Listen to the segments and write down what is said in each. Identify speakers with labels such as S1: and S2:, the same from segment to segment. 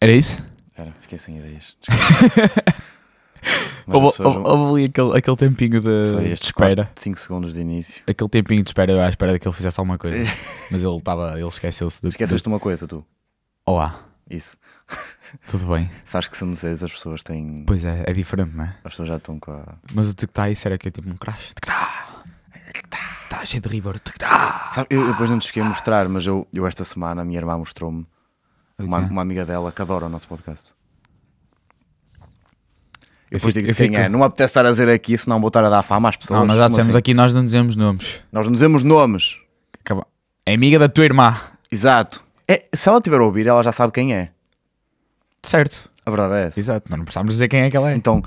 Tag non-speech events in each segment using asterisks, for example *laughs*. S1: Era isso?
S2: Era, fiquei sem ideias.
S1: *laughs* Houve houve ali aquele, aquele tempinho
S2: um- Foi
S1: de, de
S2: estes
S1: espera.
S2: 5 segundos de início.
S1: Aquele tempinho de espera, eu à espera de que ele fizesse alguma coisa. Mas ele estava, ele esqueceu-se do
S2: Esqueceste uma coisa, tu.
S1: do- Olá,
S2: Isso.
S1: tudo bem?
S2: Sabes que se não dizes as pessoas têm.
S1: Pois é, é diferente, não é?
S2: As pessoas já estão com a.
S1: Mas o tic-tac isso era que é tipo um crash. Tic-tac! Tic-tac, cheio de rigor. Tic-tac!
S2: Sabe, eu, eu depois não te cheguei a mostrar, mas eu, eu esta semana a minha irmã mostrou-me uma,
S1: Ok.
S2: uma amiga dela que adora o nosso podcast.
S1: Eu
S2: Depois
S1: fico-
S2: digo-te
S1: eu
S2: quem
S1: fico-
S2: é. Não me apetece estar a dizer aqui, senão vou estar a dar fama às pessoas.
S1: Não, nós já
S2: Como
S1: dissemos
S2: assim?
S1: aqui, nós não dizemos nomes.
S2: Nós não dizemos nomes.
S1: Acaba- É amiga da tua irmã.
S2: Exato. É, se ela estiver a ouvir, ela já sabe quem é.
S1: Certo.
S2: A verdade é essa.
S1: Exato, mas não precisamos dizer quem é que ela é.
S2: Então,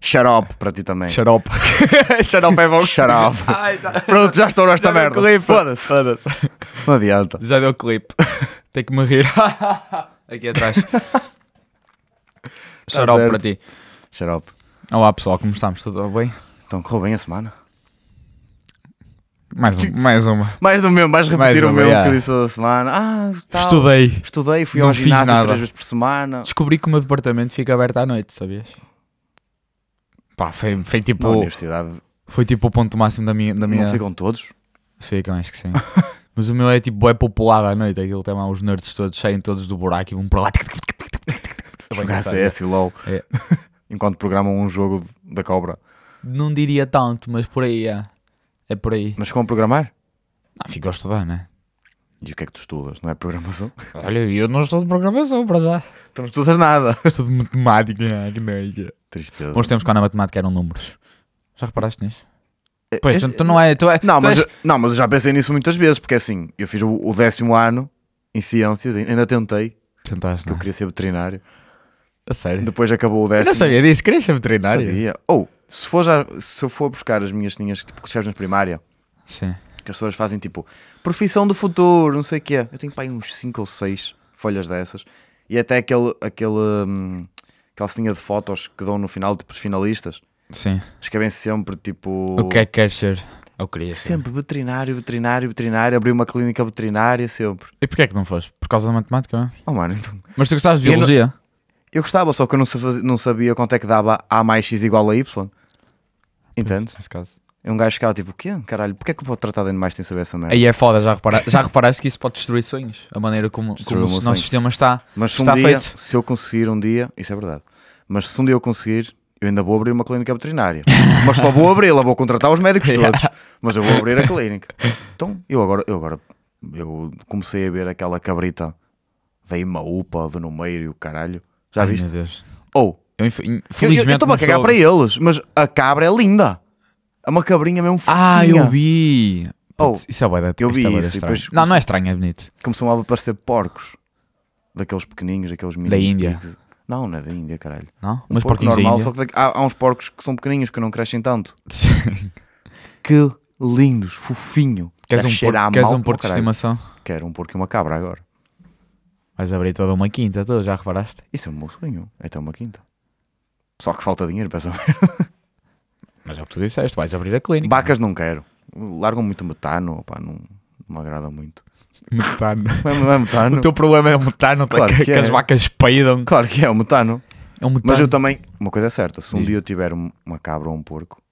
S2: xarope para ti também.
S1: Xarope.
S2: *laughs*
S1: Xarope é bom.
S2: Xarope.
S1: Ai, já.
S2: Pronto, já estou nesta
S1: Já deu
S2: merda.
S1: clipe. Foda-se, foda-se.
S2: *laughs* Não adianta.
S1: Já deu clipe. *laughs* Tem que me rir. *laughs* Aqui atrás. Xarope
S2: certo.
S1: para ti.
S2: Xarope.
S1: Olá pessoal, como estamos? Tudo bem?
S2: Então, correu bem a semana?
S1: Mais, um, mais uma.
S2: Mais do mesmo, vais
S1: Mais
S2: repetir o
S1: uma,
S2: mesmo
S1: yeah.
S2: que disse a semana. Ah, tal.
S1: Estudei.
S2: Estudei, fui
S1: Não
S2: ao
S1: fiz
S2: ginásio
S1: nada.
S2: três vezes por semana.
S1: Descobri que o meu departamento fica aberto à noite, sabias? Pá, foi, foi
S2: Na
S1: tipo.
S2: universidade.
S1: Foi tipo o ponto máximo da minha. Da minha...
S2: Não ficam todos?
S1: Ficam, acho que
S2: *laughs*
S1: sim. Mas o meu é tipo é populado à noite, aquilo tem lá os nerds todos, saem todos do buraco e vão para lá. É bem
S2: Jogar
S1: engraçado.
S2: CS e LOL.
S1: É.
S2: *laughs* Enquanto programam um jogo da cobra.
S1: Não diria tanto, mas por aí é. É por aí.
S2: Mas como programar?
S1: Não, fico a estudar, né?
S2: E o que é que tu estudas? Não é programação?
S1: Olha, eu não estou de programação para já.
S2: *laughs*
S1: *laughs*
S2: Tu não estudas nada.
S1: Estou de matemática, né? que nojo.
S2: Tristeza.
S1: Bons tempos quando a matemática eram números. Já reparaste nisso? Pois,
S2: é-
S1: tu, tu não é. Tu é
S2: Não,
S1: tu
S2: mas,
S1: és-
S2: não, mas eu já pensei nisso muitas vezes, porque assim, eu fiz o, o décimo ano em ciências, ainda tentei,
S1: Tentaste,
S2: que eu
S1: não? é?
S2: queria ser veterinário.
S1: A sério.
S2: Depois acabou o
S1: Eu não
S2: décimo.
S1: sabia disso, querias ser veterinário?
S2: Sabia. Ou, se, for já, se eu for buscar as minhas linhas tipo, que escreves na primária,
S1: Sim.
S2: que as pessoas fazem tipo profissão do futuro, não sei o quê. Eu tenho para aí uns 5 ou 6 folhas dessas e até aquele, aquele, hum, aquela ceninha de fotos que dão no final, tipo os finalistas,
S1: Sim.
S2: escrevem sempre tipo.
S1: O que é que queres ser? Eu queria ser.
S2: Sempre veterinário, veterinário, veterinário, abrir uma clínica veterinária sempre.
S1: E porquê é que não foste? Por causa da matemática, não é?
S2: Oh mano, então
S1: Mas tu gostavas de
S2: Eu não-
S1: biologia?
S2: Eu gostava, só que eu não, sa- não sabia quanto é que dava A mais X igual a Y. Entende?
S1: Nesse caso.
S2: É um gajo que ficava tipo, o quê? Caralho, porquê é que eu vou tratar de animais sem saber essa merda?
S1: Aí é foda, já, repara... já reparaste que isso pode destruir sonhos? A maneira como,
S2: Destruiu
S1: como o
S2: o
S1: nosso
S2: meu sonho.
S1: sistema está.
S2: Mas se um
S1: está
S2: dia,
S1: feito.
S2: se eu conseguir um dia, isso é verdade, mas se um dia eu conseguir, eu ainda vou abrir uma
S1: *laughs*
S2: clínica veterinária. mas só vou abri-la, vou contratar os médicos todos. Mas eu vou abrir a clínica. Então, eu agora, eu agora eu comecei a ver aquela cabrita da Imaúpa, do Numeiro e o caralho. Já
S1: Ai,
S2: viste? Oh,
S1: Meu Deus.
S2: Ou,
S1: Eu, inf- in-
S2: Eu-
S1: felizmente.
S2: Eu estava a
S1: não
S2: cagar
S1: sou-
S2: para eles, mas a cabra é linda. É uma cabrinha mesmo fofinha.
S1: Ah, eu vi.
S2: Oh,
S1: Putz, isso é bué da
S2: eu
S1: isto
S2: vi
S1: é bué da
S2: isso e
S1: estranho.
S2: depois-
S1: Não, não é estranho, é bonito.
S2: Começam a aparecer porcos. Daqueles pequeninhos, daqueles mini.
S1: Da Índia.
S2: pigs. Não, não é da Índia, caralho.
S1: Não?
S2: Um
S1: Mas
S2: porco
S1: porquinhos da
S2: normal,
S1: Índia.
S2: só que daqui- há, há uns porcos que são pequeninhos, que não crescem tanto.
S1: *laughs* Sim.
S2: Que lindos, fofinho.
S1: Queres
S2: A
S1: um
S2: cheirar
S1: porco,
S2: a
S1: queres
S2: mal
S1: um
S2: para o
S1: porco de
S2: caralho.
S1: estimação?
S2: Quero um porco e uma cabra agora.
S1: Vais abrir toda uma quinta, toda, já reparaste?
S2: Isso é um meu sonho. É até uma quinta. Só que falta dinheiro para essa merda.
S1: Mas é o que tu disseste, vais abrir a clínica.
S2: Vacas não quero. Largam muito metano, pá, não, não me agrada muito.
S1: Metano. *laughs*
S2: Não é, não é metano?
S1: O teu problema é o metano, tá-
S2: Claro
S1: que,
S2: que
S1: que as
S2: é.
S1: vacas peidam.
S2: Claro que é o metano.
S1: É um metano.
S2: Mas eu também, uma coisa é certa, se um
S1: Diz-me.
S2: dia eu tiver um- uma cabra ou um porco,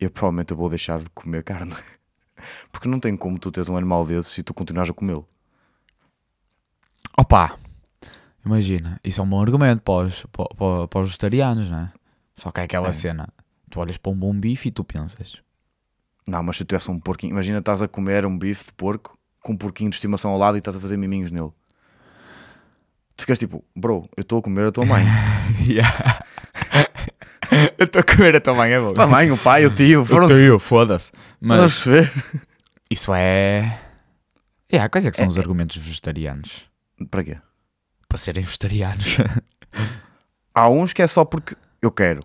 S2: eu provavelmente vou deixar de comer carne. *laughs* Porque não tem como tu teres um animal desses se tu continuares a comê-lo.
S1: Opa, imagina, isso é um bom argumento para os, para, para- para os vegetarianos, não é? Só que é aquela
S2: É.
S1: cena, tu olhas para um bom bife e tu
S2: *laughs*
S1: pensas,
S2: Não, mas se tu tivesse um porquinho, imagina estás a comer um bife de porco com um porquinho de estimação ao lado e estás a fazer miminhos nele. Tu ficas tipo, bro, eu estou a comer a tua mãe.
S1: "Yeah." *laughs* eu estou a comer a tua mãe, é bom.
S2: a mãe, o pai, o tio,
S1: Eu
S2: foram
S1: estou eu, foda-se.
S2: Estás a
S1: Mas
S2: perceber?
S1: isso é... É, quais é que são os argumentos vegetarianos?
S2: Para quê?
S1: Para serem vegetarianos.
S2: Há uns que é só porque eu quero.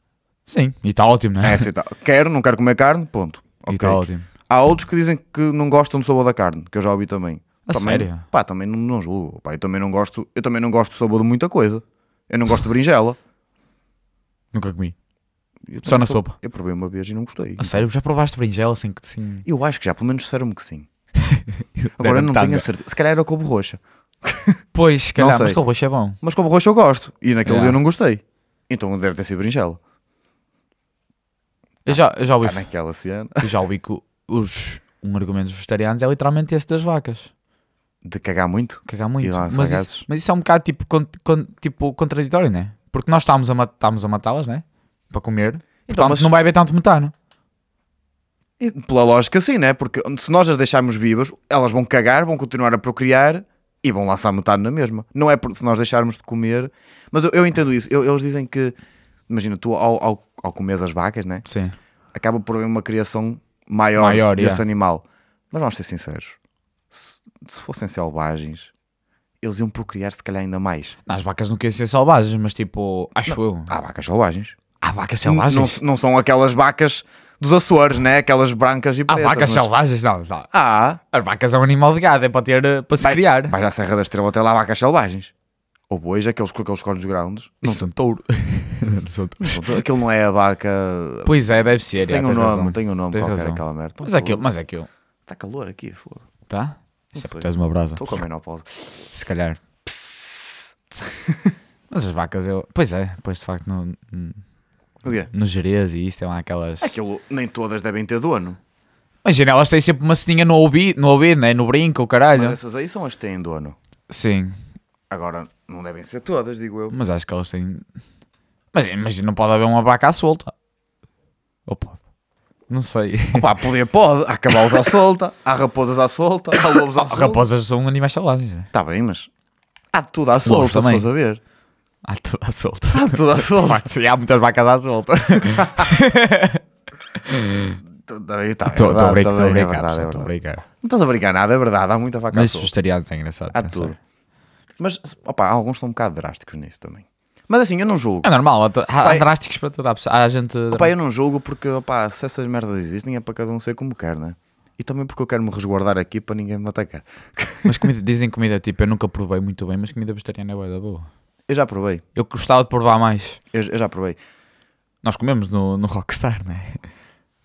S1: *laughs* Sim, e está ótimo, não
S2: É
S1: é?
S2: aceitável. Quero, não quero comer carne, ponto.
S1: E
S2: Ok.
S1: está ótimo.
S2: Há outros que dizem que não gostam do sabor da carne, que eu já ouvi também.
S1: A
S2: também,
S1: sério?
S2: Pá, também não, não julgo. Pá, eu também não gosto, eu também não gosto do sabor de muita coisa. Eu não gosto
S1: *laughs*
S2: de berinjela.
S1: Nunca comi.
S2: Eu
S1: Só na
S2: também
S1: sopa.
S2: Eu provei uma vez e não gostei.
S1: A sério, já provaste berinjela sem que... Sem... *laughs*
S2: Eu acho que já, pelo menos disseram-me que sim. Agora eu
S1: Deram-me
S2: não tenho a
S1: tanga.
S2: certeza. Se calhar era couve roxa.
S1: Pois, calhar,
S2: sei.
S1: mas com o roxo é bom.
S2: Mas como roxo eu gosto. E naquele
S1: Yeah.
S2: dia eu não gostei. Então deve ter sido berinjela.
S1: Eu já, eu já ouvi,
S2: Ah, naquela cena.
S1: eu já ouvi que o- os um argumentos vegetarianos é literalmente esse das vacas.
S2: De cagar muito.
S1: Cagar muito.
S2: E lá,
S1: mas, isso,
S2: sagazes.
S1: mas isso é um bocado tipo, con- con- tipo contraditório, né? Porque nós estamos a, ma- estamos a matá-las, né? Para comer.
S2: Então,
S1: Portanto,
S2: mas-
S1: não vai haver tanto metano.
S2: E, pela lógica, sim, né? Porque se nós as deixarmos vivas, elas vão cagar, vão continuar a procriar e vão lançar metano na mesma. Não é porque se nós deixarmos de comer. Mas eu, eu entendo isso. Eu- eles dizem que. Imagina, tu ao, ao, ao comer as vacas, né?
S1: Sim.
S2: acaba por haver uma criação maior,
S1: Maior,
S2: desse
S1: yeah.
S2: animal. Mas vamos ser sinceros: se, se fossem selvagens, eles iam procriar se calhar ainda mais.
S1: As vacas não querem ser selvagens, mas tipo, acho eu.
S2: Há vacas selvagens.
S1: Há vacas
S2: Não,
S1: selvagens.
S2: s- não são aquelas vacas dos Açores, né? Aquelas brancas e
S1: Há
S2: pretas.
S1: vacas
S2: mas-
S1: selvagens, não, não.
S2: Ah,
S1: As vacas é um animal de gado, é para, ter, eh, para se criar.
S2: vais à Serra da Estrela até lá há vacas selvagens. Ou bois, aqueles com aqueles cornos grandes. Não,
S1: Isso. Não são touro. *laughs* não são touro.
S2: não- aquilo não é a vaca.
S1: Pois é, deve ser.
S2: Tem
S1: já,
S2: um
S1: tens
S2: nome,
S1: razão.
S2: tem um nome
S1: Tens
S2: qualquer
S1: razão.
S2: aquela merda.
S1: Mas aquilo, mas aquilo.
S2: Está calor aqui, fogo.
S1: Tá? Isso é
S2: sei.
S1: porque tens uma brasa.
S2: Estou com a menopausa.
S1: Se
S2: *laughs*
S1: calhar. Mas as vacas, eu. Pois é, pois de facto, no,
S2: O quê?
S1: no Jerez e isso tem lá aquelas.
S2: Aquilo nem todas devem ter dono.
S1: Imagina, elas têm sempre uma ceninha no ouvido, no, ouvido, né? no brinco, o caralho.
S2: Mas essas aí são as que têm dono.
S1: Sim,
S2: Agora, não devem ser todas, digo eu.
S1: mas acho que elas têm. Mas imagina, não pode haver uma vaca à solta. Ou pode? Não
S2: *laughs*
S1: sei.
S2: Opa, poder pode. Há cavalos à solta, há raposas à solta, há lobos à
S1: As
S2: solta.
S1: raposas são animais selvagens, né?
S2: Está bem, mas há de tudo à solta,
S1: Lobos
S2: se
S1: também. Tá
S2: fores a ver.
S1: Há tudo à
S2: *laughs*
S1: solta.
S2: Há de
S1: *laughs*
S2: tudo à
S1: De
S2: solta.
S1: facto, há muitas vacas à solta.
S2: É Está bem, está bem.
S1: Estou
S2: é
S1: a brincar, estou a
S2: verdade, tá bem,
S1: brincar. pessoal,
S2: é verdade, é
S1: Estou a
S2: verdade.
S1: brincar.
S2: Não estás a brincar nada, é verdade. Há muita vaca à
S1: Mas
S2: solta.
S1: vegetarianos é engraçado.
S2: Há de
S1: pensar.
S2: tudo. Mas, opa, alguns estão um bocado drásticos nisso também. Mas assim, eu não julgo.
S1: É normal, há, há
S2: Pai-
S1: drásticos para toda a pessoa. Há
S2: *laughs*
S1: gente.
S2: Opa, eu não julgo porque, opa, se essas merdas existem é para cada um ser como quer, né? E também porque eu quero me resguardar aqui para ninguém me atacar.
S1: Mas comida, dizem comida, tipo, eu nunca provei muito bem, mas comida vegetariana é bué da boa.
S2: Eu já provei.
S1: Eu gostava de provar mais.
S2: Eu, eu já provei.
S1: Nós comemos no, no Rockstar, né?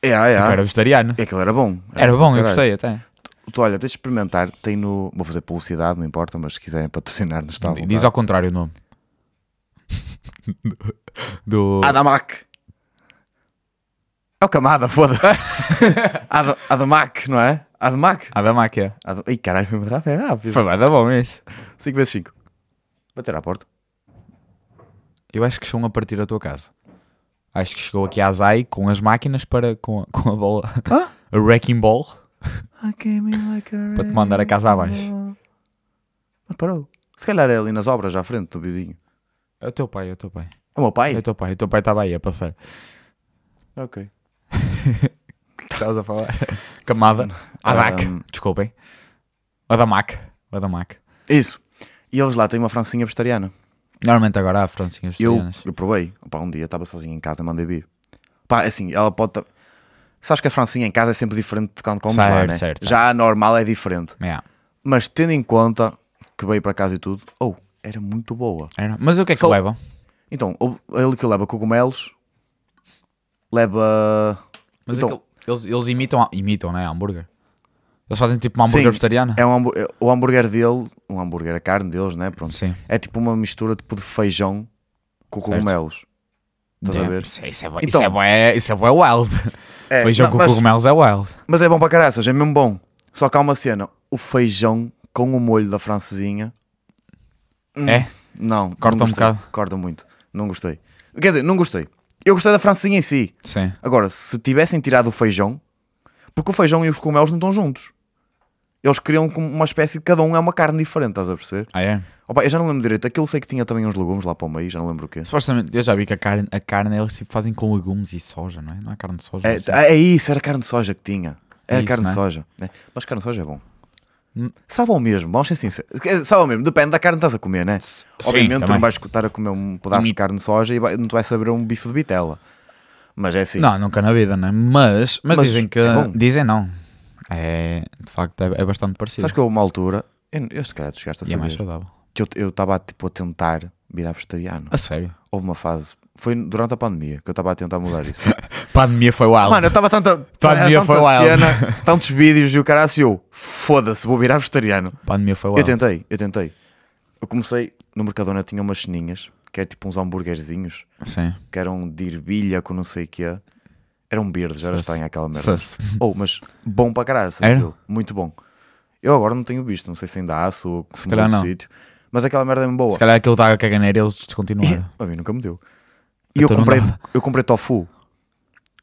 S2: É,
S1: Eu era
S2: é,
S1: vegetariano.
S2: é. Aquilo era bom.
S1: Era bom, eu
S2: caralho.
S1: gostei até.
S2: Tu, olha, tens de experimentar. Tem no. Vou fazer publicidade, não importa, mas se quiserem patrocinar-nos, está à
S1: Diz
S2: vontade.
S1: ao contrário o nome. *laughs* Do.
S2: Adamac. É o
S1: *laughs*
S2: Camada, foda-se. Ad- Adamac, não é? Adamac.
S1: Adamáquia.
S2: Ad... Ih, caralho, foi muito rápido. é rápido.
S1: Foi bué da bom isso.
S2: 5 vezes 5. Bater à porta.
S1: Eu acho que são a partir da tua casa. Acho que chegou aqui a Azai com as máquinas para. com a, com a bola.
S2: Hã?
S1: *laughs* A Wrecking Ball.
S2: Para
S1: Para te mandar a casa abaixo.
S2: Mas parou. Se calhar é ali nas obras, à frente do vizinho.
S1: É o teu pai, é o teu pai.
S2: É o meu
S1: É
S2: pai?
S1: o teu pai, o teu pai é estava aí a passar. É.
S2: Ok.
S1: O que estavas a *laughs* falar? Camada. Adac.
S2: Um,
S1: Desculpem. Adamac. Adamac.
S2: Isso. E eles lá têm uma francinha vegetariana.
S1: Normalmente agora há francinhas
S2: Eu,
S1: vegetarianas.
S2: eu provei. Pá, um dia estava sozinho em casa e mandei vir. Pá, assim, ela pode. ta- Sabes que a francinha em casa é sempre diferente de quando comes lá,
S1: Certo,
S2: né?
S1: certo,
S2: Já a normal é diferente.
S1: Yeah.
S2: Mas tendo em conta que veio para casa e tudo, oh, era muito boa.
S1: Era. Mas o que é que
S2: Só-
S1: leva?
S2: Então, ou- ele que leva cogumelos, leva.
S1: Mas
S2: Então-
S1: aquilo- eles, eles imitam, imitam, né? Hambúrguer. Eles fazem tipo uma hambúrguer
S2: Sim,
S1: vegetariana.
S2: É um hambú- é- o hambúrguer dele, um hambúrguer, a carne deles, né? Pronto.
S1: Sim.
S2: É tipo uma mistura tipo, de feijão com
S1: Certo.
S2: cogumelos. Estás a
S1: Yeah.
S2: ver?
S1: Isso, é- isso é, bué-
S2: Então-
S1: isso, é, bué- isso é bué wild.
S2: É,
S1: Feijão
S2: não,
S1: com
S2: mas-
S1: cogumelos é wild.
S2: Mas é bom para caraças, é mesmo bom. Só que há uma cena: o feijão com o molho da francesinha. Hum,
S1: É?
S2: Não.
S1: Corta
S2: não
S1: um
S2: gostei.
S1: bocado.
S2: Corta muito. Não gostei. Quer dizer, não gostei. Eu gostei da francesinha em si.
S1: Sim.
S2: Agora, se tivessem tirado o feijão, porque o feijão e os cogumelos não estão juntos. Eles criam como uma espécie de cada um é uma carne diferente, estás a perceber?
S1: Ah, é?
S2: Opa, eu já não lembro direito. Aquilo sei que tinha também uns legumes lá para o meio, já não lembro o quê.
S1: Supostamente, eu já vi que a carne, a carne eles tipo, fazem com legumes e soja, não é? Não é carne de soja.
S2: É,
S1: não sei.
S2: é isso, era carne de soja que tinha. Era
S1: Isso,
S2: carne
S1: não
S2: de
S1: é?
S2: soja. né? Mas carne de soja é bom.
S1: Hum.
S2: Sabe ao mesmo, vamos ser sinceros. Quer dizer, Sabe ao mesmo, depende da carne que estás a comer, né?
S1: Sim,
S2: Obviamente, tu
S1: também.
S2: não vais escutar a comer um pedaço de
S1: Mito.
S2: carne de soja e vai- não te vai saber a um bife de bitela. Mas é assim.
S1: Não, nunca na vida, né? Mas, mas,
S2: Mas
S1: dizem que.
S2: é bom.
S1: dizem não. É, de facto, é, é bastante parecido.
S2: Sabes que houve uma altura, eu, eu se calhar tu chegaste a
S1: E é mais
S2: saber,
S1: saudável.
S2: que eu- eu estava tipo, a tentar virar vegetariano.
S1: A sério.
S2: Houve uma fase, foi durante a pandemia que eu estava a tentar mudar isso.
S1: Pandemia foi wild.
S2: Mano, eu estava tanta,
S1: Pandemia
S2: era tanta
S1: foi wild. *laughs*
S2: cena, tantos vídeos e o cara assim, eu, foda-se, vou virar vegetariano.
S1: Pandemia foi
S2: Eu
S1: wild.
S2: tentei, eu tentei. Eu comecei no Mercadona, tinha umas ceninhas, que era tipo uns hambúrguerzinhos,
S1: Sim.
S2: que eram de ervilha com não sei o quê. Eram verdes, era
S1: Sus.
S2: estranho aquela merda.
S1: Sus.
S2: Oh, mas bom para caralho,
S1: Era?
S2: muito bom. Eu agora não tenho visto, não sei se ainda há, se ou se
S1: calhar
S2: mudou de
S1: não.
S2: sítio. Mas aquela merda é bem boa.
S1: Se calhar aquele da água caganeira eles descontinuaram.
S2: A mim nunca me deu. E eu
S1: Então não
S2: comprei,
S1: dá.
S2: eu comprei tofu.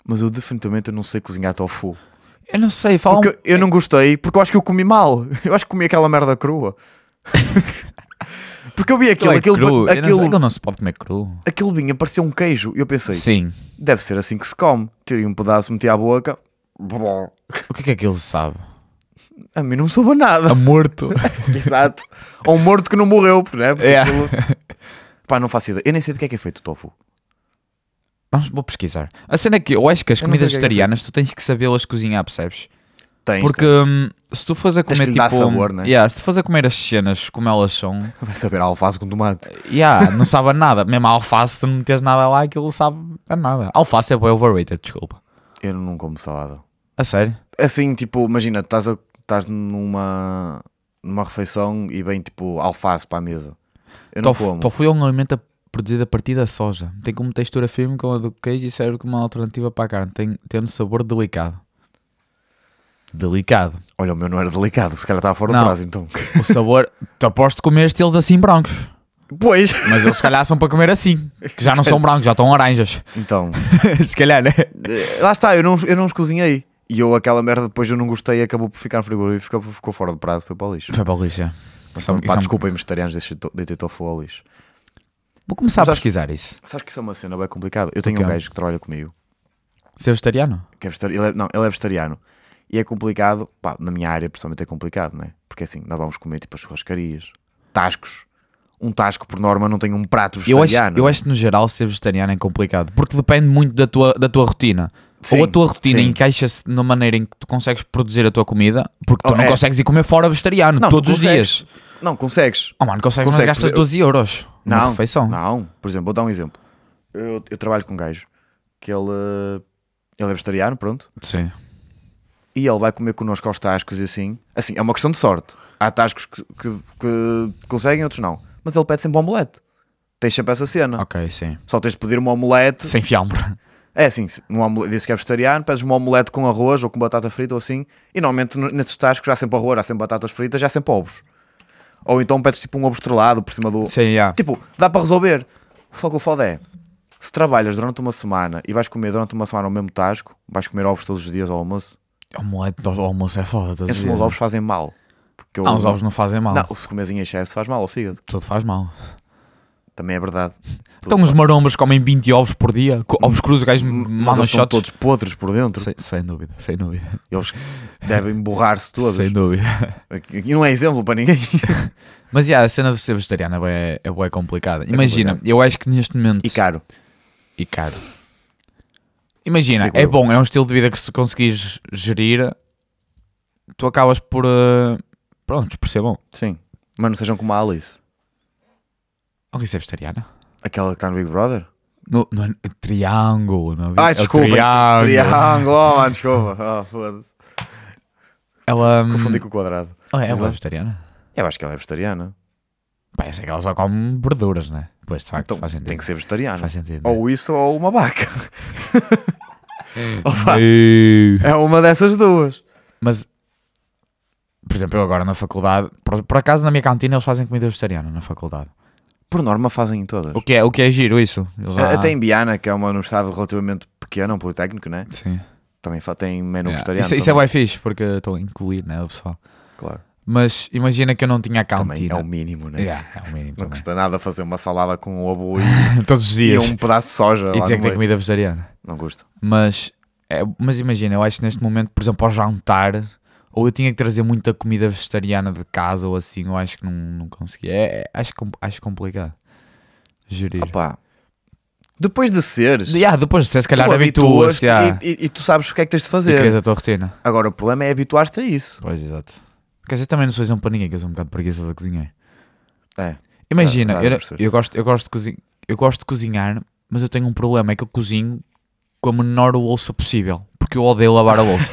S2: Mas eu definitivamente não sei cozinhar tofu.
S1: Eu É, não sei, fala um
S2: Porque eu não gostei, porque eu acho que eu comi mal. *laughs* Eu acho que comi aquela merda crua. *laughs* porque eu vi aquilo,
S1: aquilo, é
S2: aquilo,
S1: cru. Eu não, sei,
S2: aquilo,
S1: aquilo não se pode comer cru.
S2: aquilo vinha, parecia um queijo. E eu pensei,
S1: Sim.
S2: deve ser assim que se come. Tirei um pedaço, meti à boca. Blá.
S1: O que é que aquilo sabe?
S2: A mim não soube
S1: *laughs*
S2: nada.
S1: A morto.
S2: Exato. Ou um morto que não morreu, né? Porque
S1: É. *laughs*
S2: aquilo- Pá, não faço ideia. Eu nem sei do que é que é feito o tofu.
S1: Vamos, vou pesquisar. A cena é que eu acho que as
S2: Eu não sei
S1: comidas
S2: o que é que é
S1: vegetarianas tu tens que sabê-las cozinhar, percebes?
S2: Tens,
S1: Porque
S2: tens.
S1: hum, se tu fores a
S2: Tens que
S1: comer
S2: lhe dar
S1: tipo.
S2: sabor, né?
S1: yeah, se tu fores a comer as cenas como elas são,
S2: Vai saber a alface com tomate.
S1: É. yeah, não sabe a nada. Mesmo a alface, tu não tens nada lá, aquilo sabe a nada. Alface é bem overrated, desculpa.
S2: Eu não como salada.
S1: A sério?
S2: Assim, tipo, imagina, estás, a- estás numa, numa refeição e vem tipo alface para a mesa. Eu não
S1: Tofu,
S2: como.
S1: tofu é um alimento produzido a partir da soja. Tem como textura firme como a do queijo e serve como uma alternativa para a carne, tem, tendo sabor delicado. Delicado.
S2: Olha, o meu não era delicado, se calhar estava fora
S1: Não.
S2: do prazo, então. *laughs*
S1: O sabor. *laughs* tu aposto que comeste eles assim brancos.
S2: Pois!
S1: Mas eles se calhar são para comer assim. Que já não são brancos, já estão
S2: *laughs*
S1: laranjas.
S2: Então,
S1: se calhar, né?
S2: eh, lá está, eu não, eu não os cozinhei. E eu, aquela merda, depois eu não gostei, acabou por ficar no frigorífico, ficou, ficou fora do prazo, foi para o lixo.
S1: Foi para o lixo. é. Isso é um- isso
S2: Então, Pá,
S1: é um-
S2: desculpem, vegetarianos, deixei to- deitei tofu ao lixo.
S1: Vou começar a
S2: Mas acho-
S1: pesquisar isso.
S2: Sabes que isso é uma cena bem complicada? Eu tenho
S1: Porquê?
S2: um gajo que trabalha comigo,
S1: Ser vegetariano?
S2: que é vegetar- ele é- não, ele é vegetariano. E é complicado, pá, na minha área principalmente é complicado, né? Porque assim, nós vamos comer tipo as churrascarias, tascos. Um tasco, por norma, não tem um prato
S1: Eu acho,
S2: vegetariano.
S1: eu acho que no geral ser vegetariano é complicado. Porque depende muito da tua, da tua rotina.
S2: Sim,
S1: Ou a tua rotina
S2: sim.
S1: encaixa-se na maneira em que tu consegues produzir a tua comida. Porque tu
S2: Oh,
S1: não
S2: é.
S1: consegues ir comer fora vegetariano
S2: Não, tu
S1: todos os
S2: consegues.
S1: dias.
S2: Não, consegues.
S1: Oh mano, consegues, mas
S2: Consegues,
S1: gastas
S2: eu-
S1: 12 euros numa
S2: Não,
S1: refeição.
S2: não. Por exemplo, vou dar um exemplo. Eu, eu trabalho com um gajo que ele, eh, ele é vegetariano, pronto.
S1: Sim.
S2: E ele vai comer connosco aos tascos e assim. Assim, é uma questão de sorte. Há tascos que, que- que conseguem, outros não. Mas ele pede sempre um omelete. Tens sempre essa cena.
S1: Ok, sim.
S2: Só tens de pedir uma omelete.
S1: Sem fiambre.
S2: É assim, se- um omelete, disse que é vegetariano, pedes uma omelete com arroz ou com batata frita ou assim, e normalmente no- nesses tascos já sempre arroz, já sempre batatas fritas, já sempre ovos. Ou então pedes tipo um ovo estrelado por cima do.
S1: Sim, yeah.
S2: Tipo, dá para resolver. Só que o foda é, se trabalhas durante uma semana e vais comer durante uma semana o mesmo tasco, vais comer ovos todos os dias ao almoço,
S1: Omelete do almoço é foda. todos os
S2: esses meus
S1: dias.
S2: ovos fazem mal. Porque eu-
S1: Ah, os ovos não fazem mal.
S2: Não, se comes em excesso faz mal ao fígado.
S1: Tudo faz mal.
S2: Também
S1: *laughs*
S2: é verdade.
S1: Então os marombas comem 20 ovos por dia, co- ovos crus, o gajo
S2: Mas
S1: mamam
S2: eles são
S1: shots.
S2: todos podres por dentro.
S1: Sem, sem dúvida, sem dúvida.
S2: Eles devem borrar-se todos.
S1: Sem dúvida.
S2: E não é exemplo para ninguém.
S1: Mas yeah, a cena de ser vegetariana é bué- é bué complicada. Imagina, eu acho que neste momento.
S2: E caro.
S1: E caro. Imagina,
S2: Digo
S1: é
S2: eu.
S1: bom, é um estilo de vida que se conseguires gerir, tu acabas por. eh, Pronto, por ser bom.
S2: Sim. Mas não sejam como a Alice.
S1: Alguém ser vegetariana?
S2: Aquela que está no Big Brother?
S1: No, no, no triângulo, não é? É
S2: Ah,
S1: o
S2: desculpa.
S1: Triângulo.
S2: Triângulo. Oh, mano, desculpa. *laughs* Oh, foda-se.
S1: Ela. hum,
S2: Confundi com o quadrado.
S1: ela é
S2: Exato.
S1: vegetariana?
S2: Eu acho que ela é vegetariana.
S1: Parece que ela só come verduras, né? Pois, de facto,
S2: Então,
S1: faz sentido.
S2: tem que ser vegetariana.
S1: Faz sentido. né?
S2: *laughs* Ou isso ou uma vaca.
S1: Ei.
S2: *laughs* É uma dessas duas.
S1: Mas, por exemplo, eu agora na faculdade, por, por acaso na minha cantina eles fazem comida vegetariana na faculdade.
S2: Por norma fazem em todas.
S1: O que é, o que é giro isso? Eles lá-
S2: Até em Biana, que é uma universidade relativamente pequena, um politécnico, né?
S1: Sim.
S2: Também fa- tem menu
S1: Yeah.
S2: vegetariano.
S1: Isso, isso é
S2: também.
S1: bem fixe, porque eu estou a incluir, né, o pessoal.
S2: Claro.
S1: Mas imagina que eu não tinha
S2: Também é
S1: cantina.
S2: o mínimo, né?
S1: Yeah, é o mínimo
S2: Não
S1: também. *laughs*
S2: custa nada fazer uma salada com um *laughs* ovo e,
S1: Todos os
S2: e
S1: dias.
S2: um pedaço de soja.
S1: E dizer
S2: lá no
S1: que tem
S2: meio.
S1: comida vegetariana.
S2: Não custa.
S1: Mas, é- mas imagina, eu acho que neste momento, por exemplo, ao jantar, ou eu tinha que trazer muita comida vegetariana de casa ou assim, eu acho que não, não conseguia. É- é- acho, com- acho complicado gerir.
S2: Opá. Depois de seres.
S1: Yeah, depois, se se calhar
S2: tu
S1: habituas,
S2: habituas-te
S1: yeah,
S2: e, e- e tu sabes o que é que tens de
S1: e
S2: fazer.
S1: crias a tua rotina.
S2: Agora, o problema é habituar-te a isso.
S1: Pois, exato. Quer dizer, também não sou exemplo para ninguém, que eu sou um bocado preguiçoso a cozinhar.
S2: É.
S1: Imagina,
S2: Já- já
S1: eu,
S2: percebi.
S1: eu gosto, eu, gosto de cozinhar, eu gosto de cozinhar, mas eu tenho um problema, é que eu cozinho com a menor louça possível, porque eu
S2: *laughs*
S1: odeio lavar a louça.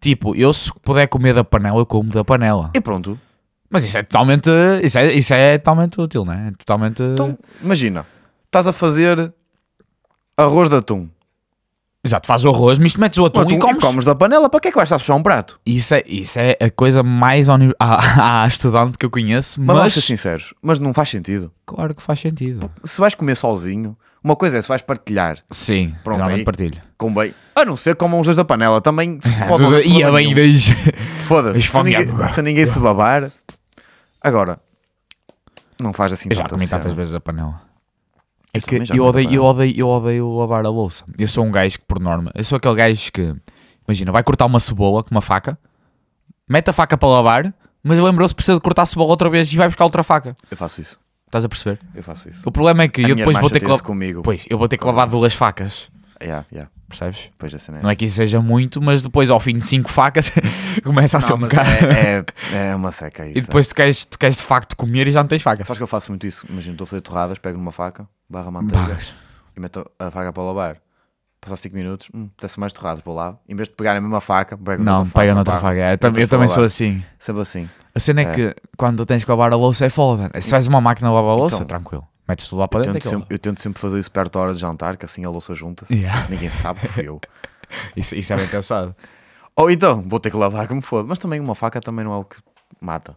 S1: tipo, eu se puder comer da panela, eu como da panela.
S2: E pronto.
S1: Mas isso é totalmente. Isso é, isso é totalmente útil, não é? É Totalmente.
S2: Então, imagina, estás a fazer arroz de atum.
S1: Exato, faz o arroz, mas metes o atum,
S2: Atum
S1: e comes.
S2: da panela, para que é que vais estar a sujar um prato?
S1: Isso, é, isso é a coisa mais oni- *laughs* a, a estudante que eu conheço,
S2: Mas, vamos
S1: mas.
S2: ser sinceros, mas não faz sentido.
S1: Claro que faz sentido.
S2: Se vais comer sozinho, uma coisa é se vais partilhar,
S1: Sim,
S2: Pronto,
S1: geralmente
S2: aí-
S1: partilho.
S2: convém. A não ser comam os dois da panela, também
S1: *laughs*
S2: se pode não ter
S1: E a
S2: problema
S1: é bem é
S2: nenhum.
S1: dois.
S2: Foda-se, se
S1: Esfomeado.
S2: ninguém, se ninguém se babar. Agora, não faz assim
S1: Eu já
S2: tanta
S1: comi
S2: cena.
S1: tantas vezes a panela. É que
S2: também já
S1: eu
S2: comi da
S1: odeio, eu, odeio, eu odeio lavar a louça. Eu sou um gajo que, por norma, eu sou aquele gajo que, imagina, vai cortar uma cebola com uma faca, mete a faca para lavar, mas lembrou-se que precisa de cortar a cebola outra vez e vai buscar outra faca.
S2: Eu faço isso,
S1: Estás a perceber?
S2: eu faço isso.
S1: O problema é que
S2: A
S1: eu
S2: minha
S1: depois
S2: irmã
S1: vou ter que
S2: chateia-se
S1: lavar.
S2: comigo.
S1: Pois, eu vou ter que lavar duas facas,
S2: Yeah, yeah,
S1: percebes?
S2: pois a cena é
S1: Não é que isso seja muito, mas depois ao fim de cinco facas *laughs* começa a
S2: essa.
S1: ser
S2: Não,
S1: um
S2: mas
S1: bocado.
S2: é,
S1: *laughs*
S2: é- é uma seca isso.
S1: E depois tu queres, tu queres de facto comer e já não tens faca.
S2: Sabes que eu faço muito isso? Imagina, estou a fazer torradas, pego numa faca, barra manteiga
S1: Bagas.
S2: e meto a faca para lavar. Passar 5 minutos, hum, desce mais torradas para lá. Em vez de pegar a mesma faca, pego
S1: Não,
S2: noutra faca,
S1: pega noutra
S2: barro.
S1: faca. Eu,
S2: Noutra
S1: também- eu
S2: para
S1: também sou
S2: lavar.
S1: assim.
S2: Sempre assim.
S1: A cena é,
S2: É.
S1: que quando tens que lavar a louça é foda. Se tiveres uma máquina a lavar a louça,
S2: Então.
S1: tranquilo. Metes tudo lá para dentro.
S2: Tento
S1: aquilo-
S2: sempre- eu tento sempre fazer isso perto da hora de jantar, que assim a louça junta-se.
S1: Yeah.
S2: Ninguém sabe que fui eu.
S1: Isso, isso é
S2: *laughs*
S1: bem pensado.
S2: Ou então, vou ter que lavar como foda. Mas também uma faca também não é o que mata.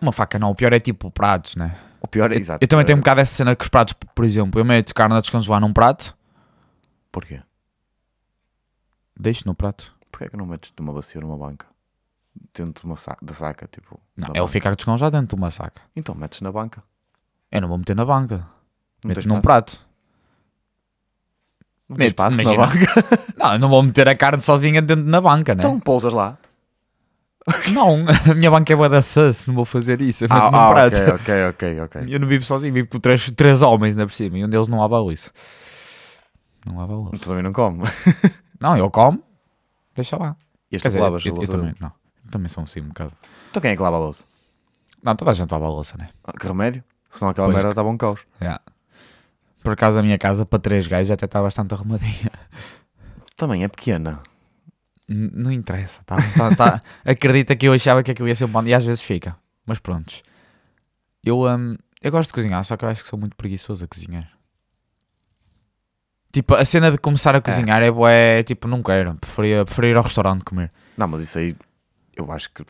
S1: Uma faca não, o pior é tipo pratos, né?
S2: O pior é, exato.
S1: Eu também tenho um bocado essa cena com os pratos, por exemplo. Eu meto carne a descongelar num prato,
S2: Porquê?
S1: deixo no prato.
S2: Porquê é que não metes de uma bacia numa banca? Dentro de uma sa- da saca, tipo.
S1: Não,
S2: na
S1: ele
S2: banca.
S1: fica a descongelar dentro de uma saca.
S2: Então metes na banca.
S1: Eu não vou meter na banca.
S2: Não
S1: meto
S2: tens
S1: num
S2: espaço.
S1: prato.
S2: Não tens
S1: Meto,
S2: espaço na
S1: imagina. né?
S2: banca.
S1: Não, eu não vou meter a carne sozinha dentro na banca, né?
S2: Então pousas lá.
S1: Não, *laughs* a minha banca é bué da sus, não vou fazer isso. Eu meto num prato.
S2: Ah, ok, ok, ok.
S1: *laughs* Eu não vivo sozinho, vivo com três, três homens ainda por cima e um deles não lava a louça. Não lava a louça.
S2: Tu também não
S1: *laughs*
S2: como.
S1: Não, eu como, deixa lá.
S2: E as
S1: Quer
S2: tu
S1: dizer,
S2: lavas a
S1: eu, eu
S2: louça
S1: também, não. Eu também sou assim um bocado.
S2: Então quem é que lava a louça?
S1: Não, toda a gente lava a louça, né?
S2: Ah, Que remédio? Senão aquela
S1: Pois.
S2: merda estava um caos.
S1: Já. Por acaso a minha casa, para três gajos, até está bastante arrumadinha.
S2: Também é pequena.
S1: N- Não interessa, tá? Tá-
S2: *laughs*
S1: tá- Acredita que eu achava que aquilo ia ser um bom e às vezes fica. Mas prontos. Eu, hum, eu gosto de cozinhar, só que eu acho que sou muito preguiçoso a cozinhar. Tipo, a cena de começar a cozinhar é bué, tipo, não quero. Preferia, preferia ir ao restaurante comer.
S2: Não, mas isso aí eu acho que.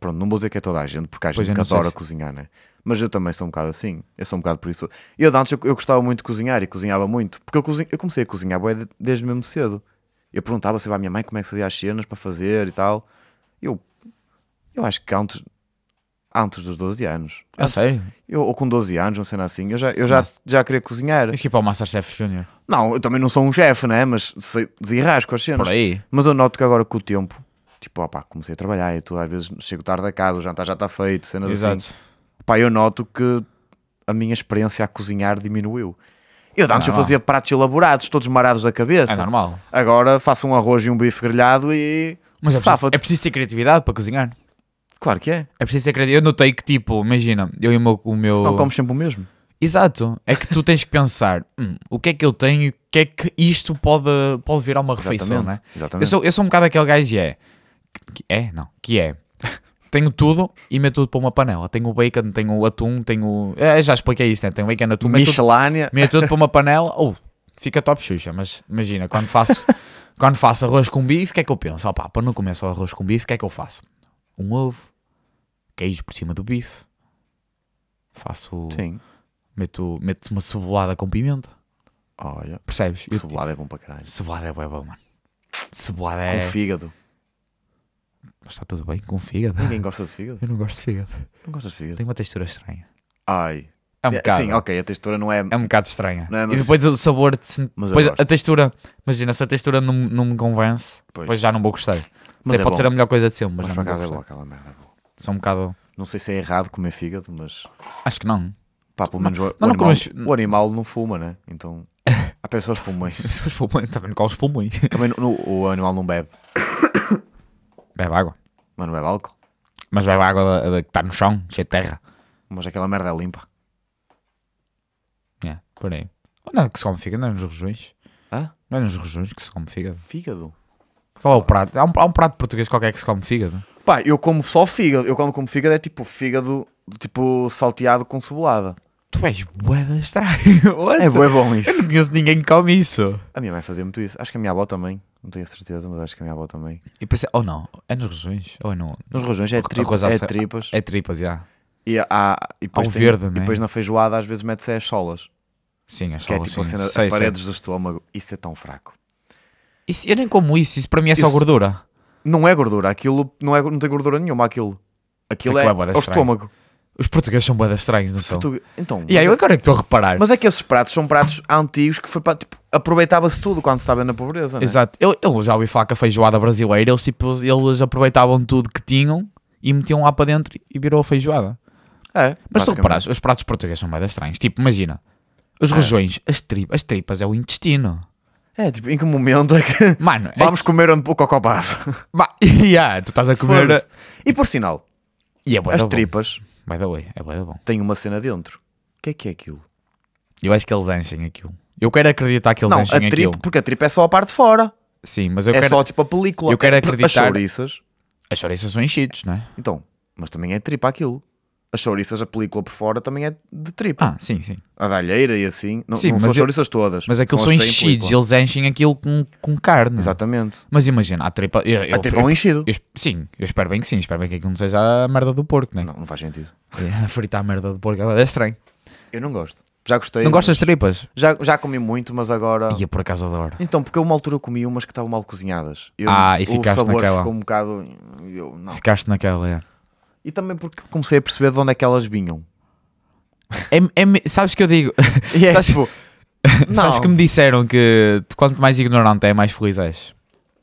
S2: Pronto, não vou dizer que é toda a gente, porque há
S1: Pois,
S2: gente
S1: eu
S2: que
S1: não sei
S2: adora
S1: se-
S2: cozinhar, né? Mas eu também sou um bocado assim. Eu sou um bocado por isso. Eu de antes eu, eu gostava muito de cozinhar e cozinhava muito. Porque eu, cozin- eu comecei a cozinhar bué de- desde mesmo cedo. Eu perguntava sempre à minha mãe como é que se fazia as cenas para fazer e tal. Eu, eu acho que antes, antes dos 12 anos.
S1: A sério?
S2: Eu, ou com 12 anos, uma cena assim, eu já, eu já,
S1: Mas-
S2: já queria cozinhar.
S1: Tens que ir para o Masterchef Junior.
S2: Não, eu também não sou um chefe, né? Mas sei- desenrasco as cenas.
S1: Por aí.
S2: Mas eu noto que agora com o tempo, tipo, opá, comecei a trabalhar e tu às vezes chego tarde a casa, o jantar já está feito, cenas assim.
S1: Exato.
S2: Pá, eu noto que a minha experiência a cozinhar diminuiu. Eu de antes eu
S1: normal.
S2: fazia pratos elaborados, todos marados da cabeça.
S1: Ah. É normal.
S2: Agora faço um arroz e um bife grelhado e.
S1: Mas é preciso,
S2: Safa-te.
S1: é preciso ter criatividade para cozinhar.
S2: Claro que é.
S1: É preciso ter criatividade. Eu notei que, tipo, imagina, eu e o meu. O meu...
S2: Senão comes sempre o mesmo.
S1: Exato. É que tu tens que pensar: "Hum, o que é que eu tenho e o que é que isto pode, pode virar uma refeição, não é?
S2: Exatamente. Exatamente.
S1: Eu sou, eu sou um bocado aquele gajo que é. Que é? Não. Que
S2: *laughs*
S1: é. Tenho tudo e meto tudo para uma panela. Tenho o bacon, tenho o atum, tenho. É, já expliquei isso, né? Tenho bacon, atum, meto tudo
S2: Michelânia.
S1: Meto tudo para uma panela, ou fica top xuxa, mas imagina, quando faço,
S2: *laughs*
S1: quando faço arroz com bife, o que é que eu penso? Opá, para não comer só arroz com bife, o que é que eu faço? Um ovo, queijo por cima do bife, faço,
S2: Sim.
S1: meto, meto uma cebolada com pimenta,
S2: Olha,
S1: percebes? Eu-
S2: cebolado é bom para caralho.
S1: cebolada é bué bom, mano. Cebolada
S2: Com
S1: é...
S2: fígado.
S1: Mas está tudo bem com fígado?
S2: Ninguém gosta de fígado.
S1: Eu não gosto de fígado.
S2: Não gostas de fígado?
S1: Tem uma textura estranha.
S2: Ai.
S1: *laughs* É um
S2: É,
S1: bocado.
S2: Sim, ok, a textura não é.
S1: É um bocado estranha.
S2: Não é,
S1: E
S2: mas-
S1: depois o sabor, se-
S2: Mas eu
S1: depois a
S2: gosto.
S1: textura, imagina, se a textura não, não me convence,
S2: Pois.
S1: depois já não vou gostar.
S2: Mas
S1: Até pode
S2: é bom.
S1: ser a melhor coisa de sempre, mas,
S2: Mas
S1: não
S2: por
S1: me vou
S2: acaso é
S1: gostar.
S2: boa aquela merda. é boa.
S1: São um bocado.
S2: Não sei se é errado comer fígado, mas.
S1: Acho que
S2: *laughs*
S1: não.
S2: Pá, pelo menos o, o
S1: não
S2: animal,
S1: comes-
S2: o animal não fuma, né?
S1: *laughs*
S2: Então. Há pessoas que fumam.
S1: Se os pulmões, também não comes pulmões.
S2: Também no- no- o animal não bebe,
S1: *laughs* Bebe água.
S2: mas não bebe álcool.
S1: Mas bebe água da- da- que está no chão, cheia de terra.
S2: Mas aquela merda é limpa.
S1: É, por aí. Onde é que se come fígado? Não é nos rojões?
S2: Hã?
S1: Não é nos rojões que se come fígado?
S2: Fígado?
S1: Qual é o prato? Há um, há um prato português qualquer que se come fígado.
S2: Pá, eu como só fígado. Eu quando como fígado é tipo fígado, tipo salteado com cebolada.
S1: Tu és boeda estranho. *laughs* What?
S2: É bué bom isso.
S1: Eu *laughs* não conheço ninguém que come isso.
S2: A minha mãe fazia muito isso. Acho que a minha avó também. Não tenho a certeza, mas acho que a minha avó também.
S1: E pensei, ou não, é nos rojões, ou é no...
S2: Nos rojões é,
S1: Arroz
S2: tripa,
S1: à
S2: é
S1: sa-
S2: tripas.
S1: É tripas, já.
S2: E, há, e
S1: Há
S2: depois
S1: um
S2: tem-
S1: verde,
S2: E
S1: né?
S2: depois na feijoada às vezes mete-se as solas.
S1: Sim, assim. acho
S2: Que é tipo a cena, as paredes do estômago. Isso é tão fraco.
S1: Isso, eu nem como isso, isso para mim é só
S2: Isso-
S1: gordura.
S2: Não é gordura. Aquilo não, é, não tem gordura nenhuma. Aquilo. Aquilo
S1: Aquilo
S2: é,
S1: é
S2: é
S1: bué
S2: o
S1: estranho.
S2: estômago.
S1: Os portugueses são boedas estranhos, não são?
S2: Portugue- Então,
S1: E aí, eu agora é que estou a reparar.
S2: mas é que esses pratos são pratos antigos que foi para, tipo, aproveitava-se tudo quando se estava na pobreza, né?
S1: Exato. Eu, eu já ouvi falar que a feijoada brasileira, eles, tipo, eles aproveitavam tudo que tinham e metiam lá para dentro e virou a feijoada.
S2: É,
S1: Mas tu
S2: basicamente.
S1: reparas, os pratos portugueses são bem estranhos. Tipo, imagina, os rojões, as, tri as tripas é o intestino.
S2: É, tipo, em que momento é que
S1: Mano, é
S2: vamos comer onde o cocó passa?
S1: que- *laughs* Bah, yeah, tu estás a comer...
S2: Foda-se. E por sinal,
S1: E é bué
S2: as
S1: da bom.
S2: tripas
S1: By the way, é bué da bom.
S2: têm uma cena dentro. O que é que é aquilo?
S1: Eu acho que eles enchem aquilo. Eu quero acreditar que eles
S2: não, a
S1: enchem
S2: tripa,
S1: aquilo.
S2: porque a tripa é só a parte de fora.
S1: Sim, mas eu
S2: é
S1: quero...
S2: só tipo a película.
S1: eu quero acreditar-
S2: As chouriças,
S1: As chouriças são enchidos, não é?
S2: então, mas também é tripa aquilo. As chouriças, a película por fora também é de tripa.
S1: Ah, sim, sim.
S2: A dalheira e assim. Não,
S1: Sim,
S2: não
S1: mas
S2: são
S1: eu-
S2: as chouriças todas.
S1: Mas aquilo
S2: as
S1: são
S2: que têm
S1: enchidos,
S2: película.
S1: eles enchem aquilo com, com carne.
S2: Exatamente.
S1: Mas imagina, a tripa. Eu, eu-
S2: a tripa é
S1: eu-
S2: um enchido.
S1: eu- sim, eu espero bem que sim, espero bem que aquilo não seja a merda do porco, né? *laughs*
S2: Não, não faz sentido.
S1: É, Fritar a merda do porco é estranho.
S2: Eu não gosto. Já gostei.
S1: não
S2: mas-
S1: gostas de tripas?
S2: Já, já comi muito, mas agora.
S1: Ia por acaso adoro.
S2: Então, porque eu uma altura comi umas que estavam mal cozinhadas. Eu-
S1: Ah, e
S2: o
S1: ficaste
S2: sabor
S1: naquela.
S2: ficou um bocado. Eu, não.
S1: Ficaste naquela, é.
S2: E também porque comecei a perceber de onde é que
S1: *laughs*
S2: elas vinham.
S1: É- é me- sabes que eu digo? *laughs*
S2: E é
S1: Sabes-
S2: tipo,
S1: sabes
S2: não.
S1: que me disseram que tu, quanto mais ignorante é, mais feliz és.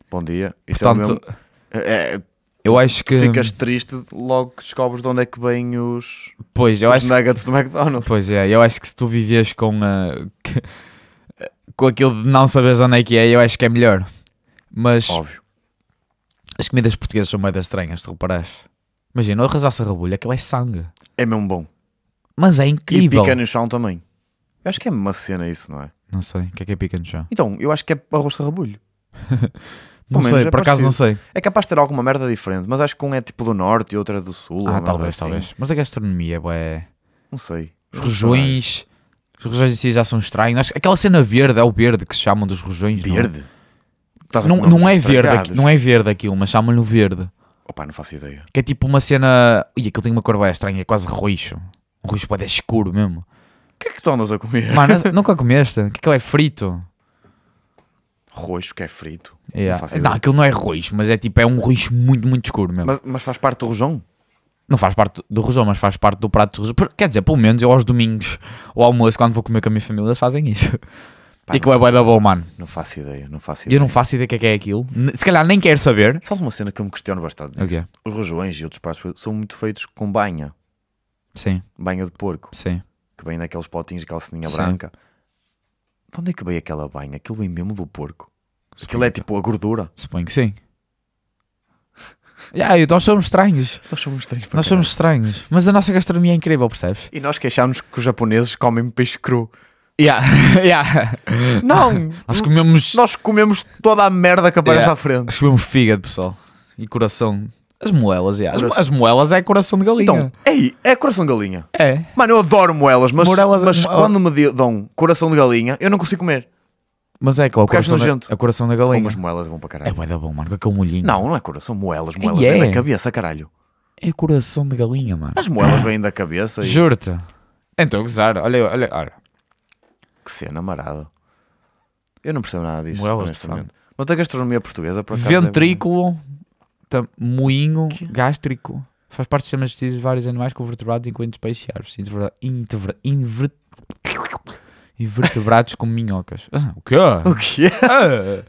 S2: Bom dia. Isso é o
S1: Portanto,
S2: mesmo- é, é,
S1: eu acho que.
S2: Ficas triste logo que descobres de onde é que vêm os,
S1: Pois, eu
S2: os
S1: acho que.
S2: nuggets do McDonald's.
S1: Pois é, eu acho que se tu vives com, *laughs* ah, que- com aquilo de não saberes onde é que é, eu acho que é melhor. Mas
S2: Óbvio.
S1: as comidas portuguesas são meio estranhas, se reparares. Imagina, o arroz à sarrabulha, aquilo é sangue.
S2: É mesmo bom.
S1: Mas é incrível.
S2: E pica no chão também. Eu acho que é uma cena isso, não é?
S1: Não sei, o que é que é pica no chão?
S2: Então, eu acho que é arroz de rabulho.
S1: Não
S2: Pelo menos
S1: sei,
S2: é
S1: por acaso não sei.
S2: É capaz de ter alguma merda diferente, mas acho que um é tipo do norte e outro é do sul. ou uma
S1: Ah,
S2: merda
S1: talvez,
S2: assim.
S1: talvez. Mas a gastronomia, é bué.
S2: Não sei.
S1: Os rojões. Os rojões em si já são estranhos. Acho- Aquela cena verde, é o verde que se chamam dos rojões. não é?
S2: Verde? Estás a
S1: Não,
S2: comer um uns
S1: não é verde,
S2: estragados.
S1: aqui- não é verde aquilo, mas chamam-lhe o verde.
S2: Opa, não faço ideia.
S1: Que é tipo uma cena. Ih, aquilo tem uma cor bem estranha, é quase roxo. Um roxo pode escuro
S2: *laughs*
S1: mesmo.
S2: O que é que tu andas a comer?
S1: Mano, nunca comeste? O que é que é frito?
S2: Roxo, que é frito.
S1: Yeah.
S2: Não faço
S1: Não,
S2: ideia.
S1: aquilo não é roxo, mas é tipo, é um roxo muito, muito escuro mesmo.
S2: Mas, mas faz parte do rojão?
S1: Não faz parte do rojão, mas faz parte do prato do rojão. Por- Quer dizer, pelo menos eu aos domingos ou ao almoço, quando vou comer com a minha família, eles fazem isso.
S2: Pá,
S1: e que é bué da bom, mano.
S2: Não faço ideia, não faço
S1: Eu
S2: ideia.
S1: não faço ideia o que é que é aquilo. Ne- Se calhar nem quero saber.
S2: Sabes uma cena que eu me questiono bastante?
S1: O
S2: nisso?
S1: quê?
S2: Os rojões e outros pratos são muito feitos com banha.
S1: Sim,
S2: Banha de porco.
S1: sim.
S2: Que vem daqueles potinhos, aquela ceninha
S1: Sim.
S2: branca. De onde é que veio aquela banha? Aquilo vem mesmo do porco. Aquilo é tipo a gordura.
S1: Suponho que sim. *laughs* Yeah, e nós somos estranhos.
S2: Nós somos três para
S1: Nós somos estranhos. Mas a nossa gastronomia é incrível, percebes?
S2: E nós queixámos que os japoneses comem peixe cru.
S1: Yeah, *laughs* yeah.
S2: Não!
S1: É. *laughs* Nós comemos, É.
S2: nós comemos toda a merda que aparece
S1: Yeah.
S2: à frente.
S1: nós comemos fígado, pessoal. E coração. As moelas, yeah. as,
S2: Coração.
S1: as moelas é coração de galinha.
S2: Então, ei, é coração de galinha.
S1: é.
S2: Mano, eu adoro moelas, mas,
S1: Morelas- é
S2: mas
S1: mo-
S2: quando me di- dão coração de galinha, eu não consigo comer.
S1: Mas é que é o
S2: Porque és
S1: coração, da,
S2: nojento.
S1: é o coração da
S2: Bom,
S1: galinha.
S2: mas moelas é bom para
S1: É
S2: caralho.
S1: bué da bom, mano, com aquele molhinho.
S2: Não, não é coração, moelas, moelas
S1: é.
S2: vêm da cabeça, caralho.
S1: É coração de galinha, mano.
S2: As moelas vêm da cabeça e
S1: Juro-te. Então, gozar. Olha, olha, olha.
S2: que cena marada. Eu não percebo nada disto,
S1: Moelas de
S2: honestamente. Mas da gastronomia portuguesa, por acaso. é
S1: Ventrículo, tam- moinho,
S2: Que-
S1: gástrico. Faz parte do sistema digestivos de vários animais com vertebrados, incluindo peixes e árvores. Intervera- intervera- inver- Invertebrados como minhocas. Ah, o quê?
S2: bom. O quê?
S1: Ah,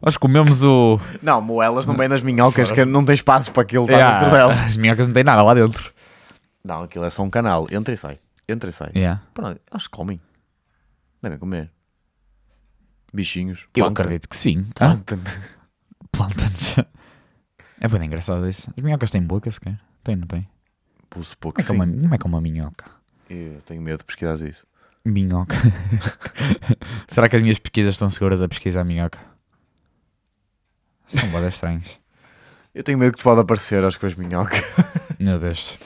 S1: nós comemos o.
S2: *laughs* Não, moelas não vêm das minhocas, que não tem espaço para aquilo estar
S1: Yeah,
S2: dentro dela.
S1: As minhocas não têm nada lá dentro.
S2: Não, aquilo é só um canal. Entra e sai. Entra e sai.
S1: Yeah.
S2: Pronto, elas comem. Devem comer. Bichinhos.
S1: Eu
S2: plâncton.
S1: acredito que sim. Ah,
S2: Plâncton.
S1: Plântanos. É bem engraçado isso. As minhocas têm boca, se quer? Tem, não tem?
S2: Pulso pouco
S1: Como é que é
S2: sim.
S1: uma, como é que é uma minhoca?
S2: Eu tenho medo de pesquisar isso.
S1: Minhoca. *laughs* Será que as minhas pesquisas estão seguras a pesquisar minhoca? São bodas estranhas.
S2: Eu tenho medo que te pode aparecer, acho que as minhoca.
S1: Meu Deus.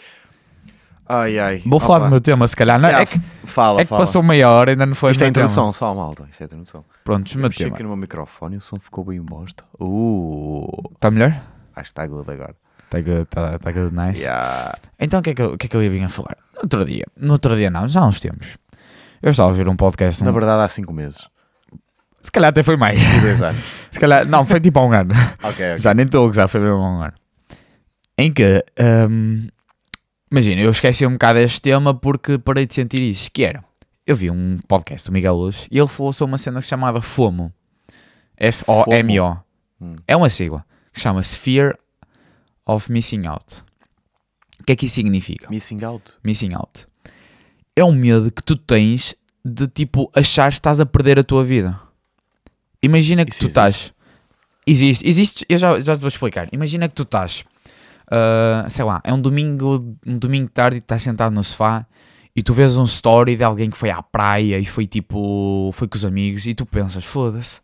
S2: Ai, ai.
S1: Vou falar do meu tema, se calhar. Não, é, que,
S2: fala,
S1: é que
S2: fala.
S1: passou meia hora e ainda não foi
S2: Isto
S1: o
S2: é
S1: meu tema.
S2: introdução, só malta. Isto é introdução.
S1: Pronto, o
S2: Eu
S1: meu
S2: mexi
S1: tema.
S2: aqui no meu microfone e o som ficou bem bosta. Uh,
S1: Está Tá melhor?
S2: acho que está agudo agora.
S1: Está good, tá, tá good, nice.
S2: Yeah.
S1: Então o que, é que eu, o que é que eu ia vir a falar? No outro dia, no outro dia não, já há uns tempos. Eu estava a ouvir um podcast, um-
S2: Na verdade, há 5 meses.
S1: se calhar até foi mais.
S2: E
S1: *laughs*
S2: 2 anos.
S1: Se calhar, não, foi tipo há um ano.
S2: Ok, ok.
S1: Já nem estou, já foi mesmo há um ano. Em que, hum, imagina, eu esqueci um bocado este tema porque parei de sentir isso, que era, eu vi um podcast do Miguel Luz e ele falou sobre uma cena que se chamava FOMO. F-O-M-O.
S2: Hum.
S1: É uma sigla, que chama-se Fear of Missing Out. O que é que isso significa?
S2: Missing out.
S1: missing out. É um medo que tu tens de tipo achar que estás a perder a tua vida. Imagina que
S2: Isso
S1: tu estás. Existe, existe, eu já, já te vou explicar. Imagina que tu estás, ah, sei lá, é um domingo, um domingo de tarde e estás sentado no sofá e tu vês um story de alguém que foi à praia e foi tipo, foi com os amigos e tu pensas, foda-se,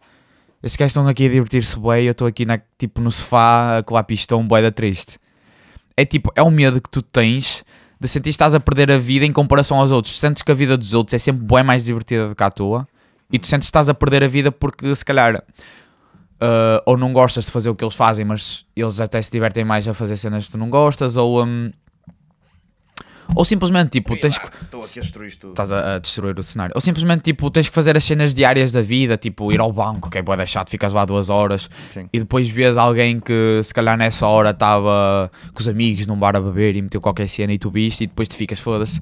S1: estes gajos estão aqui a divertir-se bem, eu estou aqui na, tipo no sofá a colar pistão, boeda triste. É tipo, é um medo que tu tens de sentir que estás a perder a vida em comparação aos outros. Sentes que a vida dos outros é sempre bem mais divertida do que a tua e tu sentes que estás a perder a vida porque se calhar ah, ou não gostas de fazer o que eles fazem, mas eles até se divertem mais a fazer cenas que tu não gostas, ou, hum, ou simplesmente tipo, tens que
S2: Estou aqui a destruir isto tudo.
S1: estás a, a destruir o cenário. Ou simplesmente, tipo, tens que fazer as cenas diárias da vida, tipo, ir ao banco, que é boa chato, ficas lá duas horas,
S2: Sim.
S1: e depois vês alguém que, se calhar, nessa hora estava com os amigos num bar a beber e meteu qualquer cena e tu viste, e depois te ficas, foda-se,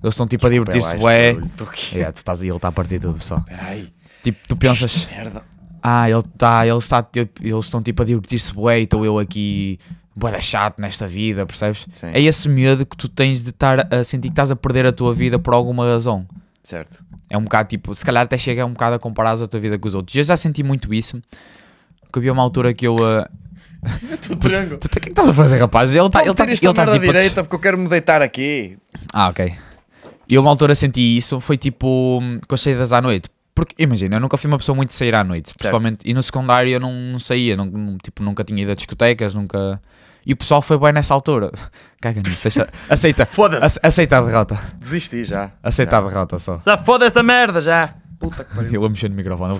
S1: eles estão, tipo, a divertir-se, bué.
S2: Estou aqui.
S1: Yeah, É, tu estás aí, ele está a partir tudo, pessoal.
S2: Peraí.
S1: Tipo, tu pensas,
S2: Merda.
S1: ah, ele está, ele está, tipo, eles estão, tipo, a divertir-se, bué, e estou eu aqui, boa chato nesta vida, percebes?
S2: Sim.
S1: É esse medo que tu tens de estar a sentir que estás a perder a tua vida por alguma razão.
S2: Certo.
S1: É um bocado tipo, se calhar até chega um bocado a comparar a tua vida com os outros. Eu já senti muito isso. Que havia uma altura que eu.
S2: *laughs*
S1: ah,
S2: Tu triângulo.
S1: tu- O que é que estás a fazer, rapaz? Ele está
S2: Tá, ele
S1: tá,
S2: está
S1: ele tá,
S2: merda
S1: tipo, a des-
S2: direita porque eu quero me deitar aqui.
S1: Ah, ok. E eu uma altura senti isso, foi tipo com as saídas à noite. Porque, imagina, eu nunca fui uma pessoa muito de sair à noite, principalmente. E no secundário eu não, não saía, não- não- tipo, nunca tinha ido a discotecas, nunca. E o pessoal foi bem nessa altura. *laughs* Caga nisso, deixa- aceita.
S2: *laughs* Foda-se.
S1: ace- aceita a derrota.
S2: Desisti já.
S1: Aceita a derrota só.
S3: Já foda esta merda já.
S2: Puta que pariu.
S1: Eu a mexer no microfone.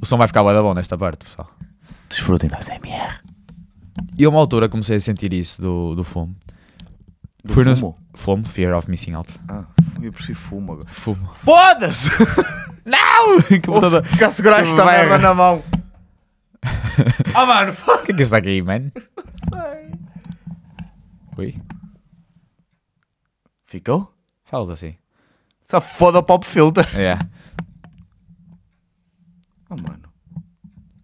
S1: O som vai ficar bué da bom nesta parte, pessoal.
S2: Desfrutem
S1: então,
S2: da SMR.
S1: E a uma altura comecei a sentir isso do, do fumo. Foi no-
S2: fumo?
S1: Fumo, Fear of Missing Out.
S2: Ah, eu preciso fumo agora.
S1: Fumo.
S2: Foda-se!
S1: Não! *laughs* que puta da-
S2: Fica a segurar esta
S1: Vai
S2: merda
S1: agora. *laughs*
S2: na mão. Ah, mano,
S1: O que é que está aqui, man?
S2: sei.
S1: Ui,
S2: Ficou?
S1: falas assim.
S2: Essa foda pop filter.
S1: É.
S2: Ah, mano.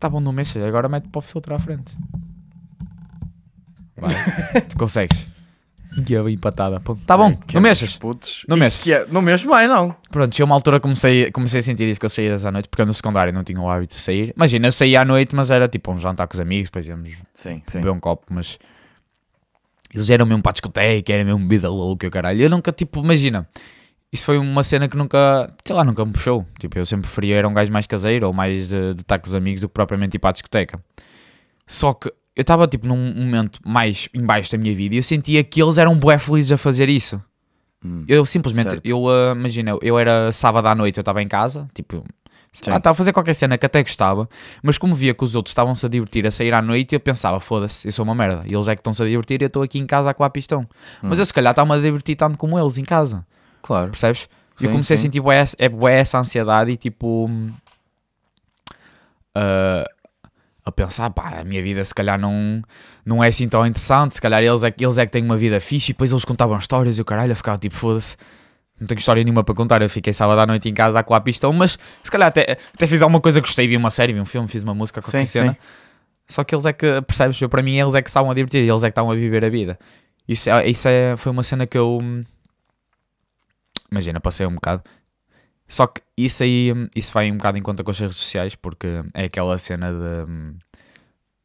S1: Tá bom, não mexa. Agora mete para o filtro à frente.
S2: *laughs*
S1: Vai. tu consegues. Guia empatada. pô. Tá bom,
S2: Que
S1: não mexas.
S2: esses Putos.
S1: Não
S2: E
S1: mexes.
S2: que é- Não mexes mais, não.
S1: Pronto, eu uma altura comecei, comecei a sentir isso que eu saía à noite, porque eu no secundário não tinha o hábito de sair. Imagina, eu saía à noite, mas era tipo um jantar com os amigos, depois íamos
S2: Sim, sim.
S1: beber um copo, mas eles eram mesmo para a discoteca, era mesmo bebida louca, e o caralho. Eu nunca, tipo, imagina, isso foi uma cena que nunca, sei lá, nunca me puxou. Tipo, eu sempre preferia era um gajo mais caseiro ou mais de, de estar com os amigos do que propriamente ir para a discoteca. Só que eu estava, tipo, num momento mais embaixo da minha vida e eu sentia que eles eram bué felizes a fazer isso.
S2: Hum.
S1: Eu simplesmente,
S2: Certo.
S1: eu ah, imagina, eu era sábado à noite, eu estava em casa, tipo, sei lá, estava a fazer qualquer cena que até gostava, mas como via que os outros estavam-se a divertir a sair à noite, eu pensava, foda-se, eu sou uma merda, e eles é que estão-se a divertir e eu estou aqui em casa a coar pistão.
S2: Hum.
S1: Mas eu se calhar estava-me a divertir tanto como eles em casa,
S2: Claro.
S1: percebes? E eu
S2: Sim,
S1: comecei
S2: sim.
S1: a sentir bué, essa- é bué essa ansiedade e tipo... hum, ah, a pensar, pá, a minha vida se calhar não, não é assim tão interessante, se calhar eles é, que- eles é que têm uma vida fixe e depois eles contavam histórias e o caralho, eu ficava tipo, foda-se, não tenho história nenhuma para contar, eu fiquei sábado à noite em casa a colar pistão, mas se calhar até, até fiz alguma coisa que gostei, vi uma série, vi um filme, fiz uma música, qualquer
S2: Sim,
S1: cena.
S2: sim.
S1: Só que eles é que, percebes, eu, para mim eles é que estavam a divertir, eles é que estavam a viver a vida. Isso, é, isso é, foi uma cena que eu... hum, Imagina, passei um bocado. Só que isso aí, hum, isso vai um bocado em conta com as redes sociais, porque é aquela cena de... hum,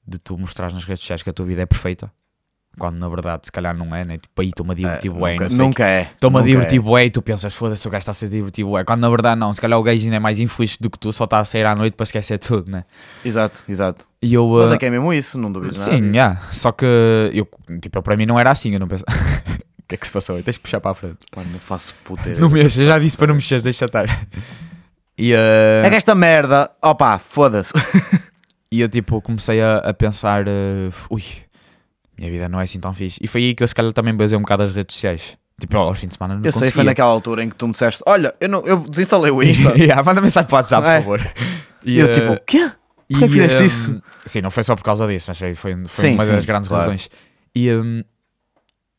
S1: de tu mostrares nas redes sociais que a tua vida é perfeita Quando na verdade, se calhar não é, né? Tipo, aí estou-me a divertir bué,
S2: nunca,
S1: não sei o quê.
S2: nunca é.
S1: Estou-me a
S2: nunca
S1: divertir
S2: é.
S1: bué e tu pensas, foda-se, o gajo está a ser divertido bué. Quando na verdade não, se calhar o gajo ainda é mais infeliz do que tu, só está a sair à noite para esquecer tudo, né?
S2: é. Exato, exato.
S1: E eu...
S2: Mas
S1: ah,
S2: é que é mesmo isso, não duvido nada.
S1: Sim,
S2: disso.
S1: yeah. só que eu, tipo, para mim não era assim, eu não pensava... *laughs* o que é que se passou? Tens de puxar para a frente.
S2: Mano, não faço puta.
S1: é. Não mexas, já disse para não mexeres, deixa estar. *laughs* E, ah,
S2: É que esta merda, opa, foda-se.
S1: e eu tipo comecei a, a pensar, ah, ui, minha vida não é assim tão fixe. E foi aí que eu se calhar também basei um bocado as redes sociais. Tipo, aos fins de semana não
S2: Eu sei, foi
S1: conseguia.
S2: naquela altura em que tu me disseste: Olha, eu, não, eu desinstalei
S1: *laughs*
S2: o Insta.
S1: yeah, manda mensagem para o WhatsApp,
S2: É.
S1: por favor.
S2: e
S1: ah,
S2: eu tipo, o quê? Porquê que fizeste isso?
S1: hum, Sim, não foi só por causa disso, mas foi, foi foi
S2: Sim,
S1: uma
S2: sim,
S1: das grandes
S2: claro.
S1: razões. E, hum,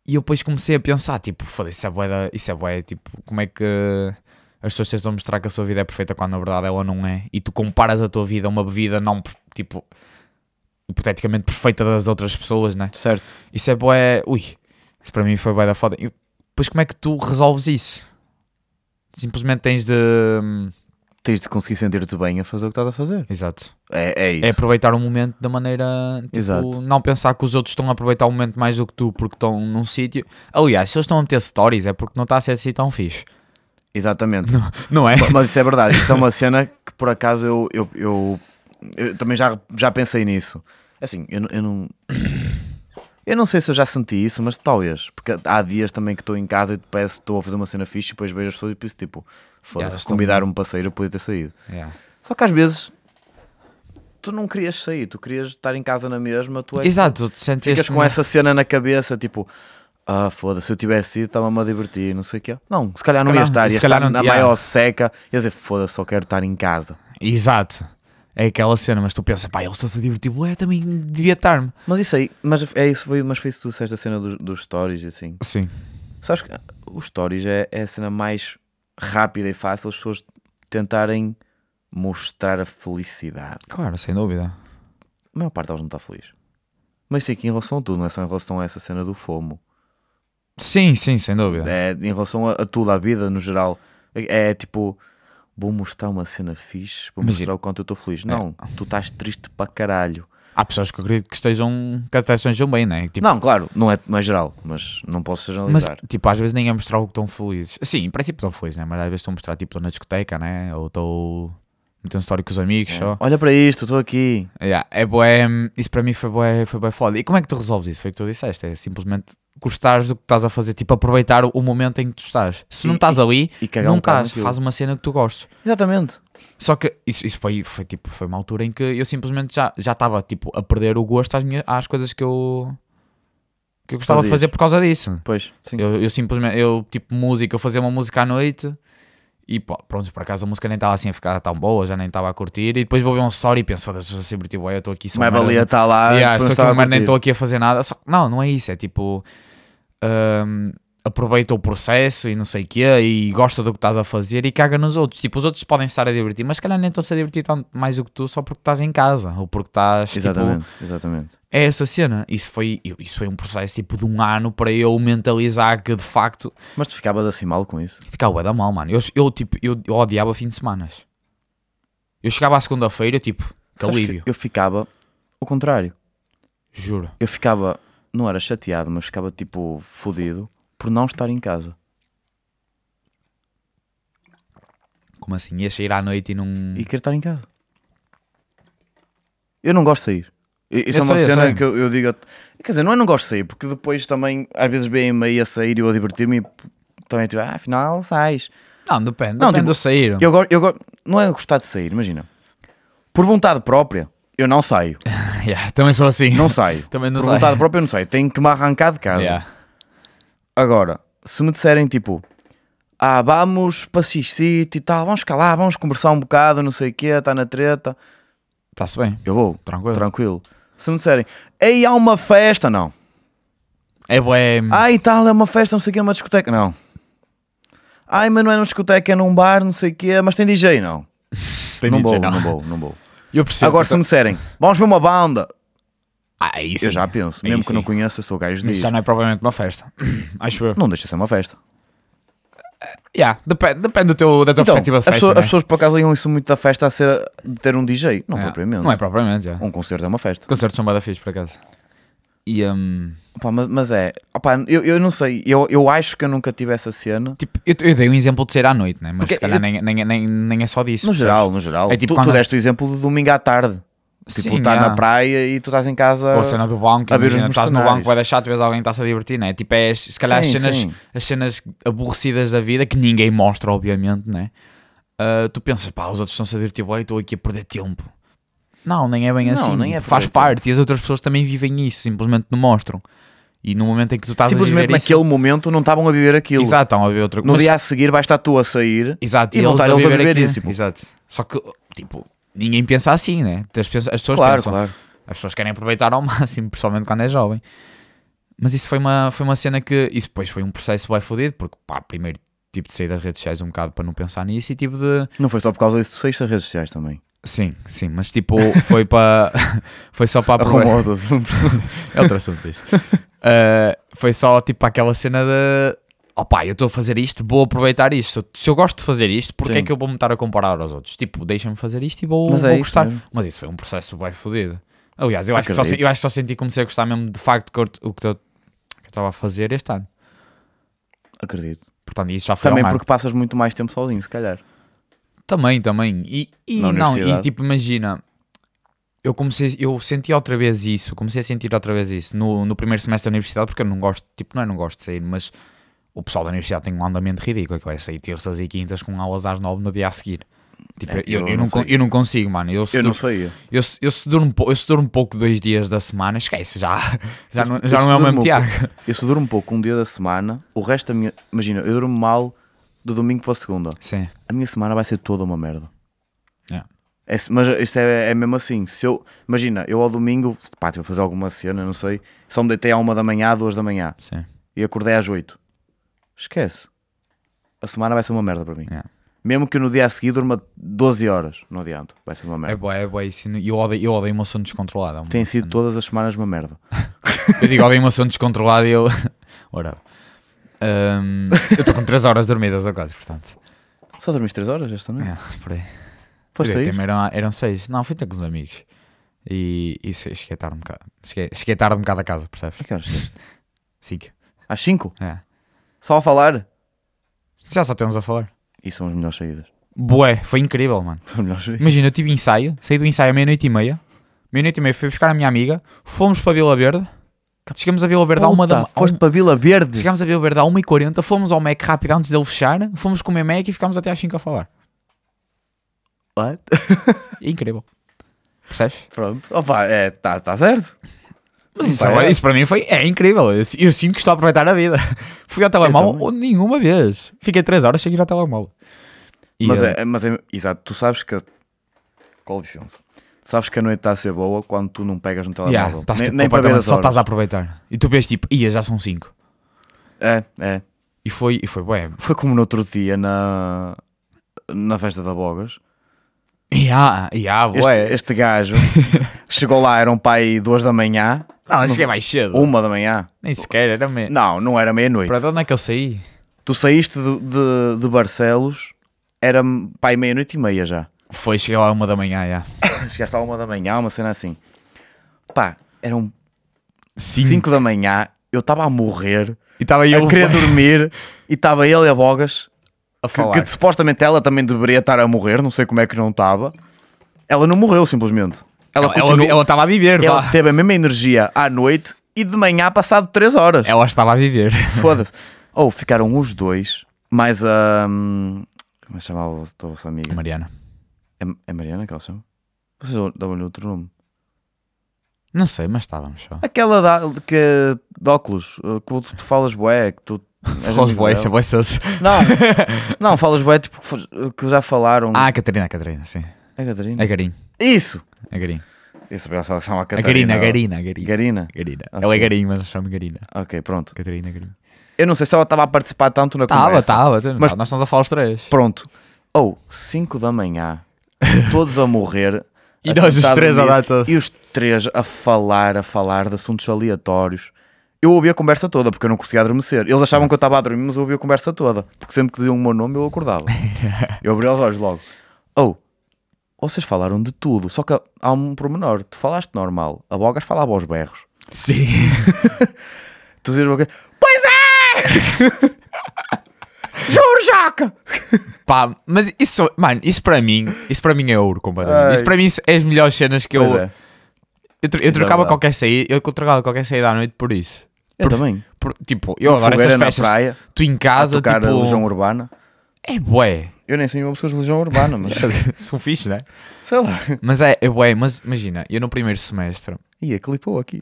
S1: e eu depois comecei a pensar, tipo, foda-se, isso é boeda, isso é bué, tipo, como é que as pessoas tentam mostrar que a sua vida é perfeita quando na verdade ela não é? E tu comparas a tua vida a uma vida não, per- tipo, hipoteticamente perfeita das outras pessoas, né?
S2: Certo.
S1: Isso é boé, ui, isso para mim foi boeda foda. E depois como é que tu resolves isso? Simplesmente tens de... hum,
S2: Tens de conseguir sentir-te bem a fazer o que estás a fazer.
S1: Exato.
S2: É, é isso.
S1: É aproveitar o momento da maneira. Tipo,
S2: Exato.
S1: não pensar que os outros estão a aproveitar o momento mais do que tu porque estão num sítio. Aliás, se eles estão a meter stories é porque não está a ser assim tão fixe.
S2: Exatamente.
S1: Não é?
S2: Mas isso é verdade. Isso é uma cena que por acaso eu, eu, eu, eu também já, já pensei nisso. Assim, eu, não- eu não. Eu não sei se eu já senti isso, mas talvez. Porque há dias também que estou em casa e parece que estou a fazer uma cena fixe e depois vejo as pessoas e penso tipo,
S1: Já,
S2: foda-se,
S1: estão-
S2: convidar um passeio eu podia ter saído.
S1: *laughs* Yeah.
S2: Só que às vezes tu não querias sair, tu querias estar em casa na mesma, tu é que
S1: Exato, tu te sentes
S2: ficas
S1: este
S2: com essa cena na cabeça, tipo, ah, foda-se, se eu tivesse ido, estava-me a divertir, não sei o quê. Não, se calhar
S1: Se
S2: não ia
S1: calhar-
S2: estar, ia
S1: se
S2: estar
S1: calhar não-
S2: na
S1: yeah.
S2: maior seca, ia dizer, foda-se, só quero estar em casa.
S1: Exato. É aquela cena, mas tu pensas, pá, eles estão-se a divertir, ué, também devia estar-me.
S2: Mas isso aí, mas é isso, foi, mas foi isso que tu disseste a cena dos, dos stories, e assim.
S1: Sim.
S2: Sabes que ah, os stories é, é a cena mais rápida e fácil as pessoas tentarem mostrar a felicidade.
S1: Claro, sem dúvida.
S2: A maior parte delas não está feliz. Mas sei que em relação a tudo, não é só em relação a essa cena do fomo.
S1: Sim, sim, sem dúvida.
S2: É, em relação a, a tudo, à vida no geral, é, é tipo, vou mostrar uma cena fixe, vou
S1: Imagina.
S2: mostrar o quanto eu estou
S1: É.
S2: feliz. Não, tu estás triste para caralho.
S1: Há pessoas que eu acredito que estejam, que até estejam bem, né? Tipo,
S2: não, claro, não é, não é geral, mas não posso
S1: Mas,
S2: generalizar.
S1: tipo, às vezes nem é mostrar o que estão felizes. Sim, em princípio estão felizes, né? Mas às vezes estão a mostrar, tipo, estou na discoteca, né? Ou estou metendo story com os amigos, só.
S2: Olha para isto, estou aqui.
S1: Yeah, é bué, isso para mim foi bué, foi bué foda. E como é que tu resolves isso? Foi o que tu disseste, é simplesmente gostares do que estás a fazer, tipo, aproveitar o- o momento em que tu estás. Se não
S2: E-
S1: estás ali,
S2: E cagar
S1: não
S2: um bocado
S1: estás,
S2: naquilo.
S1: faz uma cena que tu gostes.
S2: Exatamente.
S1: Só que isso, isso foi, foi, tipo, foi uma altura em que eu simplesmente já já estava, tipo, a perder o gosto às, minhas, às coisas que eu, que eu gostava de
S2: Fazias.
S1: fazer por causa disso.
S2: Pois, sim.
S1: Eu, eu simplesmente, eu tipo música, eu fazia uma música à noite e pô, pronto, por acaso a música nem estava assim a ficar tão boa, já nem estava a curtir. E depois vou ver um story e penso, foda-se, eu sempre tipo, eu estou aqui só
S2: Mais
S1: uma merda.
S2: valia estar lá.
S1: Yeah,
S2: para
S1: só que
S2: estar tipo, a
S1: eu nem
S2: curtir.
S1: estou aqui a fazer nada. Só- não, não é isso, é tipo. hum, aproveita o processo e não sei o quê e gosta do que estás a fazer e caga nos outros. Tipo, os outros podem estar a divertir, mas se calhar nem estão-se a divertir tanto mais do que tu só porque estás em casa ou porque estás tipo,
S2: Exatamente, exatamente.
S1: é essa cena. Isso foi, isso foi um processo tipo de um ano para eu mentalizar que de facto
S2: Mas tu ficavas assim mal com isso.
S1: ficava bué da mal, mano. Eu, eu, tipo, eu, eu odiava fim de semanas. Eu chegava à segunda-feira, tipo, que
S2: Sabes que
S1: alívio.
S2: eu ficava o contrário.
S1: Juro.
S2: Eu ficava, não era chateado, mas ficava tipo fodido por não estar em casa.
S1: Como assim? Ia sair à noite e não.
S2: e quero estar em casa. Eu não gosto de sair. I- Isso
S1: Eu
S2: é uma
S1: sei, eu sei.
S2: cena que eu, eu digo. a- Quer dizer, não é não gosto de sair, porque depois também às vezes veem-me aí a sair e eu a divertir-me e p- também tipo, ah, afinal sais.
S1: Não, depende.
S2: Não,
S1: depende
S2: tipo,
S1: do sair.
S2: Eu, go- eu go- não é gostar de sair, imagina. Por vontade própria, eu não saio.
S1: *laughs* Yeah, também sou assim.
S2: Não saio.
S1: Também não
S2: Por
S1: saio.
S2: vontade própria, eu não saio. Tenho que me arrancar de
S1: *laughs*
S2: casa.
S1: Yeah.
S2: Agora, se me disserem tipo, ah, vamos para X sítio e tal, vamos ficar lá, vamos conversar um bocado, não sei o quê, está na treta,
S1: Está-se bem.
S2: eu vou.
S1: Tranquilo.
S2: Tranquilo. Se me disserem, ei, há uma festa, não.
S1: É bué.
S2: Ai, tal, é uma festa, não sei o quê, numa discoteca, não. Ai, mas não é numa discoteca, é num bar, não sei o quê, mas tem DJ, não.
S1: *laughs* tem
S2: não,
S1: de
S2: vou,
S1: dizer
S2: não.
S1: não.
S2: vou,
S1: *laughs*
S2: não vou.
S1: Eu percebo.
S2: Agora, se me disserem, vamos ver uma banda,
S1: Ah, isso.
S2: eu já penso,
S1: Aí
S2: mesmo que
S1: sim.
S2: não conheça, sou gajo
S1: Isso
S2: disso.
S1: já não é propriamente uma festa. *clears throat* Acho eu.
S2: Não deixa de ser uma festa.
S1: Yeah, depende, depende do teu, da tua
S2: Então,
S1: perspectiva de festa.
S2: as, pessoas,
S1: né?
S2: as pessoas por acaso ligam isso muito da festa a ser de ter um DJ. Não,
S1: Yeah.
S2: propriamente.
S1: Não é propriamente, já.
S2: Um concerto é uma festa.
S1: Concertos são bada fixe, por acaso. E hum,
S2: Opa, mas, mas é, opa, eu, eu não sei, eu, eu acho que eu nunca tive essa cena.
S1: tipo, eu, eu dei um exemplo de ser à noite, né? mas
S2: Porque
S1: se calhar
S2: eu-
S1: nem, nem, nem, nem é só disso.
S2: No
S1: percebes?
S2: geral, no geral.
S1: É tipo
S2: tu, tu
S1: quando-
S2: deste o exemplo de domingo à tarde. Tipo,
S1: Sim,
S2: estar
S1: yeah.
S2: na praia e tu estás em casa.
S1: Ou a cena do banco,
S2: a ver os
S1: imagina, estás no
S2: mercenários.
S1: banco, vai deixar, tu vês alguém que está-se a divertir, né? Tipo, é, as- se calhar
S2: Sim,
S1: as, cenas,
S2: sim.
S1: as cenas aborrecidas da vida, que ninguém mostra, obviamente, né? Ah, tu pensas, pá, os outros estão-se a divertir, bem, estou aqui a perder tempo. Não, nem é bem
S2: Não,
S1: assim,
S2: nem
S1: tipo,
S2: é
S1: faz
S2: perder tempo.
S1: parte, e as outras pessoas também vivem isso, simplesmente não mostram. E no momento em que tu estás a viver
S2: Simplesmente
S1: isso-
S2: naquele momento não estavam a viver aquilo.
S1: Exato, estão a ver outra
S2: No
S1: mas-
S2: dia a seguir vais estar tu a sair.
S1: Exato,
S2: E não
S1: eles
S2: estar eles a viver
S1: aquilo.
S2: isso, tipo-
S1: né? Exato. Só que, tipo, ninguém pensa assim, né? As pessoas, as pessoas
S2: Claro,
S1: pensam,
S2: claro.
S1: as pessoas querem aproveitar ao *laughs* máximo, principalmente quando é jovem. Mas isso foi uma, foi uma cena que. Isso depois foi um processo bem fodido, porque pá, primeiro tipo de sair das redes sociais um bocado para não pensar nisso e tipo de.
S2: Não foi só por causa disso que tu saíste das redes sociais também.
S1: Sim, sim, mas tipo, foi para. *laughs* foi só para aprove-
S2: Arrumou o assunto.
S1: É outro assunto
S2: *laughs*
S1: isso. Uh, foi só tipo aquela cena de opá, eu estou a fazer isto, vou aproveitar isto. Se eu- Se eu gosto de fazer isto, porque é
S2: Sim.
S1: que eu vou me estar a comparar aos outros? Tipo, deixa-me fazer isto e vou,
S2: Mas é
S1: vou
S2: isso
S1: gostar.
S2: mesmo.
S1: Mas isso foi um processo bem fodido. Aliás, eu acho, que só, se-
S2: Acredito.
S1: eu acho que só senti que comecei a gostar mesmo de facto que eu- o que eu que eu estava a fazer este ano.
S2: *laughs* Acredito.
S1: Portanto, isso já foi
S2: Também
S1: ao mar.
S2: porque passas muito mais tempo sozinho, se calhar.
S1: Também, também. E, e
S2: Na
S1: não, e
S2: universidade.
S1: tipo, imagina, eu comecei, eu senti outra vez isso, comecei a sentir outra vez isso no, no primeiro semestre da universidade, porque eu não gosto, tipo, não é não gosto de sair, mas o pessoal da universidade tem um andamento ridículo, é que vai sair terças e quintas com aulas às nove no dia a seguir. Tipo,
S2: É,
S1: eu, eu,
S2: eu
S1: não
S2: não
S1: con-
S2: sei.
S1: eu não consigo, mano. Eu, se
S2: Eu não
S1: dur-
S2: saía.
S1: eu, se- eu se durmo, pou- eu se durmo um pouco dois dias da semana, esquece, já, já,
S2: Eu-
S1: não,
S2: eu
S1: já
S2: se
S1: não é o mesmo
S2: durmo um *laughs*
S1: Tiago.
S2: Eu se durmo um pouco um dia da semana, o resto da minha. Imagina, eu durmo mal do domingo para a segunda.
S1: Sim,
S2: A minha semana vai ser toda uma merda.
S1: É.
S2: É se- mas isto é, é mesmo assim. Se eu, imagina, eu ao domingo, pá, tive a fazer alguma cena, não sei. Só me deitei à uma da manhã, à duas da manhã
S1: sim.
S2: e acordei às oito. Esquece. A semana vai ser uma merda para mim.
S1: É.
S2: Mesmo que eu no dia a seguir durma 12 horas, não adianta. Vai ser uma
S1: É
S2: merda.
S1: boa, é boa isso. E Eu odeio, eu odeio uma sono descontrolada. é uma
S2: Tem sido
S1: cena.
S2: todas as semanas uma merda.
S1: Eu digo alguém uma sono descontrolada e eu. *laughs* Ora. hum, eu estou com 3 horas dormidas ou 4, portanto.
S2: Só dormiste 3 horas esta noite?
S1: É, por aí.
S2: Foste
S1: Eu
S2: sair?
S1: também eram, eram 6. Não, fui ter com os amigos. E, e se- cheguei tarde um bocado. Cheguei, cheguei tarde um bocado a casa, percebes?
S2: A que horas chegaste?
S1: 5.
S2: Às 5?
S1: É.
S2: Só a falar?
S1: Já só temos a falar.
S2: E são as melhores saídas. *laughs*
S1: Bué, foi incrível, mano.
S2: São as melhores saídas.
S1: Imagina, eu tive ensaio, saí do ensaio à meia-noite e meia. Meia-noite e meia fui buscar a minha amiga, fomos para Vila Verde. Chegamos a Vila Verde à uma da um
S2: Puta, Foste para Vila Verde?
S1: Chegámos a Vila Verde à 1h40, fomos ao Mac rápido antes dele fechar, fomos comer Mac e ficámos até às 5 a falar.
S2: What?
S1: É incrível. Percebes?
S2: Pronto. Opa, é, tá, tá certo.
S1: Mas
S2: Sim,
S1: isso,
S2: pá, é.
S1: isso para mim foi é incrível. Eu, eu sinto que estou a aproveitar a vida. *laughs* Fui ao telemóvel
S2: também.
S1: ou nenhuma vez. Fiquei 3 horas sem ir ao telemóvel. E,
S2: Mas
S1: eh,
S2: é, mas é, exato, tu sabes que. a- Com licença. Tu sabes que a noite está a ser boa quando tu não pegas no telemóvel.
S1: yeah, estás,
S2: nem
S1: tipo,
S2: nem para ver
S1: completamente-
S2: as
S1: só tá-
S2: horas.
S1: estás a aproveitar. E tu vês tipo, ia, já são 5.
S2: É, é.
S1: E foi, e foi, ué.
S2: Foi como no outro dia na. Na festa da Bogas.
S1: Ya, ya, bué.
S2: Este,
S1: *laughs*
S2: este gajo chegou lá, era um pai duas da manhã,
S1: Não, cheguei mais cedo.
S2: uma da manhã.
S1: Nem sequer, era mesmo.
S2: um- Não, não era meia-noite.
S1: Para onde é que eu saí?
S2: Tu saíste de, de, de Barcelos, era pai meia-noite e meia já.
S1: Foi, cheguei lá uma da manhã, já.
S2: Chegaste à uma da manhã, uma cena assim. Pá, um eram
S1: 5.
S2: 5 da manhã, eu estava a morrer,
S1: E estava
S2: eu
S1: eu
S2: a
S1: *laughs*
S2: querer dormir, e estava ele e a Bogas,
S1: a
S2: que,
S1: falar.
S2: que supostamente ela também deveria estar a morrer, não sei como é que não estava. Ela não morreu simplesmente. Ela,
S1: Ela- Ela
S2: continuou-
S1: ela estava a viver,
S2: ela
S1: vá.
S2: teve a mesma energia à noite e de manhã passado 3 horas.
S1: Ela estava a viver.
S2: Foda-se. Ou ficaram os dois, mais a. hum, como é que chamava a tua amiga?
S1: Mariana.
S2: É, é Mariana que ela se chama? Vocês dão-lhe outro nome.
S1: Não sei, mas estávamos só.
S2: Aquela da, que, de óculos, eh, que tu, tu falas boé, que tu. és
S1: *laughs* Falas
S2: amigo
S1: bué,
S2: dela.
S1: isso é bué sosso. *laughs*
S2: Não, não, falas boé, tipo, que faz- que já falaram.
S1: Ah, a Catarina, a Catarina, sim.
S2: é Catarina.
S1: A Garim.
S2: Isso!
S1: A Garim.
S2: Isso, pensava que chamava
S1: A
S2: Catarina.
S1: É Garina, a Garina, a Garina.
S2: Garina?
S1: Garina.
S2: Ok.
S1: Ela é Garim, mas chama Garina.
S2: Ok, pronto.
S1: Catarina, Garim.
S2: Eu não sei se ela estava a participar tanto na
S1: Estava,
S2: conversa.
S1: estava. tu-
S2: Mas-
S1: Nós estamos a falar os três.
S2: Pronto. Ou, 5
S1: *laughs*
S2: da manhã, todos a morrer.
S1: E nós os
S2: tentar
S1: três a
S2: dormir,
S1: dar todo.
S2: E os três a falar, a falar de assuntos aleatórios. Eu ouvi a conversa toda porque eu não conseguia adormecer. Eles achavam que eu estava a dormir, mas eu ouvi a conversa toda. Porque sempre que diziam o meu nome
S1: *laughs*
S2: eu acordava. eu abri os olhos logo. Ou, vocês falaram de tudo, só que há um pormenor. Tu falaste normal, a Bogas falava aos berros. *laughs*
S1: Sim.
S2: Tu dizes o quê? Pois
S1: *laughs*
S2: é! Juro, Joca!
S1: Pá, mas isso, mano, isso para mim, isso para mim é ouro completamente.
S2: Ai.
S1: Isso para mim é as melhores cenas que
S2: Pois
S1: eu.
S2: é.
S1: Eu, tro- eu trocava
S2: verdade.
S1: qualquer saída, eu trocava qualquer saída à noite por isso.
S2: Eu
S1: Por-
S2: também.
S1: Por- tipo, eu agora
S2: Fogueira
S1: essas
S2: Um na
S1: festas,
S2: praia,
S1: tu em
S2: a
S1: casa,
S2: tocar a
S1: tipo,
S2: Legião Urbana.
S1: é
S2: *laughs*
S1: bué.
S2: Eu nem sei uma pessoa de Legião
S1: *laughs*
S2: Urbana, mas
S1: São fixe, né?
S2: *laughs* sei lá.
S1: Mas é, é bué, mas imagina, eu no primeiro semestre,
S2: Ih, é, clipou aqui.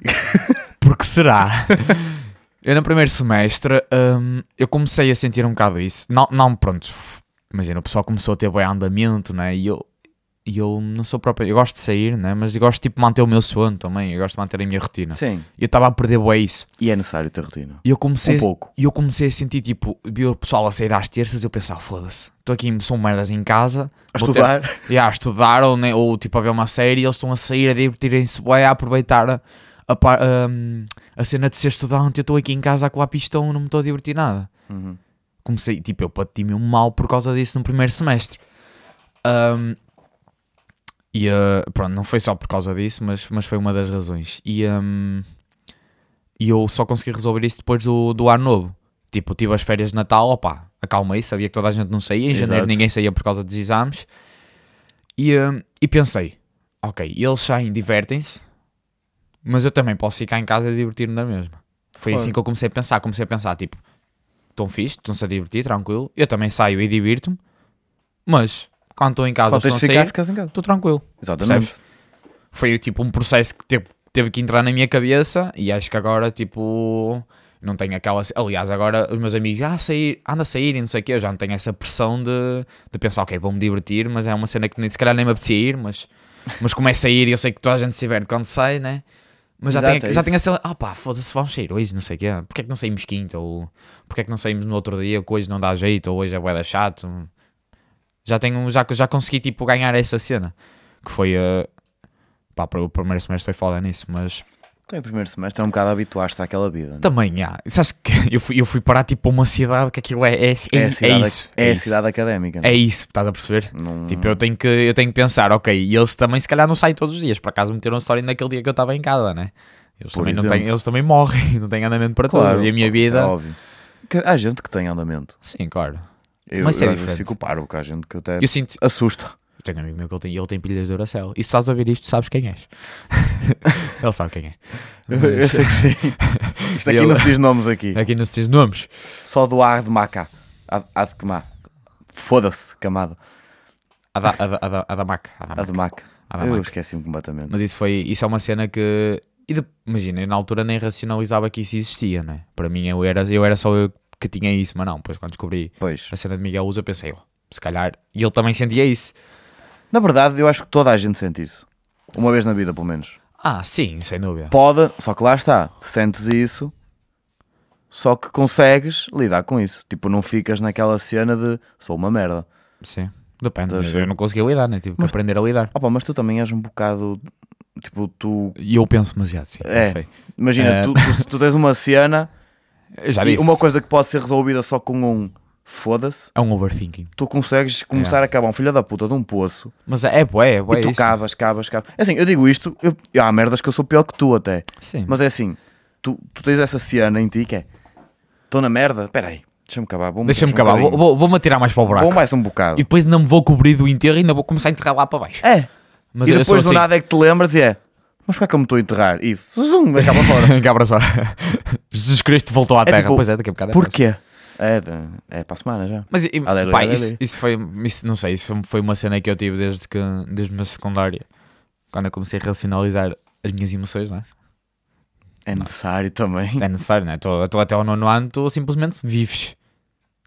S1: porque será? *laughs* eu no primeiro semestre, hum, eu comecei a sentir um bocado isso. Não, não pronto, f- imagina, o pessoal começou a ter bué andamento, né? E eu, e eu não sou próprio, eu gosto de sair, né? Mas eu gosto tipo de manter o meu sono também, eu gosto de manter a minha rotina.
S2: Sim.
S1: E eu estava a perder bué isso.
S2: E é necessário ter rotina.
S1: E eu comecei
S2: Um
S1: a-
S2: pouco.
S1: E eu comecei a sentir, tipo, vi o pessoal a sair às terças e eu pensava, foda-se, estou aqui, são merdas em casa.
S2: A
S1: vou ter-
S2: estudar.
S1: Ya, a estudar ou, ne- ou, tipo a ver uma série e eles estão a sair, a divertirem-se, bué, a aproveitar a, a, par- hum, a cena de ser estudante. Eu estou aqui em casa a colar pistão, não me estou a divertir nada.
S2: Uhum.
S1: Comecei, tipo, eu pati-me um mal por causa disso no primeiro semestre. Hum, e eh, pronto, não foi só por causa disso, mas, mas foi uma das razões. E hum, e eu só consegui resolver isso depois do, do ano novo. Tipo, tive as férias de Natal, opá, acalmei, sabia que toda a gente não saía, em janeiro
S2: Exato.
S1: ninguém saía por causa dos exames. E, hum, e pensei, ok, eles saem, divertem-se, mas eu também posso ficar em casa e divertir-me da mesma. Foi
S2: Claro.
S1: assim que eu comecei a pensar, comecei a pensar, tipo, estão fixe, estão-se a divertir, tranquilo, eu também saio e divirto-me, mas quando estou em casa,
S2: Só
S1: eles
S2: tens
S1: estão
S2: de
S1: a
S2: ficar,
S1: sair,
S2: ficas em casa.
S1: estou tranquilo
S2: Exatamente.
S1: foi tipo um processo que teve, teve que entrar na minha cabeça e acho que agora tipo não tenho aquela. Aliás, agora os meus amigos ah, sair, anda a sair e não sei o quê, eu já não tenho essa pressão de, de pensar, ok, vou-me divertir, mas é uma cena que nem, se calhar nem me apetecia ir, mas, mas como é sair e eu sei que toda a gente se diverte quando sai, né? Mas já,
S2: Exato,
S1: tenho,
S2: é
S1: já
S2: isso.
S1: tenho essa. Ah pá, foda-se, vamos sair hoje, não sei o quê. Porquê é que não saímos quinta? Ou porquê é que não saímos no outro dia? Que hoje não dá jeito, ou hoje é boeda chato. Já tenho. Já, já consegui tipo ganhar essa cena. Que foi. eh, pá, para o primeiro semestre foi foda nisso, mas
S2: Então, em primeiro semestre é um bocado habituaste àquela vida. não é?
S1: também, há. Sabes que *laughs* eu fui, eu fui parar tipo a uma cidade que aquilo é, é, é,
S2: É, a
S1: é
S2: cidade,
S1: isso.
S2: é a
S1: isso.
S2: cidade académica. não é?
S1: É isso, estás a perceber?
S2: Não-
S1: Tipo, eu tenho, que, eu tenho que pensar, ok, e eles também se calhar não saem todos os dias, por acaso meteram um story naquele dia que eu estava em casa, né? Eles
S2: Por
S1: também, não
S2: exemplo.
S1: têm, eles também morrem, *laughs* não têm andamento para tudo. E a minha
S2: isso É
S1: vida.
S2: óbvio. Que há gente que tem andamento.
S1: Sim, claro.
S2: Eu,
S1: Mas isso é
S2: eu às vezes
S1: diferente.
S2: fico paro, porque há gente que até
S1: Eu sinto.
S2: assusta.
S1: Eu tenho um amigo meu que ele tem, ele tem pilhas de Duracell. E se estás a ouvir isto, sabes quem és. *laughs* ele sabe quem é.
S2: Eu, eu sei
S1: *laughs*
S2: que sim. Isto aqui
S1: Ele- É
S2: não se diz nomes aqui.
S1: Aqui não se diz nomes.
S2: Só do ar de maca. A de queimar. Foda-se, camada.
S1: A da, a da, a da, a da Mac. A da
S2: A de maca.
S1: A da
S2: Eu
S1: Mac.
S2: esqueci-me completamente.
S1: Mas isso foi, isso é uma cena que. e de- imagina, eu na altura nem racionalizava que isso existia, né? Para mim eu era, eu era só eu que tinha isso, mas não, depois quando descobri
S2: Pois.
S1: a cena de Miguel Usa, pensei, ó, se calhar. E ele também sentia isso.
S2: Na verdade, eu acho que toda a gente sente isso. Uma vez na vida, pelo menos.
S1: Ah, sim, sem dúvida.
S2: Pode, só que lá está. Sentes isso, só que consegues lidar com isso. Tipo, não ficas naquela cena de sou uma merda.
S1: Sim, depende.
S2: Estás a
S1: Eu
S2: ver?
S1: não conseguia lidar, né? Tive que
S2: Mas-
S1: aprender a lidar.
S2: Opa, mas tu também és um bocado. Tipo, tu.
S1: E eu penso demasiado, sim. eu
S2: É.
S1: sei.
S2: Imagina,
S1: Eh,
S2: tu, tu- tu tens uma cena
S1: Eu *laughs* já
S2: e
S1: disse.
S2: uma coisa que pode ser resolvida só com um foda-se.
S1: É um overthinking.
S2: Tu consegues começar a acabar um filho da puta de um poço
S1: Mas é, é bué, é bué
S2: e tu
S1: isso.
S2: cavas, cavas, cavas. É Assim, eu digo isto, eu, eu- há merdas que eu sou pior que tu até.
S1: Sim.
S2: Mas é assim, tu, tu tens essa cena em ti que é estou na merda, peraí, deixa-me acabar, vou
S1: Deixa-me
S2: meter-se um
S1: acabar. Vou-
S2: bocadinho.
S1: vou- Vou-me atirar mais para o buraco.
S2: Vou mais um bocado.
S1: E depois não me vou cobrir do enterro e ainda vou começar a enterrar lá para baixo.
S2: É,
S1: Mas
S2: e
S1: eu sou
S2: depois do
S1: assim.
S2: nada é que te lembras e é, mas porquê é que eu me estou a enterrar? E zoom, acaba
S1: *laughs*
S2: fora.
S1: Cabra só. Jesus Cristo voltou à Terra.
S2: tipo,
S1: pois é, daqui a bocado é mais.
S2: Porquê? É, de- é para a semana já.
S1: Mas e-
S2: Aleluia,
S1: pá,
S2: aleluia.
S1: isso, isso foi, isso, não sei, isso foi- foi uma cena que eu tive desde que desde a minha secundária, quando eu comecei a racionalizar as minhas emoções, não é?
S2: É necessário também.
S1: É necessário, não é? Estou estou até ao nono ano, tu simplesmente vives.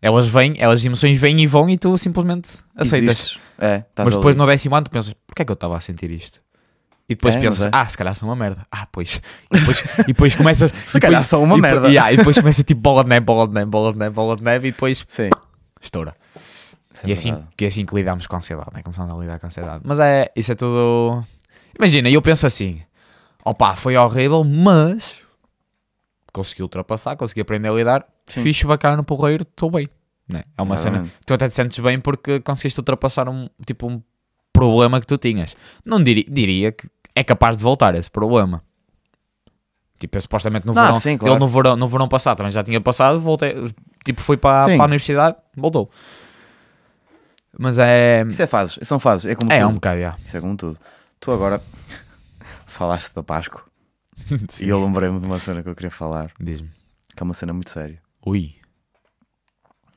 S1: Elas vêm, elas as emoções vêm e vão e tu simplesmente aceitas.
S2: Existes. É, estás
S1: Mas
S2: ali.
S1: depois no décimo ano tu pensas, porquê é que eu estava a sentir isto? E depois
S2: É, não
S1: pensas,
S2: sei.
S1: ah, se calhar sou uma merda. Ah, pois. E depois, e depois
S2: *laughs*
S1: começas.
S2: Se calhar sou uma
S1: e depois-
S2: merda.
S1: yeah, e depois começa tipo bola de neve, bola de neve, bola de neve, bola de neve e depois
S2: Sim.
S1: estoura.
S2: Isso é
S1: e é assim,
S2: verdade.
S1: que é assim que lidamos com a ansiedade, né? começamos a lidar com a ansiedade. Mas é, isso é tudo. Imagina, eu penso assim: opá, foi horrível, mas consegui ultrapassar, consegui aprender a lidar,
S2: Sim.
S1: fixe bacana, porreiro, estou bem. Né? É uma cena.
S2: Exatamente.
S1: Tu até te sentes bem porque conseguiste ultrapassar um, tipo, um problema que tu tinhas. Não diri- diria que é capaz de voltar esse problema. Tipo, eu supostamente no
S2: Não,
S1: verão.
S2: sim, claro.
S1: Ele no verão, no verão passado também já tinha passado, voltei. Tipo, foi para,
S2: Sim.
S1: para a universidade, voltou. Mas é.
S2: Isso é fases, são fases, é como
S1: É, é
S2: tudo.
S1: um bocado, já.
S2: Isso é como tudo. Tu agora *laughs* falaste da Páscoa
S1: Sim.
S2: e eu lembrei-me de uma cena que eu queria falar,
S1: Diz-me.
S2: que é uma cena muito séria.
S1: Ui.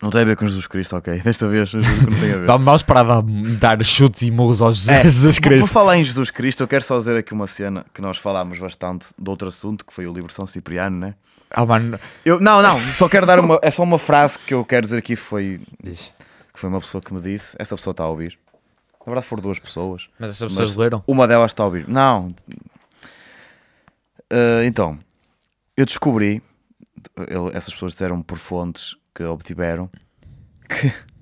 S2: Não tem a ver com Jesus Cristo, ok? *laughs* Desta vez eu juro que não tem a ver.
S1: Vamos vamos parar de dar- dar chutes e morros aos Jesus, Tá
S2: É.
S1: Jesus
S2: Por- Por
S1: Cristo.
S2: falar em Jesus Cristo, eu quero só dizer aqui uma cena que nós falámos bastante de outro assunto, que foi o livro São Cipriano, né?
S1: Ah, mano.
S2: Eu, não, não, só quero dar uma. É só uma frase que eu quero dizer aqui, foi,
S1: Diz.
S2: que foi uma pessoa que me disse. Essa pessoa está a ouvir. Na verdade, foram duas pessoas.
S1: Mas essas
S2: Mas-
S1: pessoas leram.
S2: Uma delas está a ouvir. Não. Ah, então, eu descobri. ele- essas pessoas disseram por fontes que obtiveram que *laughs*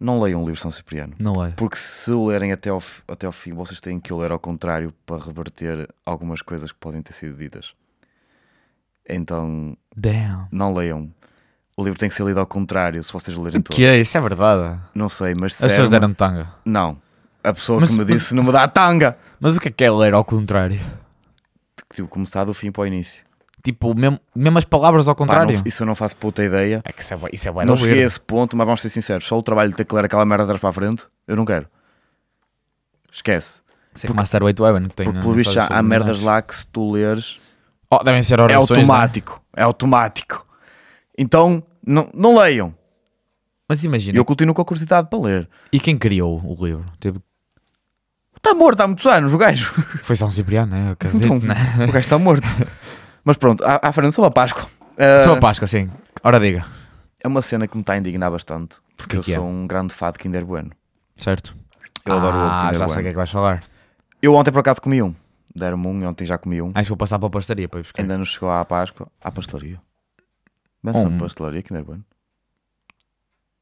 S2: não leiam o livro São Cipriano.
S1: Não é?
S2: Porque se o lerem até ao, fi- até ao fim, vocês têm que o ler ao contrário para reverter algumas coisas que podem ter sido ditas. Então,
S1: Damn.
S2: não leiam. O livro tem que ser lido ao contrário, se vocês lerem todo.
S1: Que é? Isso é verdade.
S2: Não sei, mas
S1: As pessoas
S2: disseram.
S1: deram tanga.
S2: Não. A pessoa
S1: Mas-
S2: que me
S1: mas-
S2: disse não me dá a tanga.
S1: Mas o que é que é ler ao contrário?
S2: Tipo, começar do fim para o início.
S1: Tipo, mesmo, mesmo as palavras ao
S2: Pá,
S1: contrário.
S2: não- isso eu não faço puta ideia.
S1: Um É que isso é, bué- isso é bué
S2: não
S1: de
S2: cheguei a
S1: weird.
S2: esse ponto, mas vamos ser sinceros. Só o trabalho de ter que ler aquela merda atrás para a frente, eu não quero. Esquece.
S1: Isso é que Master 8 Weapon que tem.
S2: Porque
S1: né,
S2: pelo visto já
S1: mensagens
S2: há merdas
S1: subliminares.
S2: lá que se tu leres
S1: Oh, devem ser
S2: É
S1: orações. não
S2: automático. É automático. Então, não, não leiam.
S1: Mas
S2: E
S1: imagina,
S2: eu continuo com a curiosidade para ler.
S1: e quem criou o livro? Teve-
S2: Está Tá morto há muitos anos, o gajo.
S1: Foi São Cipriano, né? Eu acredito,
S2: *laughs* Então,
S1: né?
S2: O gajo está morto. Mas pronto, à, à frente, sobre a Páscoa. Ah,
S1: Sou a Páscoa, sim. Ora diga,
S2: é uma cena que me está a indignar bastante. Porque
S1: Que
S2: eu
S1: que é?
S2: sou um grande fã de Kinder Bueno.
S1: certo?
S2: Eu adoro o
S1: ah,
S2: Kinder
S1: já
S2: Bueno.
S1: sei o que é que vais falar.
S2: Eu ontem por acaso comi um. Deram-me um e ontem já comi um.
S1: Acho que vou passar para a pastaria para ir buscar.
S2: Ainda não chegou à Páscoa. À pastelaria. Benção
S1: Um.
S2: pastelaria, Kinder Bueno.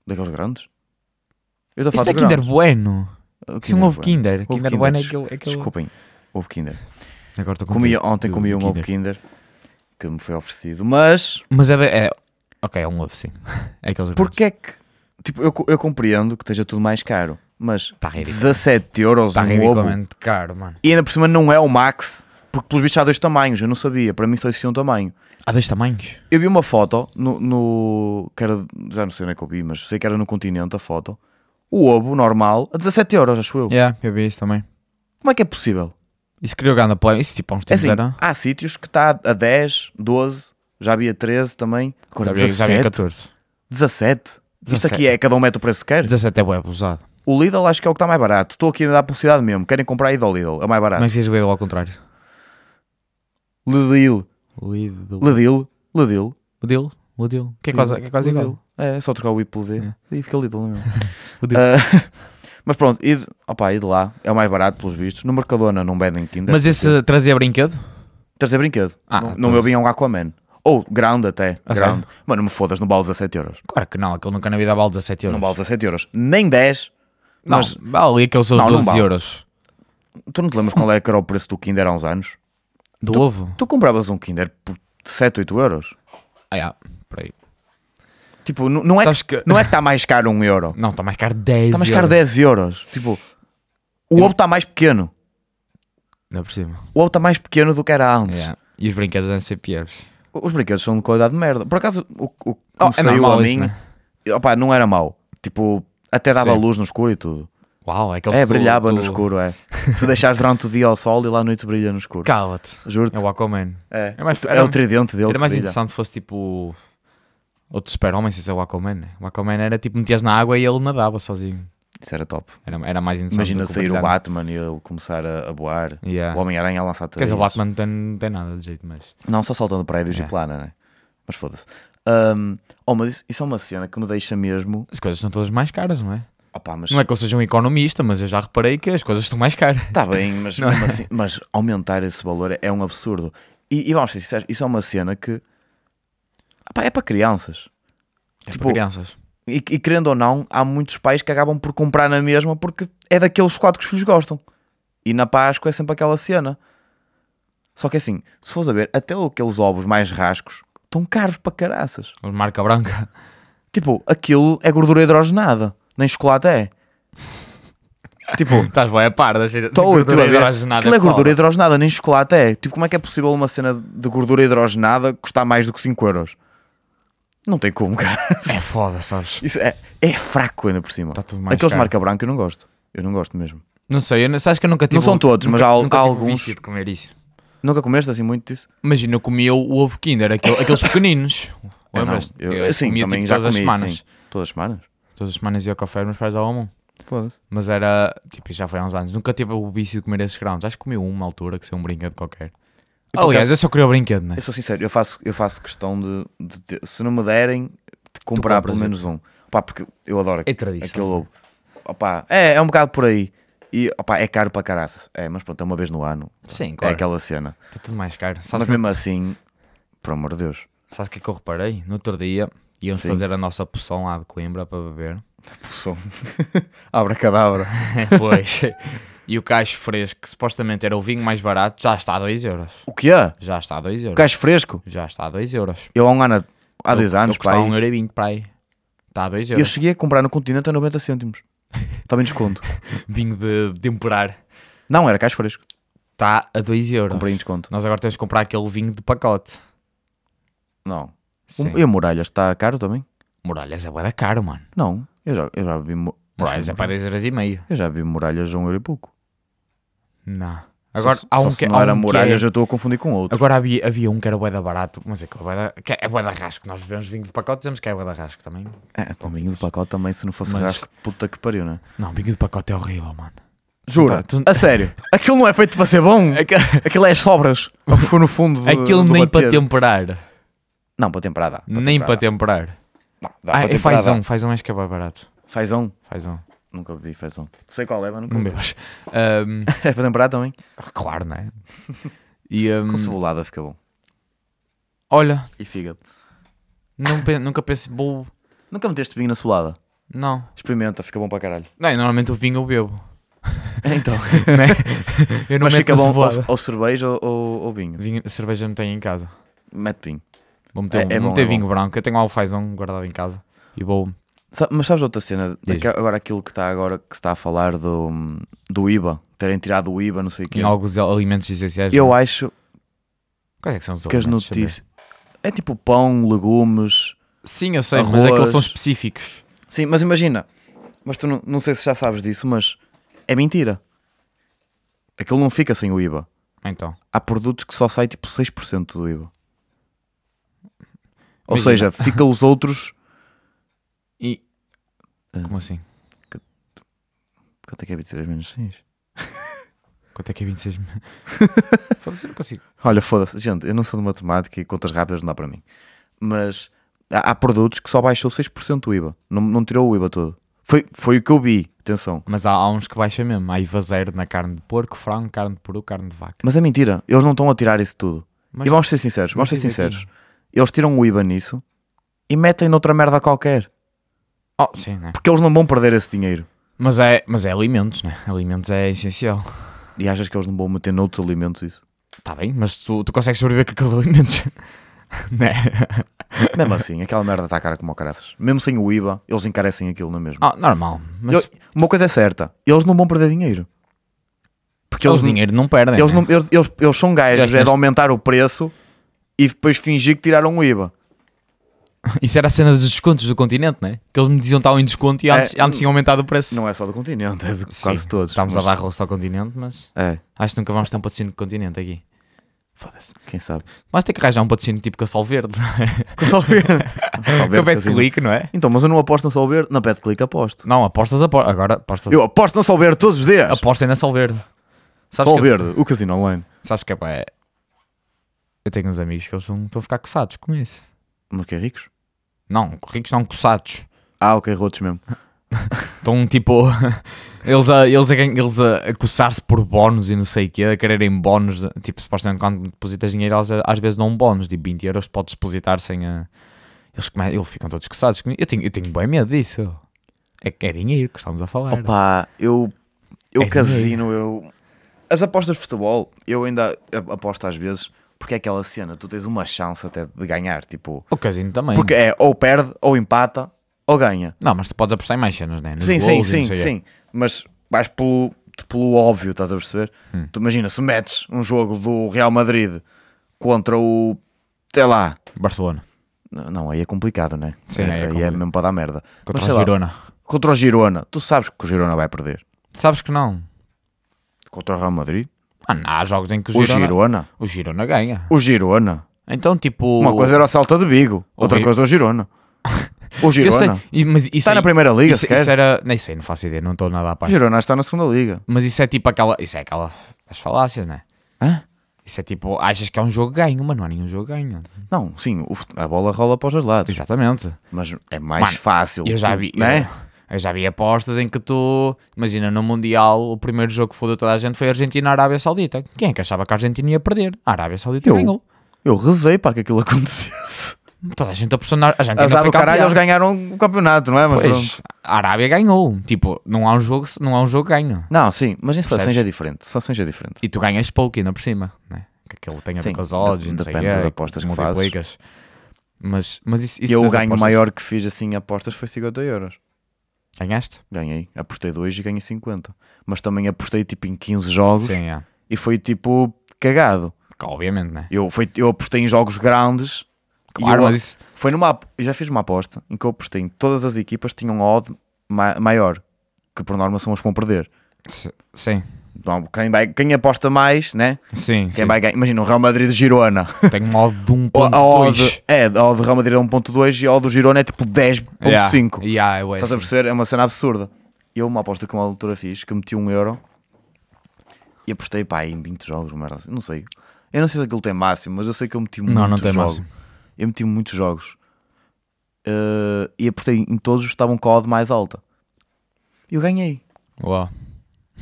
S2: Daqueles grandes? Eu estou a falar
S1: Isto é
S2: dos
S1: Kinder
S2: grandes.
S1: Bueno.
S2: O
S1: Isso é um ovo
S2: Bueno.
S1: Kinder.
S2: Ovo
S1: Kinder
S2: Kinder,
S1: Bueno é
S2: des-
S1: aquele... é aquele-
S2: Desculpem, ovo Kinder.
S1: Agora estou
S2: Comi,
S1: contigo.
S2: ontem
S1: do-
S2: comi
S1: do
S2: um ovo Kinder que me foi oferecido, mas
S1: Mas é... de- é... Ok, é um ovo, sim. *laughs* É aqueles
S2: porque é que. Tipo, eu, co- eu compreendo que esteja tudo mais caro, mas
S1: Está Tá ridículo.
S2: 17 euros
S1: Está
S2: um ovo
S1: ridiculamente caro, mano.
S2: e ainda por cima não é o max, porque pelos bichos há dois tamanhos, eu não sabia, para mim só existia um tamanho.
S1: Há dois tamanhos?
S2: Eu vi uma foto no, no- que era, já não sei onde é que eu vi, mas sei que era no continente a foto. O ovo normal a 17 euros, acho eu.
S1: Yeah, eu vi isso também.
S2: Como é que é
S1: Tipo
S2: possível?
S1: Isso criou grande polémica. Isso tipo há uns
S2: É
S1: tempos
S2: assim,
S1: era...
S2: há sítios que está a 10, 12, já havia 13 também. Agora
S1: Já vi- Já vi
S2: 17.
S1: 14.
S2: 17. Isto
S1: 17.
S2: aqui é cada um mete o preço que quer.
S1: 17 é bué abusado.
S2: O Lidl acho que é o que está mais barato. Estou aqui a dar publicidade mesmo. Querem comprar aí do Lidl? É o mais
S1: Como
S2: barato.
S1: é que se diz o ao contrário?
S2: Lidl.
S1: Lidl.
S2: Lidl. Lidl.
S1: Lidl. Lidl. Que é quase, que é quase igual.
S2: Lidl. É, é só trocar o I pelo D. E fica Lidl
S1: *laughs*
S2: não é mesmo.
S1: Lidl.
S2: Ah, mas pronto, e de, opa, e de lá. É o mais barato pelos vistos. No Mercadona não vendem Kinder.
S1: Mas esse trazia brinquedo?
S2: Terceiro brinquedo.
S1: Ah,
S2: não,
S1: então-
S2: não eu vinha um Aquaman. Ou ground até.
S1: Ah,
S2: ground. Mano, me fodas, não vale 17 euros.
S1: Claro que não, aquele nunca na vida vale 17 euros.
S2: Não vale 17 euros. Nem 10.
S1: Não,
S2: Mas
S1: vale aquele seus
S2: Não, não
S1: 12
S2: vale.
S1: euros.
S2: tu não te lembras qual é que era o preço do Kinder há uns anos?
S1: Do ovo?
S2: Tu compravas um Kinder por 7, 8 euros?
S1: Ah, yeah. peraí.
S2: Tipo, n- não é,
S1: Sabes
S2: que,
S1: que-
S2: não é que está mais caro um
S1: *laughs*
S2: euro.
S1: Não, está mais caro 10
S2: Está Tá mais caro
S1: euros.
S2: 10 euros. Tipo, o ovo está mais pequeno.
S1: Não é por cima.
S2: O ovo está mais pequeno do que era antes.
S1: Yeah. E os brinquedos devem ser piores.
S2: Os brinquedos são de qualidade de merda. Por acaso, o, o que
S1: Oh,
S2: me
S1: é
S2: saiu
S1: normal
S2: a
S1: isso,
S2: mim,
S1: né?
S2: opá, não era mau. Tipo, até dava
S1: Sim.
S2: luz no escuro e tudo.
S1: Uau, é aquele
S2: é,
S1: do-
S2: brilhava no
S1: do- *laughs*
S2: escuro, é. Se deixares durante o dia ao sol e lá à noite brilha no escuro.
S1: Cala-te.
S2: Juro-te.
S1: É o Aquaman.
S2: É.
S1: É mais,
S2: É
S1: era-
S2: o tridente dele.
S1: Era
S2: que
S1: mais
S2: brilha.
S1: interessante se fosse tipo outro super-homem, sem ser o Aquaman. né? O Aquaman era tipo metias na água e ele nadava sozinho.
S2: Isso era top.
S1: Era, era mais interessante.
S2: Imagina
S1: do que
S2: sair o
S1: brilhar. né?
S2: Batman e ele começar a, a voar.
S1: Yeah.
S2: O Homem-Aranha a lançar
S1: Quer dizer, o
S2: teias.
S1: Batman não tem, não tem nada de jeito, mas.
S2: Não, só saltando prédios
S1: É.
S2: e plana, né? Mas foda-se. Ahm, oh, mas isso, isso é uma cena que me deixa mesmo.
S1: As coisas são todas mais caras, não é?
S2: Opa, mas
S1: Não é que eu seja um economista, mas eu já reparei que as coisas estão mais
S2: *laughs*
S1: caras.
S2: está Tá bem, mas, mesmo assim- mas aumentar esse valor é um absurdo. E, e vamos ser sinceros, isso é uma cena que opá, é para crianças.
S1: É
S2: Tipo,
S1: para crianças.
S2: E, e querendo ou não, há muitos pais que acabam por comprar na mesma porque é daquele chocolate que os filhos gostam. E na Páscoa é sempre aquela cena. Só que assim, se fores a ver, até aqueles ovos mais rascos estão caros para caraças.
S1: Os Marca branca. *laughs*
S2: Tipo, aquilo é gordura hidrogenada, nem chocolate é. Tipo,
S1: Estás bem a par da cheira de
S2: Estou, estou
S1: gordura
S2: a ver.
S1: hidrogenada.
S2: Aquilo é
S1: foda.
S2: gordura hidrogenada, nem chocolate é. Tipo, como é que é possível uma cena de gordura hidrogenada custar mais do que 5 euros? Não tem como, *laughs* cara.
S1: É foda, sabes?
S2: Isso é, é fraco ainda por cima.
S1: Está Tá tudo mais
S2: Aqueles de
S1: caro.
S2: marca branca eu não gosto. Eu não gosto mesmo.
S1: Não sei, eu não, sabes que eu nunca tive. um-
S2: são todos, mas há al-
S1: nunca
S2: há
S1: tive
S2: alguns.
S1: vício de comer isso.
S2: Nunca comeste assim muito disso?
S1: Imagina, eu comia o o ovo Kinder, aquele-
S2: *laughs*
S1: aqueles pequeninos.
S2: Eu não.
S1: Lembras-te?
S2: Eu- sim,
S1: comia,
S2: também
S1: tipo,
S2: já
S1: todas
S2: comi,
S1: as semanas.
S2: sim. Todas as semanas?
S1: Todas as semanas ia ao café, mas pais davam um.
S2: Foda-se.
S1: Mas era, tipo, isso já foi há uns anos. Nunca tive o vício de comer esses grãos. Acho que comi um uma altura, que sei um brinquedo qualquer.
S2: por acaso-
S1: Aliás, eu só queria o brinquedo, né?
S2: Eu sou sincero, eu faço, eu faço questão de, de ter- se não me derem, de comprar
S1: compras,
S2: pelo menos um. Pá, porque eu adoro
S1: É
S2: aquele
S1: tradição.
S2: ovo. Opá, é, é um bocado por aí. E opá, é caro para caraças. É, mas pronto, é uma vez no ano.
S1: Sim,
S2: É
S1: claro.
S2: aquela cena.
S1: Está é tudo mais caro.
S2: Mas
S1: Sabes,
S2: mesmo assim, por amor de Deus.
S1: sabes o que é que eu reparei? No outro dia, íamos
S2: Sim.
S1: fazer a nossa poção lá de Coimbra para
S2: *laughs*
S1: beber.
S2: Poção. Abra cadabra.
S1: *laughs* pois. E o cacho fresco, que supostamente era o vinho mais barato, já está a 2 euros.
S2: O que é?
S1: Já está a 2 euros.
S2: Gás fresco?
S1: Já está a 2 euros.
S2: Eu há um ano, há dois
S1: Eu-
S2: anos,
S1: eu custava
S2: pai.
S1: um euro e vinte para aí. Está a 2
S2: Eu
S1: euros.
S2: cheguei a comprar no Continente a 90 cêntimos. Também *laughs* desconto.
S1: Vinho de temperar.
S2: Não, era gás fresco.
S1: Está a 2 euros.
S2: Comprei em desconto.
S1: Nós agora temos de comprar aquele vinho de pacote.
S2: Não.
S1: Sim.
S2: E o Muralhas está caro também?
S1: Muralhas é bué da caro, mano.
S2: Não. Eu já, eu já vi. mu-
S1: Muralhas é para 2 euros e meio.
S2: Eu já vi Muralhas a um euro e pouco.
S1: Não. Agora
S2: Só se-
S1: há
S2: só
S1: um
S2: se
S1: que,
S2: não
S1: há
S2: era
S1: um que
S2: Muralhas,
S1: é...
S2: eu estou a confundir com outro.
S1: Agora havia, havia um que era bué da barato, mas é que é bué da- que é bué da rasco. Nós bebemos vinho de pacote, dizemos que é bué da rasco também.
S2: É, também o do pacote também, se não fosse
S1: Mas-
S2: rasco, puta que pariu, né?
S1: Não, vinho de pacote é horrível, mano.
S2: Jura?
S1: Pá, tu-
S2: A sério? *laughs* Aquilo não é feito para ser bom? Aquilo é as *laughs* sobras. Foi no fundo do,
S1: Aquilo
S2: do
S1: nem para
S2: bater.
S1: temperar.
S2: Não, para temperar dá.
S1: nem para temperar.
S2: Não, dá
S1: Ah,
S2: para
S1: é
S2: temperar
S1: faz
S2: dá.
S1: um, faz um, acho que é bué barato.
S2: Faz um.
S1: Faz um.
S2: Nunca vi faz um. Sei qual é, mas nunca
S1: Não
S2: vi.
S1: bebas. Ahm,
S2: *laughs* É para temperar também.
S1: Claro, não é? E, hum,
S2: Com cebolada fica bom.
S1: olha,
S2: E fígado.
S1: não pe- nunca pensei, vou.
S2: Nunca meteste vinho na cebolada?
S1: Não.
S2: Experimenta, fica bom
S1: *laughs*
S2: para caralho.
S1: Não, eu normalmente o vinho eu
S2: *laughs*
S1: bebo.
S2: Então.
S1: né? Eu não
S2: mas
S1: meto
S2: fica bom
S1: cebolada.
S2: ou, ou cerveja ou, ou, ou vinho.
S1: Vinho, cerveja não tenho em casa.
S2: Mete vinho.
S1: Vou meter, um-
S2: É-
S1: vou
S2: é bom,
S1: meter
S2: é bom.
S1: vinho branco. Eu tenho lá o Faison guardado em casa. E vou.
S2: Sa- Mas sabes outra cena?
S1: Diz.
S2: Aqua- Agora aquilo que está agora que se está a falar do, do IBA, terem tirado o IBA, não sei o quê.
S1: Em alguns alimentos essenciais.
S2: Eu
S1: não é?
S2: acho
S1: Quais é que são os
S2: que as
S1: alimentos, saber?
S2: notícias. É tipo pão, legumes.
S1: Sim, eu sei, mas é que eles são
S2: Arroz.
S1: específicos.
S2: Sim, mas imagina. Mas tu não, não sei se já sabes disso, mas é mentira. Aquilo não fica sem o IBA.
S1: Então.
S2: Há produtos que só sai tipo 6% do IBA. Ou
S1: Imagina.
S2: seja, fica os outros.
S1: E.
S2: Ah.
S1: Como assim?
S2: Quanto é que é 23 menos 6?
S1: Quanto é que é 26
S2: *laughs*
S1: mil? Foda-se, eu não consigo.
S2: Olha, foda-se. Gente, eu não sou de matemática e contas rápidas não dá para mim. Mas há, há produtos que só baixou 6% do IBA. Não, não tirou o IBA todo. Foi, foi o que eu vi. Atenção.
S1: Mas há, há uns que baixa mesmo. Há IVA zero na carne de porco, frango, carne de peru, carne de vaca.
S2: Mas é mentira. Eles não estão a tirar isso tudo.
S1: Mas-
S2: e vamos ser sinceros. Vamos ser
S1: mas diz aqui.
S2: sinceros. Eles tiram o IBA nisso e metem noutra merda qualquer.
S1: Oh, sim, né?
S2: Porque eles não vão perder esse dinheiro.
S1: Mas é, mas é alimentos, né? Alimentos é essencial.
S2: E achas que eles não vão meter noutros alimentos isso?
S1: Tá bem, mas tu, tu consegues sobreviver com aqueles alimentos. *laughs* né?
S2: Mesmo assim, aquela merda está cara como o caraças. Mesmo sem o IBA, eles encarecem aquilo, não é mesmo?
S1: Ah, normal. Mas
S2: Eu- uma coisa é certa, eles não vão perder dinheiro. Porque
S1: eles
S2: não-
S1: dinheiro não perdem.
S2: Eles,
S1: né?
S2: não, eles, eles, eles são gajos,
S1: Gastas-
S2: é de aumentar o preço e depois fingir que tiraram o IVA.
S1: Isso era a cena dos descontos do continente, né? Que eles me diziam que estavam em desconto e antes,
S2: É,
S1: antes tinham aumentado o preço.
S2: Não é só do continente, é de
S1: Sim,
S2: quase todos.
S1: Estamos
S2: mas-
S1: a dar rosto ao continente, mas
S2: É,
S1: acho que nunca vamos ter um patrocínio de continente aqui. Foda-se.
S2: quem sabe.
S1: Mas tem que arranjar um patrocínio tipo Cassol Verde.
S2: Só ver.
S1: *laughs*
S2: Só ver,
S1: Com
S2: casino.
S1: Betclic, não é?
S2: Então, mas eu não aposto no Sol Verde. Na Betclic aposto.
S1: Não, apostas, apo... agora apostas.
S2: Eu aposto no Sol Verde todos os dias.
S1: Apostem na Sol Verde. Sabes
S2: Sol
S1: que-
S2: Verde, o casino online.
S1: Sabes que é pá, é... Eu tenho uns amigos que eles estão estão a ficar coçados com isso.
S2: Mas que é ricos?
S1: Não, ricos não, coçados.
S2: Ah, ok, rotos mesmo.
S1: Estão tipo. *laughs* eles a, eles a, gan- eles a, a coçar-se por bónus e não sei o quê, a quererem bónus. de- Tipo, supostamente quando depositas dinheiro, eles a- às vezes dão um bónus de 20 euros, podes depositar sem a. Eles, come- eles ficam todos coçados comigo. Eu tenho, eu tenho bem medo disso. É, que é dinheiro que estamos a falar.
S2: Opa, eu. Eu
S1: É
S2: casino, eu. As apostas de futebol, eu ainda aposto às vezes, porque é aquela cena, tu tens uma chance até de ganhar, tipo.
S1: O casino também.
S2: Porque é ou perde, ou empata, ou ganha.
S1: Não, mas tu podes apostar em mais cenas, né? Nos
S2: Sim, sim,
S1: golos e não
S2: sim,
S1: sei o quê.
S2: sim. Mas vais pelo, pelo óbvio, estás a perceber?
S1: Hum.
S2: Tu imagina, se metes um jogo do Real Madrid contra o. sei lá.
S1: Barcelona.
S2: Não, não, aí é complicado, né?
S1: Sim, aí é
S2: aí é
S1: complicado.
S2: mesmo para dar merda. Mas,
S1: Contra
S2: sei
S1: o
S2: lá,
S1: Girona.
S2: Contra o Girona, tu sabes que o Girona vai perder.
S1: Sabes que não.
S2: Contra o Real Madrid?
S1: Ah, não, há jogos em que o
S2: O
S1: Girona,
S2: Girona?
S1: o Girona ganha.
S2: O Girona?
S1: Então, tipo.
S2: Uma coisa era o Salta de Vigo, outra
S1: Vigo.
S2: coisa
S1: *laughs*
S2: o Girona. O
S1: Eu sei,
S2: Girona
S1: e- mas isso
S2: está
S1: aí-
S2: na primeira liga,
S1: isso,
S2: se quer.
S1: isso é- era. Nem sei, não faço ideia, não estou nada a
S2: O
S1: par.
S2: Girona está na segunda liga.
S1: Mas isso é tipo aquela. Isso é aquela. As falácias, né?
S2: Hã?
S1: Isso é tipo. Achas que é um jogo ganho, mas não há nenhum jogo ganho.
S2: Não, sim, o fut- a bola rola para os dois lados,
S1: Exatamente.
S2: mas é mais
S1: Mano,
S2: fácil.
S1: Eu já
S2: tu-
S1: vi.
S2: né?
S1: Eu, eu já vi apostas em que tu. Imagina, no Mundial, o primeiro jogo que fodeu toda a gente foi Argentina-Arábia Saudita. Quem é que achava que a Argentina ia perder? A Arábia Saudita
S2: Eu.
S1: ganhou.
S2: Eu rezei para que aquilo *laughs* acontecesse.
S1: Toda a gente a pressionar. A Argentina
S2: Azar
S1: foi
S2: do caralho,
S1: campeã.
S2: eles ganharam o campeonato, não é? Mas pronto.
S1: Pois, a Arábia ganhou. Tipo, não há um jogo, não há um jogo ganho.
S2: Não, sim, mas em seleções
S1: Percebes?
S2: é diferente. Seleções é diferente.
S1: E tu ganhas pouco ainda por cima, né? Que aquilo tem a ver
S2: Sim,
S1: com as odds,
S2: de-
S1: não sei o
S2: depende das
S1: quê,
S2: apostas que
S1: multiplicas. Mas, mas isso,
S2: E
S1: isso
S2: eu o
S1: das
S2: ganho
S1: apostas-
S2: maior que fiz assim em apostas foi 50 euros.
S1: Ganhaste?
S2: Ganhei, apostei 2 e ganhei 50. Mas também apostei tipo em 15 jogos
S1: Sim, é.
S2: e foi tipo cagado.
S1: Que Obviamente, né?
S2: Eu, foi, eu apostei em jogos grandes. e
S1: Claro,
S2: eu-
S1: mas isso.
S2: Foi numa. ap- Eu já fiz uma aposta em que eu apostei em que todas as equipas tinham um odd ma- maior, que por norma são as que vão perder.
S1: se- Sim,
S2: Então, quem, vai, quem aposta mais, né?
S1: sim,
S2: Quem
S1: sim.
S2: vai ganhar. Imagina o Real Madrid de Girona.
S1: Tenho um modo de
S2: O- *laughs* a odd
S1: 1.2.
S2: é, a odd do Real Madrid é 1.2 e a odd do Girona é tipo 10.5.
S1: Yeah, yeah, eu assim.
S2: Estás a
S1: acho.
S2: perceber? É uma cena absurda. E eu uma aposta que uma altura fiz, que meti um euro e apostei pá, em 20 jogos, uma merda assim. Não sei. Eu não sei se aquilo tem máximo, mas eu sei que eu meti muito
S1: Não, não tem
S2: jogo.
S1: máximo.
S2: Eu meti muitos jogos. Eh, e apostei em todos os que estavam com a odd mais alta. E eu ganhei.
S1: Uau.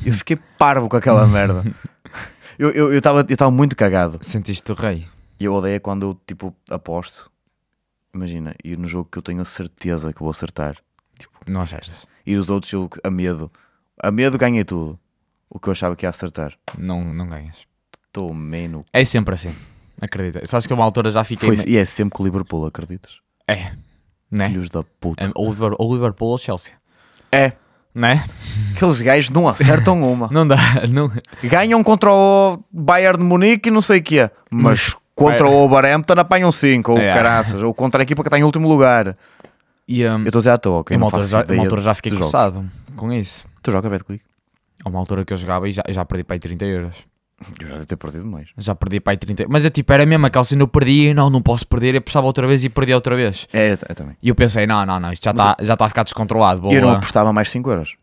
S2: Eu fiquei parvo com aquela
S1: *laughs*
S2: merda. Eu estava eu, eu tava- eu tava muito cagado.
S1: Sentiste o rei.
S2: E eu odeio é quando eu, tipo, aposto. Imagina, e no jogo que eu tenho a certeza que vou acertar.
S1: Tipo, Não achaste?
S2: E os outros eu a medo. A medo ganhei tudo. O que eu achava que ia acertar.
S1: Não, não ganhas.
S2: Tomei no.
S1: É sempre assim. Acredita. Sabes que eu, uma altura já fiquei.
S2: Foi isso. E é sempre com o Liverpool, acreditas?
S1: É. Né?
S2: Filhos da puta.
S1: É, Ou Liver- ou Liverpool ou Chelsea.
S2: É.
S1: Né?
S2: Aqueles gajos
S1: *laughs*
S2: não acertam uma.
S1: Não dá. Não...
S2: Ganham contra o Bayern de Munique e não sei o quê. Mas contra o Wolverhampton apanham 5 ou
S1: É.
S2: caraças. Ou contra a equipa que está em último lugar.
S1: E, hum,
S2: Eu estou a dizer à toa, ok?
S1: uma,
S2: Não
S1: altura
S2: faço
S1: já,
S2: ideia
S1: uma altura já fiquei
S2: dos jogos.
S1: cansado com isso.
S2: Tu jogas BetClick?
S1: Há uma altura que eu jogava e já, já perdi para aí 30 euros.
S2: Eu já devia ter perdido mais.
S1: Já perdi para aí 30 Mas eu tipo, era mesmo aquela cena, eu perdi, não, não posso perder, eu puxava outra vez e perdia outra vez.
S2: É, eu, eu também.
S1: E eu pensei, não, não, não, isto já está já tá a ficar descontrolado. Vou,
S2: Eu não
S1: lá.
S2: apostava mais 5 euros.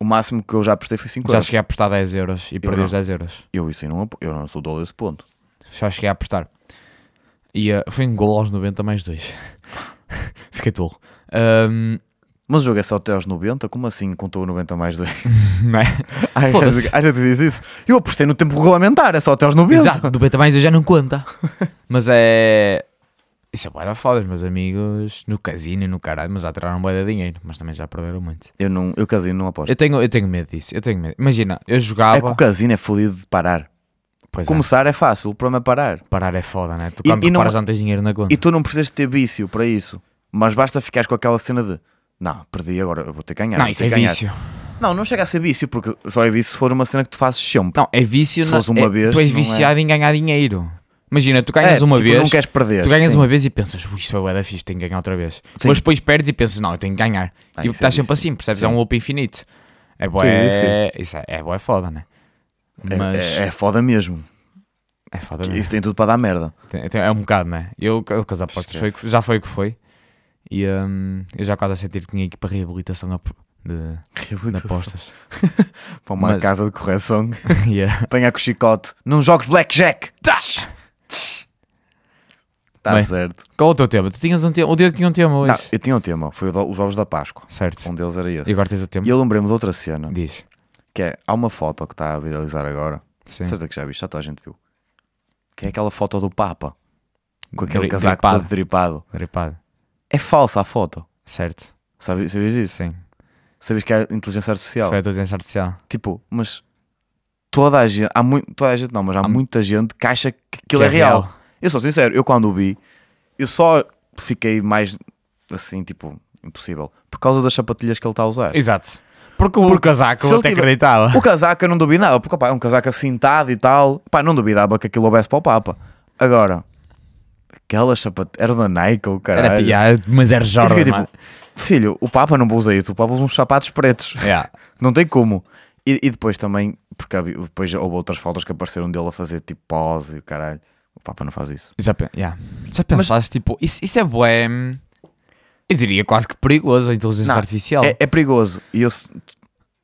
S2: O máximo que eu já apostei foi 5
S1: já
S2: euros.
S1: cheguei a apostar 10 euros e perdi
S2: não.
S1: os 10 euros.
S2: Eu isso aí não, apo- eu não sou dolo desse ponto.
S1: Já cheguei a apostar. E ah, foi um gol aos 90 mais 2. *laughs* fiquei tolo. Ahm, *laughs*
S2: Mas o jogo é só até aos 90? Como assim contou o 90 mais *laughs* 2?
S1: não é?
S2: Ai,
S1: Foda-se.
S2: gente- ai, gente diz isso. Eu apostei no tempo regulamentar, é só até aos 90.
S1: Exato, do beta mais eu já não
S2: *laughs*
S1: conta. Mas é. Isso é bué da foda, os meus amigos no casino e no caralho, mas já tiraram bué de dinheiro, mas também já perderam muito.
S2: Eu, não, eu casino não aposto.
S1: Eu tenho, eu tenho medo disso, eu tenho medo. Imagina, eu
S2: É que
S1: jogava.
S2: o casino é fodido de parar.
S1: Pois é,
S2: Começar é fácil, o problema é parar.
S1: parar é foda, né? Tu
S2: E-
S1: quando
S2: e não-
S1: paras já não tens dinheiro na conta.
S2: E tu não precisas ter vício para isso. Mas basta ficares com aquela cena de não, perdi agora, eu vou ter que ganhar.
S1: Não,
S2: vou
S1: isso
S2: ter
S1: é
S2: que ganhar."
S1: vício.
S2: Não, não chega a ser vício, porque só é vício se for uma cena que tu fazes sempre.
S1: Não, é vício.
S2: Se
S1: na-
S2: fosse uma
S1: é-
S2: vez,
S1: tu és
S2: não é?
S1: viciado em ganhar dinheiro. Imagina, tu ganhas
S2: é,
S1: uma
S2: tipo,
S1: vez.
S2: Não queres perder.
S1: Tu ganhas
S2: sim.
S1: uma vez e pensas, "Ui, isto foi bué da fixe, tenho que ganhar outra vez.
S2: Sim.
S1: Mas depois perdes e pensas, não, eu tenho que ganhar. e
S2: Ah, isso é
S1: estás sempre
S2: isso.
S1: assim, percebes? É
S2: Sim.
S1: um loop infinito. É
S2: Sim,
S1: bué, isso é, é bué foda, né?
S2: É-
S1: Mas é,
S2: é, é foda mesmo.
S1: foda mesmo.
S2: Isso tem tudo para dar merda.
S1: Tem- tem- É um bocado, né? Eu, eu com as apostas foi,
S2: Esquece.
S1: o que- já foi o que foi. E hum, eu já quase a sentir que tinha que ir para a reabilitação da- de, de apostas. *laughs*
S2: Para uma
S1: é Mas-
S2: casa de correção. *laughs*
S1: Yeah.
S2: Apanhar com o chicote. Não jogues blackjack. Está
S1: Bem,
S2: certo.
S1: Qual é o teu tema? Tu tinhas um tema, o Diego tinha um tema hoje.
S2: Não, eu tinha um tema. Foi o do- os ovos da Páscoa.
S1: Certo.
S2: Um deles era
S1: E
S2: esse.
S1: agora tens o tema?
S2: E eu lembrei-me de outra cena.
S1: Diz.
S2: Que é, há uma foto que está a viralizar agora.
S1: Sim.
S2: Certeza é que já viste, já toda a gente viu. Que é aquela foto do Papa. Com aquele
S1: Dri-
S2: casaco
S1: dripado.
S2: todo dripado.
S1: Gripado.
S2: É falsa a foto.
S1: Certo.
S2: Sabe- Sabias disso?
S1: Sim.
S2: Sabias que é inteligência artificial?
S1: Foi a inteligência artificial.
S2: Tipo, mas... Toda a gente... Há muito, toda a gente não, mas há,
S1: Há mu-
S2: muita gente que acha que aquilo
S1: Que
S2: é real. Eu sou sincero, eu quando o vi, eu só fiquei mais assim, tipo, impossível, por causa das sapatilhas que ele está a usar.
S1: Exato. Porque o casaco
S2: se
S1: eu
S2: ele
S1: até
S2: tiver-
S1: acreditava.
S2: O casaco eu não duvidava, porque opá, é um casaco acintado e tal. Pá, não duvidava que aquilo houvesse para o Papa. Agora, aquelas sapatilhas. Era da Nike ou caralho.
S1: Era, tipo, yeah, mas era
S2: Eu
S1: Jordan.
S2: fiquei tipo,
S1: mano.
S2: filho, o Papa não usa isso. O Papa usa uns sapatos pretos.
S1: Yeah.
S2: Não tem como. E, e depois também, porque havia- depois houve outras fotos que apareceram dele a fazer tipo pose e o caralho. O Papa não faz isso.
S1: Já, pe- yeah. Já pensaste, tipo, isso, isso é bué. hum, Eu diria quase que perigoso a inteligência
S2: Não,
S1: artificial.
S2: É, é perigoso. E eu. se-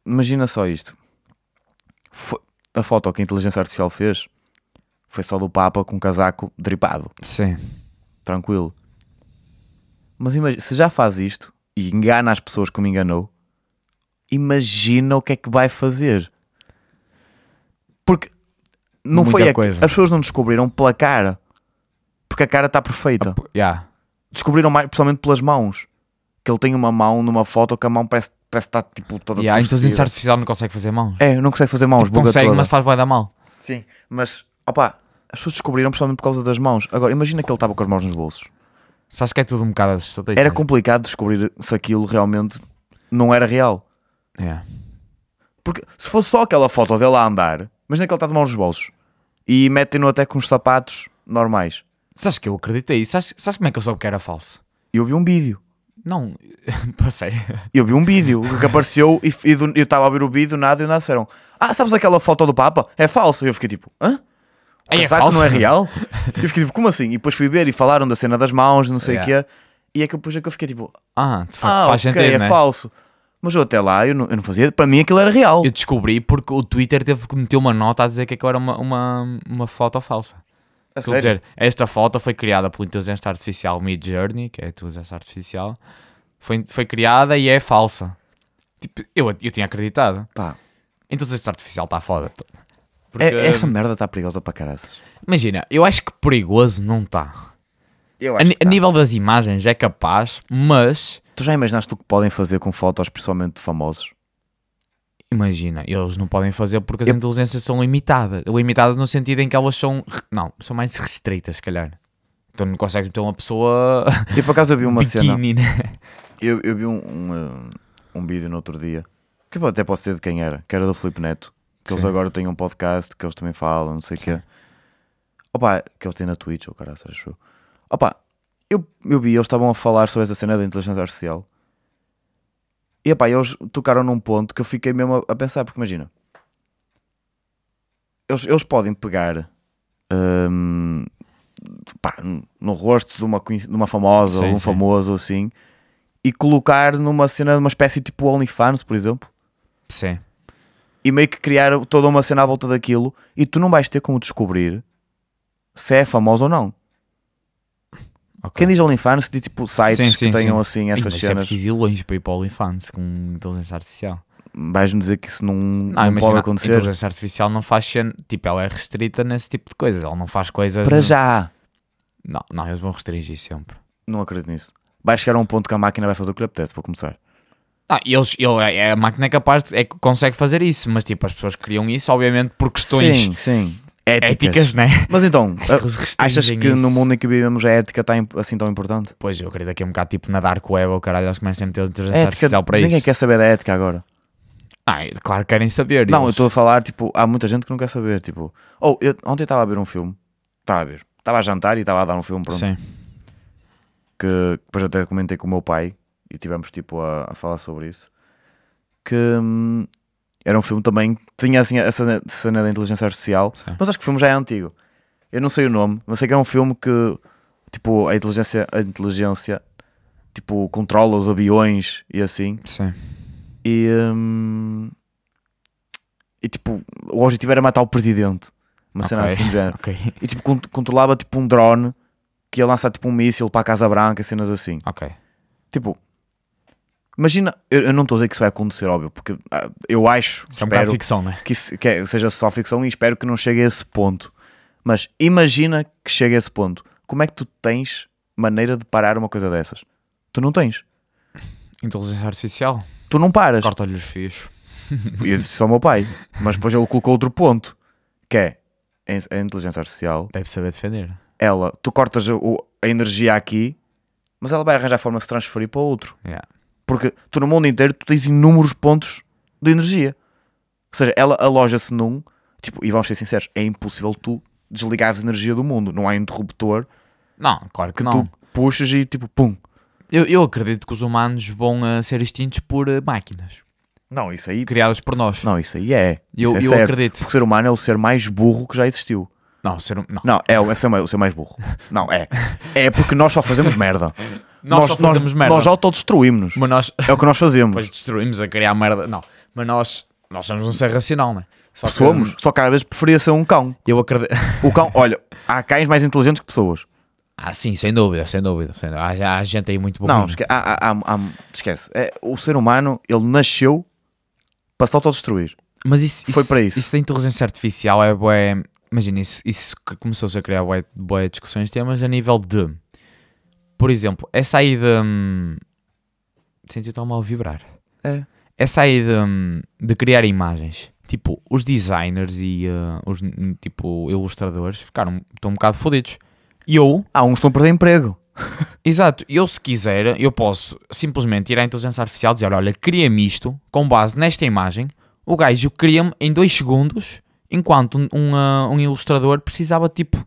S2: Imagina só isto. Fo- a foto que a inteligência artificial fez foi só do Papa com um casaco dripado.
S1: Sim.
S2: Tranquilo. Mas imagina, se já faz isto e engana as pessoas como enganou, imagina o que é que vai fazer. Porque não
S1: Muita
S2: foi a,
S1: coisa.
S2: as pessoas não descobriram pela cara. Porque a cara está perfeita.
S1: P- yeah.
S2: Descobriram mais, principalmente pelas mãos. Que ele tem uma mão numa foto que a mão parece, parece estar tipo toda
S1: Yeah, a inteligência
S2: torcida.
S1: artificial não consegue fazer mãos.
S2: É, não consegue fazer mãos,
S1: Tipo,
S2: buga
S1: consegue,
S2: toda.
S1: mas faz bué da mal.
S2: Sim, mas opá, as pessoas descobriram principalmente por causa das mãos. Agora, imagina que ele estava com as mãos nos bolsos.
S1: Sabes que é tudo um bocado assustador.
S2: Era complicado descobrir se aquilo realmente não era real.
S1: Yeah.
S2: Porque se fosse só aquela foto dele a andar, imagina que ele está de mão nos bolsos e metem-no até com os sapatos normais.
S1: Sabes que eu acreditei? Sabes, sabes como é que eu soube que era falso?
S2: E eu vi um vídeo.
S1: Não, *laughs* passei.
S2: Eu vi um vídeo que apareceu e, e do- eu estava a ver o vídeo, nada, e nasceram. Ah, sabes aquela foto do Papa? É falsa. E eu fiquei tipo, hã? O
S1: Aí é
S2: casaco
S1: falso?
S2: não é
S1: *laughs*
S2: real? E eu fiquei tipo, como assim? E depois fui ver e falaram da cena das mãos, não sei o
S1: Yeah.
S2: quê. E é que depois é que eu fiquei tipo,
S1: Ah, de facto,
S2: ah,
S1: faz
S2: ok,
S1: sentido,
S2: é
S1: né?
S2: falso. Mas eu até lá, eu não, eu não fazia, para mim aquilo era real.
S1: Eu descobri porque o Twitter teve que meter uma nota a dizer que aquilo era uma, uma, uma foto falsa.
S2: A
S1: Quer
S2: sério?
S1: dizer, esta foto foi criada pela inteligência artificial Mid Journey, que é a inteligência artificial, foi, foi criada e é falsa. Tipo, eu, eu tinha acreditado.
S2: Pá,
S1: A inteligência artificial está foda. Porque,
S2: é- essa merda está perigosa para caras.
S1: Imagina, eu acho que perigoso não está.
S2: Eu tá.
S1: A, ni- a nível das imagens é capaz, mas
S2: Tu já imaginaste o que podem fazer com fotos, principalmente de famosos?
S1: imagina, eles não podem fazer porque as
S2: Eu-
S1: inteligências são limitadas. Limitadas no sentido em que elas são. re- Não, são mais restritas, se calhar. Então não consegues meter uma pessoa
S2: E por acaso eu vi *laughs* uma cena,
S1: biquíni, né?
S2: eu, eu vi um, um, eh, um vídeo no outro dia, que eu até posso dizer de quem era, que era do Filipe Neto, que eles
S1: Sim.
S2: agora têm um podcast, que eles também falam, não sei o quê. Opa, que eles têm na Twitch, ou caralho, achou? Opa, eu, eu vi, eles estavam a falar sobre essa cena da inteligência artificial. E opa, eles tocaram num ponto que eu fiquei mesmo a, a pensar, porque imagina, eles, eles podem pegar hum, pá, no, no rosto de uma, conhec- de uma famosa ou
S1: Sim,
S2: de um
S1: sim.
S2: famoso ou assim e colocar numa cena, numa espécie tipo OnlyFans, por exemplo,
S1: Sim.
S2: e meio que criar toda uma cena à volta daquilo e tu não vais ter como descobrir se é famosa ou não.
S1: ok.
S2: Quem diz OnlyFans diz tipo sites
S1: Sim, sim,
S2: que tenham
S1: sim.
S2: assim essas
S1: Mas isso é
S2: cenas.
S1: preciso ir longe para ir para o OnlyFans com inteligência artificial.
S2: Vais-me dizer que isso não, não
S1: imagina,
S2: pode
S1: A
S2: acontecer.
S1: inteligência artificial não faz cena, tipo, ela é restrita nesse tipo de coisas. Ela não faz coisas.
S2: Para
S1: no-
S2: já,
S1: Não, não, eles vão restringir sempre.
S2: não acredito nisso. Vai chegar a um ponto que a máquina vai fazer o que lhe apetece, para começar.
S1: Ah, eles, ele, é- a máquina é capaz de, é que consegue fazer isso, mas tipo, as pessoas criam isso, obviamente, por questões
S2: Sim, sim. Éticas.
S1: éticas, né?
S2: Mas então,
S1: Acho que eles restringem
S2: achas que
S1: isso.
S2: no mundo em que vivemos a ética está im- assim tão importante?
S1: Pois, eu acredito que é um bocado tipo na Dark Web ou caralho, eles começam a meter inteligência
S2: ética,
S1: é artificial para
S2: ninguém
S1: isso.
S2: quer saber da ética agora.
S1: Ah, e claro que querem saber.
S2: Não, eu
S1: eles-
S2: estou a falar, tipo, há muita gente que não quer saber, tipo... Ou, eu ontem estava a ver um filme, estava a ver, estava a jantar e estava a dar um filme, pronto,
S1: Sim,
S2: que depois até comentei com o meu pai e tivemos, tipo, a, a falar sobre isso, que hum, era um filme também que tinha, assim, essa cena da inteligência artificial,
S1: Sim.
S2: mas acho que o filme já é antigo. Eu não sei o nome, mas sei que era um filme que, tipo, a inteligência, a inteligência tipo, controla os aviões e assim...
S1: sim.
S2: E, hum, e, tipo, o objetivo era matar o presidente. Uma cena
S1: Ok.
S2: assim
S1: *laughs*
S2: do género.
S1: Ok,
S2: E tipo, con- controlava tipo um drone que ia lançar tipo um míssil para a Casa Branca, cenas assim.
S1: ok.
S2: Tipo, imagina, eu, eu não estou a dizer que isso vai acontecer, óbvio, porque ah, eu acho,
S1: Isso é um bocado
S2: espero
S1: ficção, né?
S2: que, isso, que é- seja só ficção e espero que não chegue a esse ponto. Mas imagina que chegue a esse ponto. Como é que tu tens maneira de parar uma coisa dessas? Tu não tens.
S1: Inteligência artificial,
S2: Tu não paras.
S1: corta-lhe os fios.
S2: E eu disse isso ao meu pai. Mas depois ele colocou outro ponto: que é a a inteligência artificial.
S1: Deve saber defender.
S2: Ela, tu cortas o- a energia aqui, mas ela vai arranjar forma de se transferir para outro.
S1: Yeah.
S2: Porque tu no mundo inteiro tu tens inúmeros pontos de energia. Ou seja, ela aloja-se num. Tipo, e vamos ser sinceros, é impossível tu desligares a energia do mundo. Não há interruptor
S1: Não, claro que
S2: que
S1: não.
S2: tu puxas e tipo, pum.
S1: Eu, eu acredito que os humanos vão a ser extintos por eh, máquinas
S2: Não, isso aí.
S1: criadas por nós.
S2: Não, isso aí é.
S1: eu
S2: Isso é
S1: eu
S2: certo.
S1: acredito.
S2: Porque o ser humano é o ser mais burro que já existiu.
S1: Não, ser, hum- não.
S2: Não, é o, é o ser mais- o ser mais burro. Não, é. É porque nós só fazemos merda.
S1: Nós, só fazemos merda.
S2: *laughs* Nós autodestruímos-nos.
S1: Mas nós *laughs*
S2: É o que nós fazemos.
S1: depois destruímos a criar merda. Não. Mas nós, nós somos um ser racional, não é? Só que,
S2: Somos. Só que às vezes preferia ser um cão.
S1: Eu acredito.
S2: O cão, olha, há cães mais inteligentes que pessoas.
S1: *laughs* Ah, sim, sem dúvida, sem dúvida. Sem dúvida. Há, há gente aí muito boa.
S2: Não, esque- há- há- há- há- esquece. É, o ser humano, ele nasceu para se autodestruir.
S1: Mas isso,
S2: Foi para isso.
S1: Isso da inteligência artificial é bué... Imagina, isso, isso que começou-se a criar bué, bué discussões, temas a nível de... Por exemplo, essa aí de... hum, Senti tão mal vibrar.
S2: É.
S1: Essa aí de, hum, de criar imagens. Tipo, os designers e ah, os hum, tipo, ilustradores ficaram... Estão um bocado fodidos. E eu...
S2: Há uns que estão a perder emprego.
S1: Exato, eu se quiser, eu posso simplesmente ir à inteligência artificial e dizer: olha, cria-me isto com base nesta imagem. O gajo cria-me em 2 segundos, enquanto um, um, ah, um ilustrador precisava tipo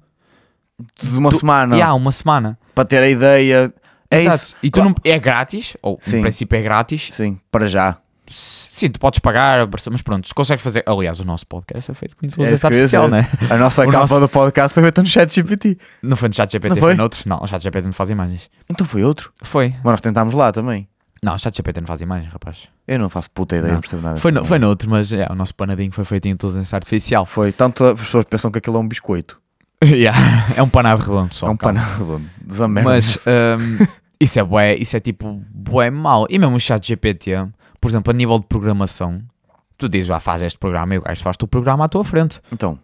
S2: De uma semana.
S1: e há uma semana.
S2: Para ter a ideia. É isso.
S1: E tu
S2: Claro.
S1: não, é grátis, ou
S2: Sim.
S1: no princípio é grátis.
S2: Sim, para já.
S1: Sim, tu podes pagar, mas pronto, se consegues fazer. Aliás, o nosso podcast é feito com inteligência
S2: isso que eu ia
S1: artificial,
S2: dizer.
S1: né?
S2: A nossa
S1: O
S2: capa
S1: nosso-
S2: do podcast foi feita no chat GPT.
S1: Não foi no
S2: Não
S1: ChatGPT,
S2: foi?
S1: foi noutros? Não, o ChatGPT não faz imagens.
S2: Então foi outro.
S1: Foi.
S2: Mas nós tentámos lá também.
S1: Não, o ChatGPT não faz imagens, rapaz.
S2: Eu não faço puta ideia,
S1: Não.
S2: não, percebo nada.
S1: Foi,
S2: dessa
S1: no, foi noutro, mas é, o nosso panadinho foi feito em inteligência artificial.
S2: Foi, tanto as pessoas pensam que aquilo é um biscoito.
S1: *laughs* Yeah, É um panado redondo, pessoal.
S2: é um
S1: calma.
S2: panado. Desamendo.
S1: Mas hum,
S2: *laughs*
S1: isso é bué, isso é tipo bué mau. E mesmo o chat GPT, por exemplo, a nível de programação, tu dizes, vá, faz este programa e o gajo faz-te o programa à tua frente,
S2: Então,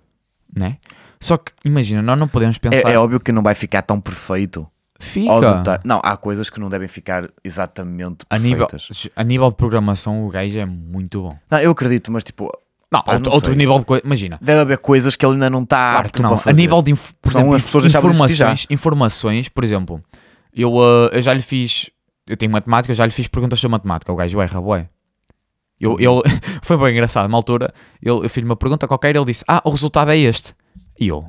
S1: né? Só que, imagina, nós não podemos pensar...
S2: é, é óbvio que não vai ficar tão perfeito. Ao
S1: fica!
S2: detalhe. Não, há coisas que não devem ficar exatamente
S1: A nível,
S2: perfeitas.
S1: a nível de programação, o gajo é muito bom.
S2: Não, eu acredito, mas tipo,
S1: Não,
S2: Pá,
S1: outro,
S2: não
S1: outro
S2: sei.
S1: nível de coisa... Imagina,
S2: deve haver coisas que ele ainda não está
S1: Claro
S2: apto
S1: que Ah, não.
S2: para
S1: A
S2: fazer.
S1: nível de inf- por
S2: Senão
S1: exemplo,
S2: as
S1: inf-
S2: pessoas deixavam de existir já.
S1: informações, informações, por exemplo, eu, ah, eu já lhe fiz, eu tenho matemática, eu já lhe fiz perguntas sobre matemática, o gajo erra, bué.
S2: Uhum.
S1: Eu, eu, *laughs* foi bem engraçado, uma altura eu, eu fiz uma pergunta qualquer ele disse, ah, o resultado é este. E eu,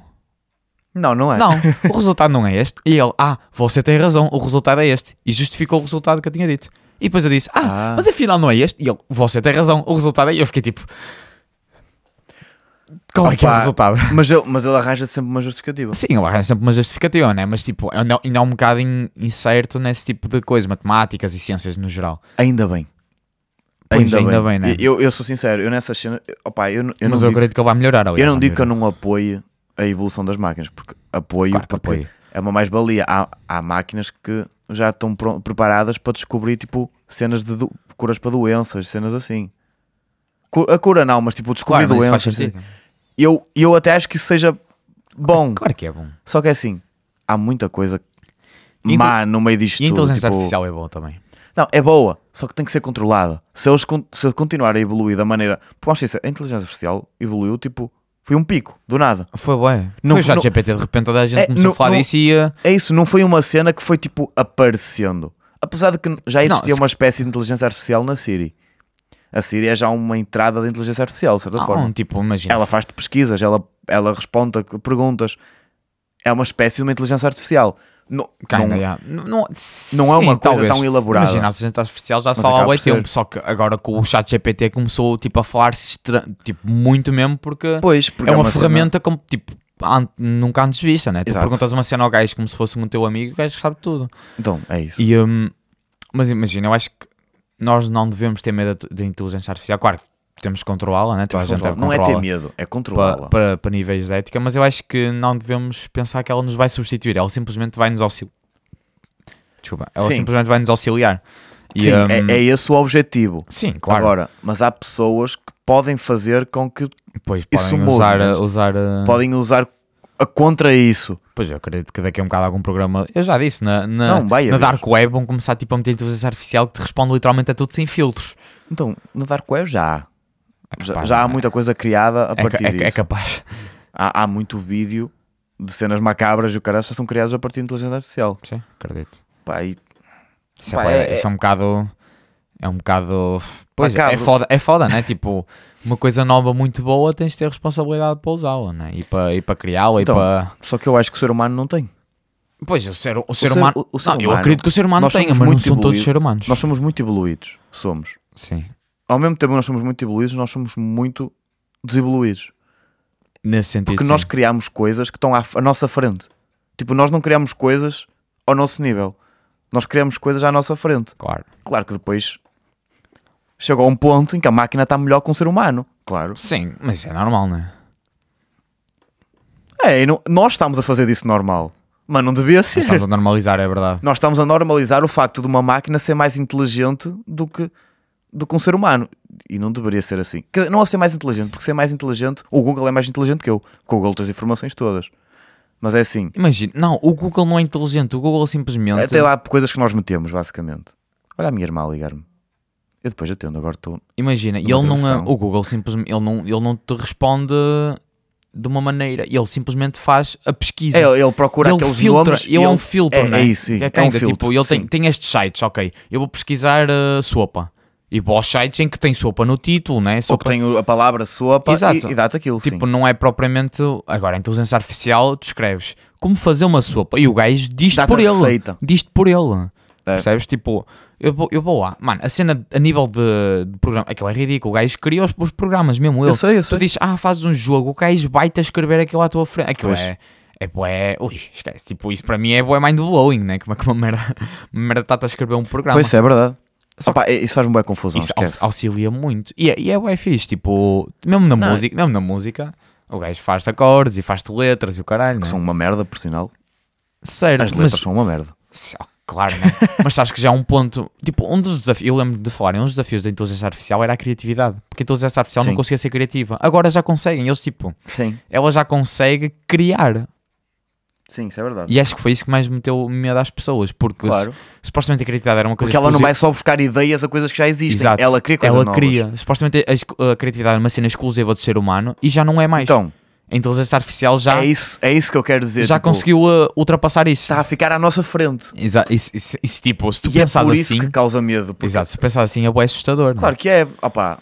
S2: Não, não é. *laughs*
S1: não, o resultado não é este. E ele, ah, você tem razão, o resultado é este. E justificou o resultado que eu tinha dito. E depois eu disse, ah,
S2: Ah.
S1: mas afinal não é este. E ele, você tem razão, o resultado é... E eu fiquei tipo... Qual é que é o
S2: Opa.
S1: resultado?
S2: Mas ele, mas ele arranja sempre uma justificativa.
S1: Sim, ele arranja é sempre uma justificativa, né? Mas tipo, ainda ainda é um bocado in- incerto nesse tipo de coisa, matemáticas e ciências no geral.
S2: Ainda bem.
S1: Pois, ainda bem, né?
S2: Eu, eu sou sincero, eu nessas cenas. Opa, eu, n- eu
S1: Mas
S2: não
S1: eu
S2: digo,
S1: acredito que ele vai melhorar.
S2: eu não digo que eu não apoie a evolução das máquinas, porque apoio,
S1: Claro que
S2: porque
S1: apoio.
S2: é uma mais-valia. Há, há máquinas que já estão pro- preparadas para descobrir tipo cenas de do- curas para doenças, cenas assim. Cu- A cura não, mas tipo descobrir
S1: Claro, mas isso faz
S2: doenças.
S1: sentido.
S2: eu, eu até acho que isso seja bom.
S1: Claro que é bom.
S2: Só que é assim, há muita coisa
S1: E
S2: má no meio disto
S1: E a
S2: tudo.
S1: inteligência
S2: Tipo,
S1: artificial é boa também.
S2: Não, é boa, só que tem que ser controlada. Se eles con- se continuar a evoluir da maneira. Pô, acho isso, a inteligência artificial evoluiu tipo. Foi um pico, do nada.
S1: Foi bem.
S2: Não-
S1: foi já
S2: não-
S1: de GPT, de repente toda a gente
S2: É,
S1: começou
S2: não-
S1: a falar
S2: não-
S1: disso e... uh,
S2: É isso, não foi uma cena que foi tipo aparecendo. Apesar de que já existia
S1: se-
S2: uma espécie de inteligência artificial na Siri. A Siri é já uma entrada da inteligência artificial, de certa forma.
S1: Não, tipo, imagina.
S2: Ela faz-te pesquisas, ela, ela responde a perguntas. É uma espécie de uma inteligência artificial. Não,
S1: Kinda,
S2: não-
S1: yeah. N- ah, não,
S2: não é
S1: sim,
S2: uma coisa
S1: talvez.
S2: tão elaborada.
S1: Imagina, a inteligência artificial já se
S2: Mas
S1: fala há
S2: acaba
S1: bué
S2: por ser.
S1: tempo, só que agora com o chat GPT começou tipo, a falar-se estra- tipo, muito mesmo porque...
S2: Pois, porque
S1: é uma,
S2: cena-
S1: ferramenta como tipo an- nunca antes vista, né? Tu
S2: Exato.
S1: perguntas uma cena ao gajo como se fosse um teu amigo, o gajo sabe tudo.
S2: Então, é isso.
S1: E, hum, mas imagina, eu acho que nós não devemos ter medo da- da inteligência artificial. Claro que temos que controlá-la, né? Toda a gente
S2: Controla.
S1: deve
S2: Não é ter
S1: controlá-la
S2: medo, é
S1: para,
S2: controlá-la.
S1: para, para níveis de ética, mas eu acho que não devemos pensar que ela nos vai substituir, ela simplesmente vai nos auxiliar. Desculpa, ela
S2: Sim.
S1: simplesmente vai nos auxiliar. E,
S2: Sim,
S1: hum,
S2: é, é esse o objetivo.
S1: sim, claro.
S2: Agora, mas há pessoas que podem fazer com que
S1: Depois
S2: isso
S1: podem
S2: muda,
S1: usar,
S2: né?
S1: usar, uh,
S2: podem usar a contra isso.
S1: Pois eu acredito que daqui a um bocado algum programa. Eu já disse, na, na,
S2: Não, vai
S1: na
S2: haver.
S1: Dark Web vão começar tipo, a meter inteligência artificial que te responde literalmente a tudo sem filtros.
S2: Então, no Dark Web já há.
S1: É
S2: Já,
S1: capaz,
S2: já há
S1: não é?
S2: muita coisa criada a
S1: É ca-
S2: partir
S1: é, ca-
S2: disso.
S1: é capaz. *laughs*
S2: há, há muito vídeo de cenas macabras e o cara já são criados a partir de inteligência artificial.
S1: Sim, acredito.
S2: Pá, e-
S1: Isso,
S2: Pá,
S1: é, bué-
S2: é-
S1: isso é um bocado. É um bocado. Pois é,
S2: Macabro.
S1: foda, é foda, né? tipo, uma coisa nova muito boa tens de ter responsabilidade para usá-la, né? E para, e para criá-la
S2: Então,
S1: e para.
S2: Só que eu acho que o ser humano não tem.
S1: Pois, o ser, o ser
S2: ser-
S1: humano.
S2: o- o ser
S1: Não, eu
S2: humano-
S1: acredito que o ser humano
S2: nós
S1: tenha,
S2: somos
S1: mas não
S2: muito
S1: são todos
S2: evoluídos.
S1: seres humanos.
S2: Nós somos muito evoluídos. Somos.
S1: Sim.
S2: Ao mesmo tempo, nós somos muito evoluídos, nós somos muito desevoluídos.
S1: Nesse sentido.
S2: Porque
S1: sim.
S2: nós criamos coisas que estão à, à nossa frente. Tipo, nós não criamos coisas ao nosso nível. Nós criamos coisas à nossa frente.
S1: Claro.
S2: Claro que depois chega a um ponto em que a máquina está melhor que um ser humano. Claro.
S1: Sim, mas isso é normal,
S2: *laughs*
S1: né?
S2: É, e não- nós estamos a fazer disso normal. Mas não devia
S1: Nós Estamos
S2: ser.
S1: a normalizar, é verdade.
S2: Nós estamos a normalizar o facto de uma máquina ser mais inteligente do que, do que um ser humano. E não deveria ser assim. Quer dizer, Não a ser mais inteligente, porque ser mais inteligente, o Google é mais inteligente que eu. Com o Google tem as informações todas. Mas é assim.
S1: Imagina, não, o Google não é inteligente, o Google simplesmente.
S2: Até lá coisas que nós metemos, basicamente. Olha a minha irmã a ligar-me. Eu depois atendo, agora estou.
S1: Imagina, e ele
S2: Uma
S1: não, é,
S2: gravação.
S1: o Google simplesmente ele não, ele não te responde de uma maneira, ele simplesmente faz a pesquisa.
S2: É, ele procura
S1: ele
S2: aqueles
S1: filtra,
S2: nomes.
S1: ele é um filtro,
S2: é,
S1: né?
S2: é isso, sim. É um
S1: kinda,
S2: filtro,
S1: tipo, ele tem,
S2: sim.
S1: tem estes sites, ok. Eu vou pesquisar eh, sopa. E vou aos sites em que tem sopa no título, né?
S2: Ou que
S1: Sopa,
S2: tem o- a palavra sopa
S1: Exato.
S2: e, e dá-te aquilo.
S1: tipo,
S2: sim.
S1: não é propriamente. Agora, a inteligência artificial, tu escreves como fazer uma sopa. E o gajo diz
S2: Dá-te
S1: por
S2: a
S1: ele.
S2: receita.
S1: Diz-te por ele.
S2: É.
S1: Percebes? Tipo, eu vou, eu vou lá. Mano, a cena a nível de, de programa. Aquilo é ridículo. O gajo cria os, os programas mesmo. Ele.
S2: Eu sei, eu
S1: Tu
S2: sei.
S1: dizes, ah, fazes um jogo, o gajo vai-te a escrever aquilo à tua frente. Aquilo
S2: Pois.
S1: é. É bué. Ui, esquece. Tipo, isso para mim é bué mind-blowing, né? Como é que uma merda. *laughs* Uma merda está-te a escrever um programa.
S2: Pois é, é verdade.
S1: Só
S2: Opa, isso faz-me bem confusão.
S1: isso
S2: esquece.
S1: aux- auxilia muito. E é, e é bué fixe. Tipo, mesmo na
S2: Não. é?
S1: música, mesmo na música, o gajo faz-te acordes e faz-te letras e o caralho, né?
S2: Que são uma merda, por sinal.
S1: Sério,
S2: As letras
S1: mas
S2: são uma merda.
S1: Sim, ó, Claro, né? *laughs* mas sabes que já há um ponto. Tipo, um dos desafios. Eu lembro de falar, um dos desafios da inteligência artificial era a criatividade. Porque a inteligência artificial não
S2: Sim.
S1: conseguia ser criativa. Agora já conseguem. Eles, tipo,
S2: Sim,
S1: ela já consegue criar.
S2: sim, isso é verdade.
S1: E acho que foi isso que mais meteu medo às pessoas. Porque
S2: Claro.
S1: se- supostamente a criatividade era uma coisa
S2: Porque ela não
S1: exclusiva-
S2: vai só buscar ideias a coisas que já existem.
S1: Exato.
S2: Ela cria coisas
S1: Ela
S2: novas.
S1: cria. Supostamente a, escu- a criatividade é uma cena exclusiva do ser humano e já não é mais.
S2: Então,
S1: a inteligência artificial já,
S2: é, isso, é isso que eu quero dizer.
S1: já
S2: tipo,
S1: conseguiu uh, ultrapassar isso.
S2: Está a ficar à nossa frente.
S1: Exa- isso, isso- isso, tipo, se tu
S2: E é
S1: pensares
S2: por isso
S1: assim.
S2: que causa medo. porque-
S1: Exato, se tu pensares assim é bué assustador. não é?
S2: Claro que é. Opa,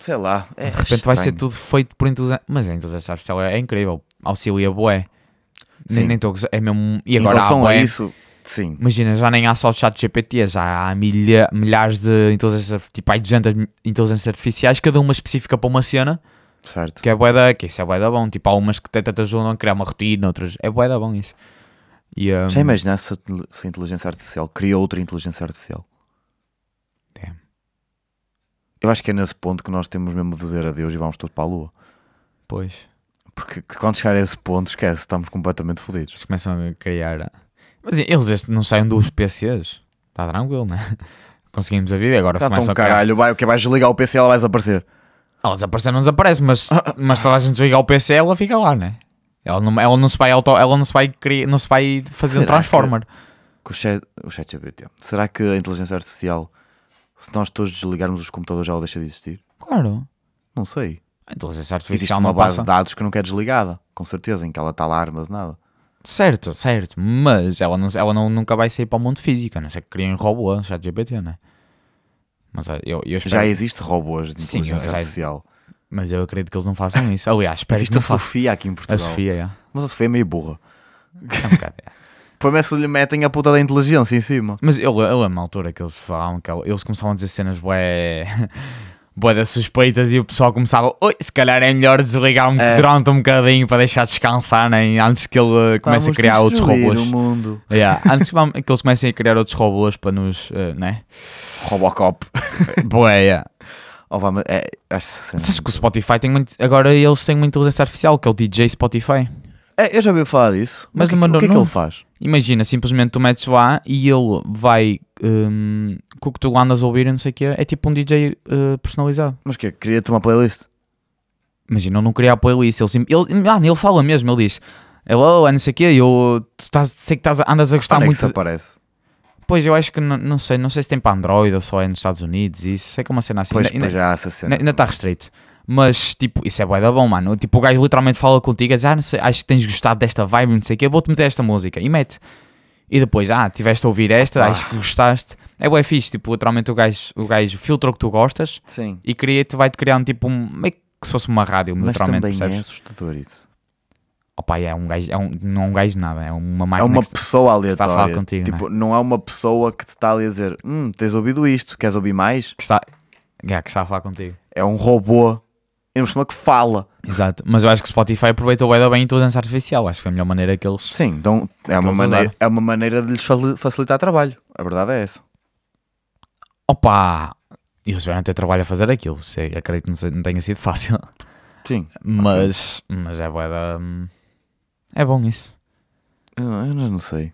S2: sei lá. É
S1: De repente vai ser tudo feito por inteligência. Mas a inteligência artificial é, é incrível. Auxilia boé. Nem
S2: Sim.
S1: nem estou a gozar, É mesmo. E
S2: Em
S1: agora há
S2: relação a
S1: bué.
S2: isso, sim.
S1: Imagina, já nem há só o chat GPT, já há milha- milhares de inteligências, tipo, há 200 mi- inteligências artificiais, cada uma específica para uma cena,
S2: Certo.
S1: que é bué da, que isso é bué da bom, tipo, há umas que até te ajudam a criar uma rotina, outras, é bué da bom isso. E, hum,
S2: Já imaginaste se a tel- se a inteligência artificial criou outra inteligência artificial?
S1: Damn.
S2: Eu acho que é nesse ponto que nós temos mesmo de dizer adeus e vamos todos para a lua.
S1: pois,
S2: Porque quando chegar a esse ponto, esquece, estamos completamente fodidos.
S1: eles começam a criar, mas eles este, não saem dos PCs, está tranquilo, né? *laughs* Conseguimos a vida, agora
S2: Está
S1: começam
S2: Tá tão
S1: a criar
S2: um caralho, vai, que é, vais ligar o PC e ela vai desaparecer.
S1: Ela desaparece, não desaparece,
S2: *coughs*
S1: mas, mas toda a gente liga ao PC, ela fica lá, né? Ela não, ela não se vai auto, ela não se vai criar, não se vai fazer um
S2: Será que-
S1: transformer.
S2: Com o chat, o chat GPT. Será que a inteligência artificial, se nós todos desligarmos os computadores, ela deixa de existir?
S1: Claro.
S2: Não sei.
S1: A inteligência
S2: Existe
S1: artificial
S2: uma
S1: não
S2: base
S1: passa.
S2: de dados que não quer desligada, com certeza, em que ela está lá armazenada.
S1: Certo, certo. Mas ela, não, ela não, nunca vai sair para o mundo físico, a não ser que criem um robô, chat GPT, né? Mas ah, eu, eu espero,
S2: Já é- existe robôs de
S1: Sim,
S2: inteligência
S1: eu sei.
S2: artificial.
S1: mas eu acredito que eles não façam isso. Aliás, espero que
S2: Existe
S1: não
S2: a
S1: façam.
S2: Sofia aqui em
S1: A
S2: Portugal.
S1: Sofia,
S2: *laughs*
S1: yeah.
S2: Mas a Sofia é meio burra.
S1: é um bocado, yeah.
S2: Para se lhe metem a puta da inteligência em cima.
S1: Mas eu, eu lembro na altura que eles falavam que ela- eles começavam a dizer cenas bué, *laughs* bué das suspeitas e o pessoal começava, oi, se calhar é melhor desligar-me
S2: É.
S1: durante um bocadinho para deixar descansar né? antes que ele eh, comece a
S2: Vamos
S1: criar outros
S2: destruir
S1: robôs.
S2: o mundo.
S1: Yeah, Antes que vam- que eles comecem a criar outros robôs para nos. eh, né?
S2: Robocop.
S1: Boé, yeah.
S2: Oh, vá, mas é, acho que-
S1: Sabes que o Spotify tem muito. Agora eles têm uma inteligência artificial que é o DJ Spotify.
S2: É, eu já ouvi falar disso.
S1: Mas
S2: Mas, o que-
S1: não mandou
S2: o que é que
S1: não.
S2: ele faz?
S1: Imagina, simplesmente tu metes lá e ele vai. hum, com o que tu andas a ouvir e não sei o que é tipo um DJ eh, personalizado.
S2: Mas o que Cria-te uma playlist?
S1: Tá Imagina, eu não queria a playlist. Ele, sim- ele, mano, ele fala mesmo, ele disse: Hello, é não sei o quê, eu tu estás, sei que estás, a- andas a gostar
S2: Onde é que
S1: muito.
S2: isso aparece?
S1: Pois eu acho que não, não sei, não sei se tem para Android ou só é nos Estados Unidos, isso sei que é uma cena assim.
S2: Pois,
S1: ainda,
S2: pois já há essa cena.
S1: ainda, ainda está restrito. Mas tipo, isso é bué da bom, mano. Tipo, o gajo literalmente fala contigo, a dizer, ah, não sei, acho que tens gostado desta vibe, não sei o quê, eu vou-te meter esta música e mete. E depois, ah, tiveste a ouvir esta,
S2: Ah.
S1: acho que gostaste. É bué fixe, tipo, literalmente o gajo, o gajo filtra o que tu gostas
S2: Sim.
S1: e cria-te, vai-te criar um tipo, um, meio que se fosse uma rádio,
S2: Mas
S1: literalmente,
S2: também é
S1: percebes?
S2: assustador isso.
S1: Opa, é um gajo, é um, não é um gajo de nada, é uma
S2: É
S1: máquina
S2: uma
S1: que se-
S2: pessoa
S1: que está a
S2: aleatória.
S1: falar contigo, né?
S2: tipo, não é uma pessoa que te está ali a dizer hum, tens ouvido isto, queres ouvir mais?
S1: que está, yeah, que está a falar contigo.
S2: É um robô. É uma pessoa que fala.
S1: Exato, mas eu acho que o Spotify aproveitou bué da bem a inteligência artificial, acho que é a melhor maneira que eles...
S2: Sim, então é
S1: Estou
S2: uma,
S1: a
S2: maneira,
S1: usar.
S2: é uma maneira de lhes fali- facilitar trabalho. A verdade é essa.
S1: Opa! E eles tiveram ter trabalho a fazer aquilo, sei- acredito que não, se- não tenha sido
S2: *laughs*
S1: fácil.
S2: Sim.
S1: Mas, mas é bué da... É bom isso.
S2: Eu, eu
S1: *laughs*
S2: não sei.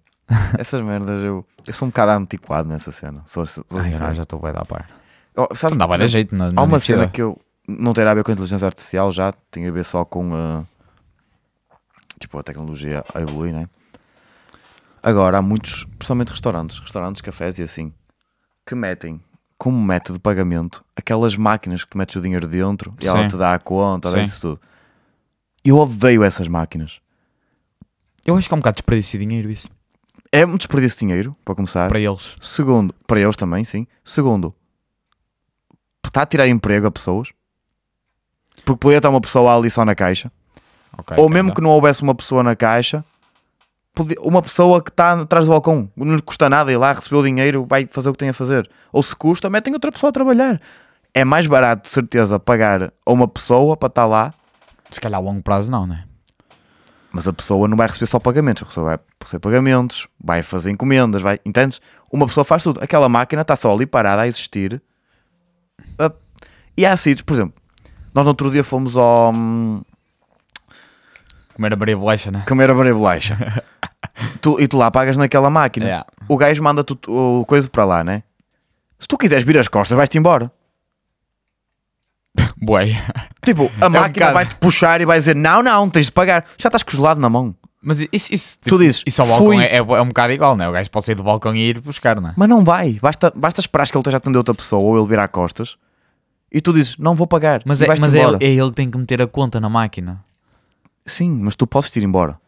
S2: Essas merdas eu. Eu sou um bocado antiquado nessa cena. Sou, sou
S1: Ai,
S2: sincero.
S1: eu já estou bué da par.
S2: Oh, sabe-
S1: Ah, é Não é dá bué da jeito na, na
S2: Há uma
S1: universidade.
S2: cena que eu não tem nada a ver com a inteligência artificial, já tem a ver só com a tipo a tecnologia a evoluir, né? Agora há muitos, principalmente restaurantes, restaurantes, cafés e assim, que metem como método de pagamento aquelas máquinas que tu metes o dinheiro dentro e ela
S1: Sim.
S2: te dá a conta, dá
S1: Sim.
S2: isso tudo. Eu odeio essas máquinas.
S1: Eu acho que é um bocado desperdício de dinheiro isso.
S2: É um desperdício de dinheiro, para começar.
S1: Para eles.
S2: Segundo, para eles também, sim. Segundo, está a tirar emprego a pessoas. Porque podia estar uma pessoa ali só na caixa.
S1: Ok,
S2: Ou
S1: ok,
S2: mesmo
S1: tá.
S2: que não houvesse uma pessoa na caixa, podia- uma pessoa que está atrás do balcão, não lhe custa nada ir lá, recebeu o dinheiro, vai fazer o que tem a fazer. Ou se custa, metem outra pessoa a trabalhar. É mais barato, de certeza, pagar a uma pessoa para estar lá,
S1: Se calhar a longo prazo não, né?
S2: mas a pessoa não vai receber só pagamentos, a pessoa vai receber pagamentos, vai fazer encomendas, vai. Entendes? Uma pessoa faz tudo. Aquela máquina está só ali parada a existir. Ah, E há sítios, por exemplo, nós no outro dia fomos ao. hum,
S1: Comer a Maria Bolacha, né?
S2: comer a
S1: *laughs*
S2: Maria Bolacha. Tu- e tu lá pagas naquela máquina.
S1: Yeah.
S2: O gajo manda-te o- o coisa para lá, né? Se tu quiseres vir as costas, vais-te embora.
S1: Bué. *laughs*
S2: Tipo, a
S1: É
S2: máquina
S1: um bocado.
S2: vai-te puxar e vai dizer: Não, não, tens de pagar. Já estás com o gelado na mão.
S1: Mas isso, isso, tipo,
S2: Tu dizes,
S1: isso ao balcão
S2: fui.
S1: é, é, é um bocado igual, né? O gajo pode sair do balcão e ir buscar, né?
S2: Mas não vai. Basta, basta esperar que ele esteja a atender outra pessoa ou ele virar costas. E tu dizes: Não vou pagar.
S1: Mas,
S2: e
S1: é,
S2: vais-te
S1: mas é,
S2: embora.
S1: é ele que tem que meter a conta na máquina.
S2: Sim, mas tu podes te ir embora.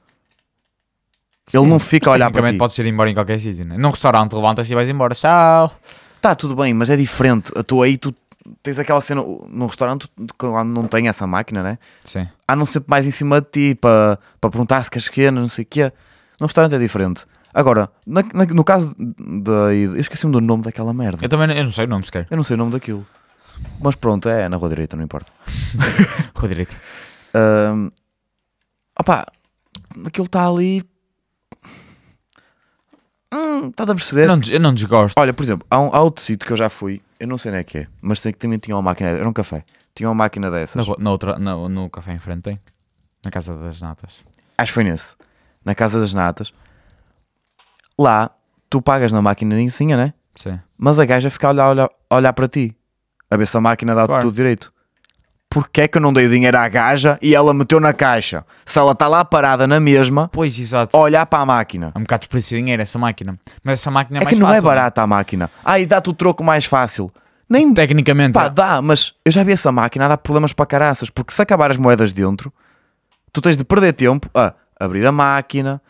S2: Ele não fica a
S1: Mas
S2: olhar para
S1: tecnicamente
S2: ti.
S1: podes ir embora em qualquer sítio, né? Num restaurante levantas e vais embora. Tchau!
S2: Tá, tudo bem, mas é diferente. A tua aí, tu tens aquela cena. Num restaurante, tu- quando não tem essa máquina, né?
S1: Sim.
S2: andam sempre mais em cima de ti para, para perguntar se queres que não sei o quê. No restaurante é diferente. Agora, na- na- no caso da. Eu esqueci-me do nome daquela merda.
S1: Eu também não- eu não sei o nome sequer.
S2: Eu não sei o nome daquilo. Mas pronto, é na rua direita, não importa.
S1: Rua direito.
S2: Ahm, opá, aquilo está ali. Hum, Estás a perceber?
S1: Eu não, des- eu não desgosto.
S2: Olha, por exemplo, há, um, há outro sítio que eu já fui, eu não sei onde é que é, mas sei que também tinha uma máquina. Era um café. Tinha uma máquina
S1: Na,
S2: dessas.
S1: rua- na outra, na- no café em frente tem. Na casa das natas.
S2: Acho que foi nesse. Na Casa das Natas. Lá, tu pagas na máquina de ensinha, né?
S1: Sim.
S2: Mas a gaja fica a olhar, olhar, olhar para ti. A ver se a máquina dá
S1: Claro.
S2: tudo direito. Porquê é que eu não dei dinheiro à gaja e ela meteu na caixa? Se ela está lá parada na mesma,
S1: Pois, exato.
S2: a olhar para a máquina.
S1: É um bocado desperdício de dinheiro essa máquina. Mas essa máquina é,
S2: É que
S1: mais
S2: não é
S1: fácil.
S2: barata a máquina. Ah, e dá-te o troco mais fácil. Nem
S1: Tecnicamente. é.
S2: Pá, dá, mas eu já vi essa máquina a dar problemas para caraças, porque se acabar as moedas dentro, tu tens de perder tempo a abrir a máquina,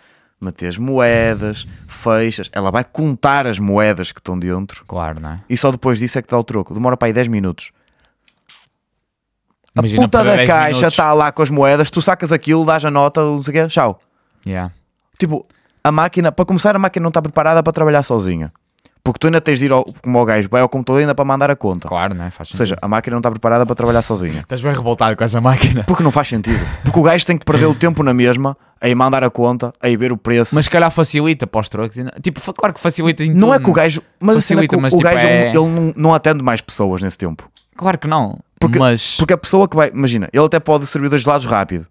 S2: meter as moedas, fechas, ela vai contar as moedas que estão dentro
S1: Claro, não é?
S2: e só depois disso é que dá o troco. Demora para aí 10 minutos. A
S1: Imagina
S2: puta
S1: perder
S2: da
S1: 10
S2: caixa tá.
S1: minutos.
S2: está lá com as moedas, tu sacas aquilo, dás a nota, não sei o quê, tchau.
S1: Yeah.
S2: Tipo, a máquina, para começar, a máquina não está preparada para trabalhar sozinha. Porque tu ainda tens de ir ao, como o gajo, vai ao computador ainda para mandar a conta.
S1: Claro, não é? Faz
S2: Tá. Ou
S1: sentido.
S2: seja, a máquina não está preparada para trabalhar sozinha.
S1: Estás bem revoltado com essa máquina.
S2: Porque não faz sentido. Porque o gajo tem que perder o tempo na mesma, aí mandar a conta, aí ver o preço.
S1: Mas se calhar facilita para os trocos. e não- Tipo, fa- claro que facilita em
S2: não
S1: tudo,
S2: é que o gajo. Mas, a cena é que
S1: Facilita,
S2: o,
S1: mas,
S2: o
S1: tipo,
S2: gajo
S1: é-
S2: ele não, não atende mais pessoas nesse tempo.
S1: Claro que não.
S2: Porque-
S1: mas
S2: Porque a pessoa que vai. Imagina, ele até pode servir dois lados rápido.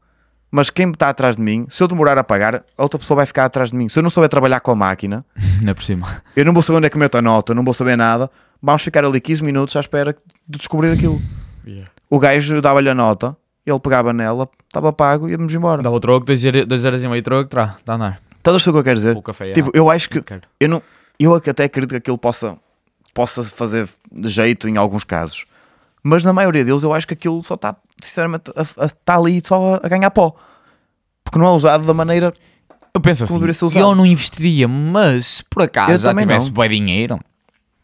S2: Mas quem está atrás de mim, se eu demorar a pagar, a outra pessoa vai ficar atrás de mim. Se eu não souber trabalhar com a máquina,
S1: ainda por cima.
S2: eu não vou saber onde é que eu meto a nota, eu não vou saber nada. Vamos ficar ali 15 minutos à espera de descobrir aquilo. O gajo dava-lhe a nota, ele pegava nela, estava pago e íamos embora.
S1: *laughs* Dá o troco, 2 horas e meio troco, tá, tá a andar.
S2: Estás a perceber o que eu quero dizer?
S1: O café. ah,
S2: Tipo, eu acho que
S1: Quero.
S2: eu não, eu ac- até acredito que aquilo possa possa fazer de jeito em alguns casos, mas na maioria deles eu acho que aquilo só tá, está tá sinceramente a- a- está ali só a, a ganhar pó porque não é usado da maneira
S1: Eu penso assim,
S2: deveria ser
S1: eu
S2: usado.
S1: não investiria, mas se por acaso
S2: Eu
S1: já
S2: também
S1: tivesse
S2: não.
S1: bem dinheiro,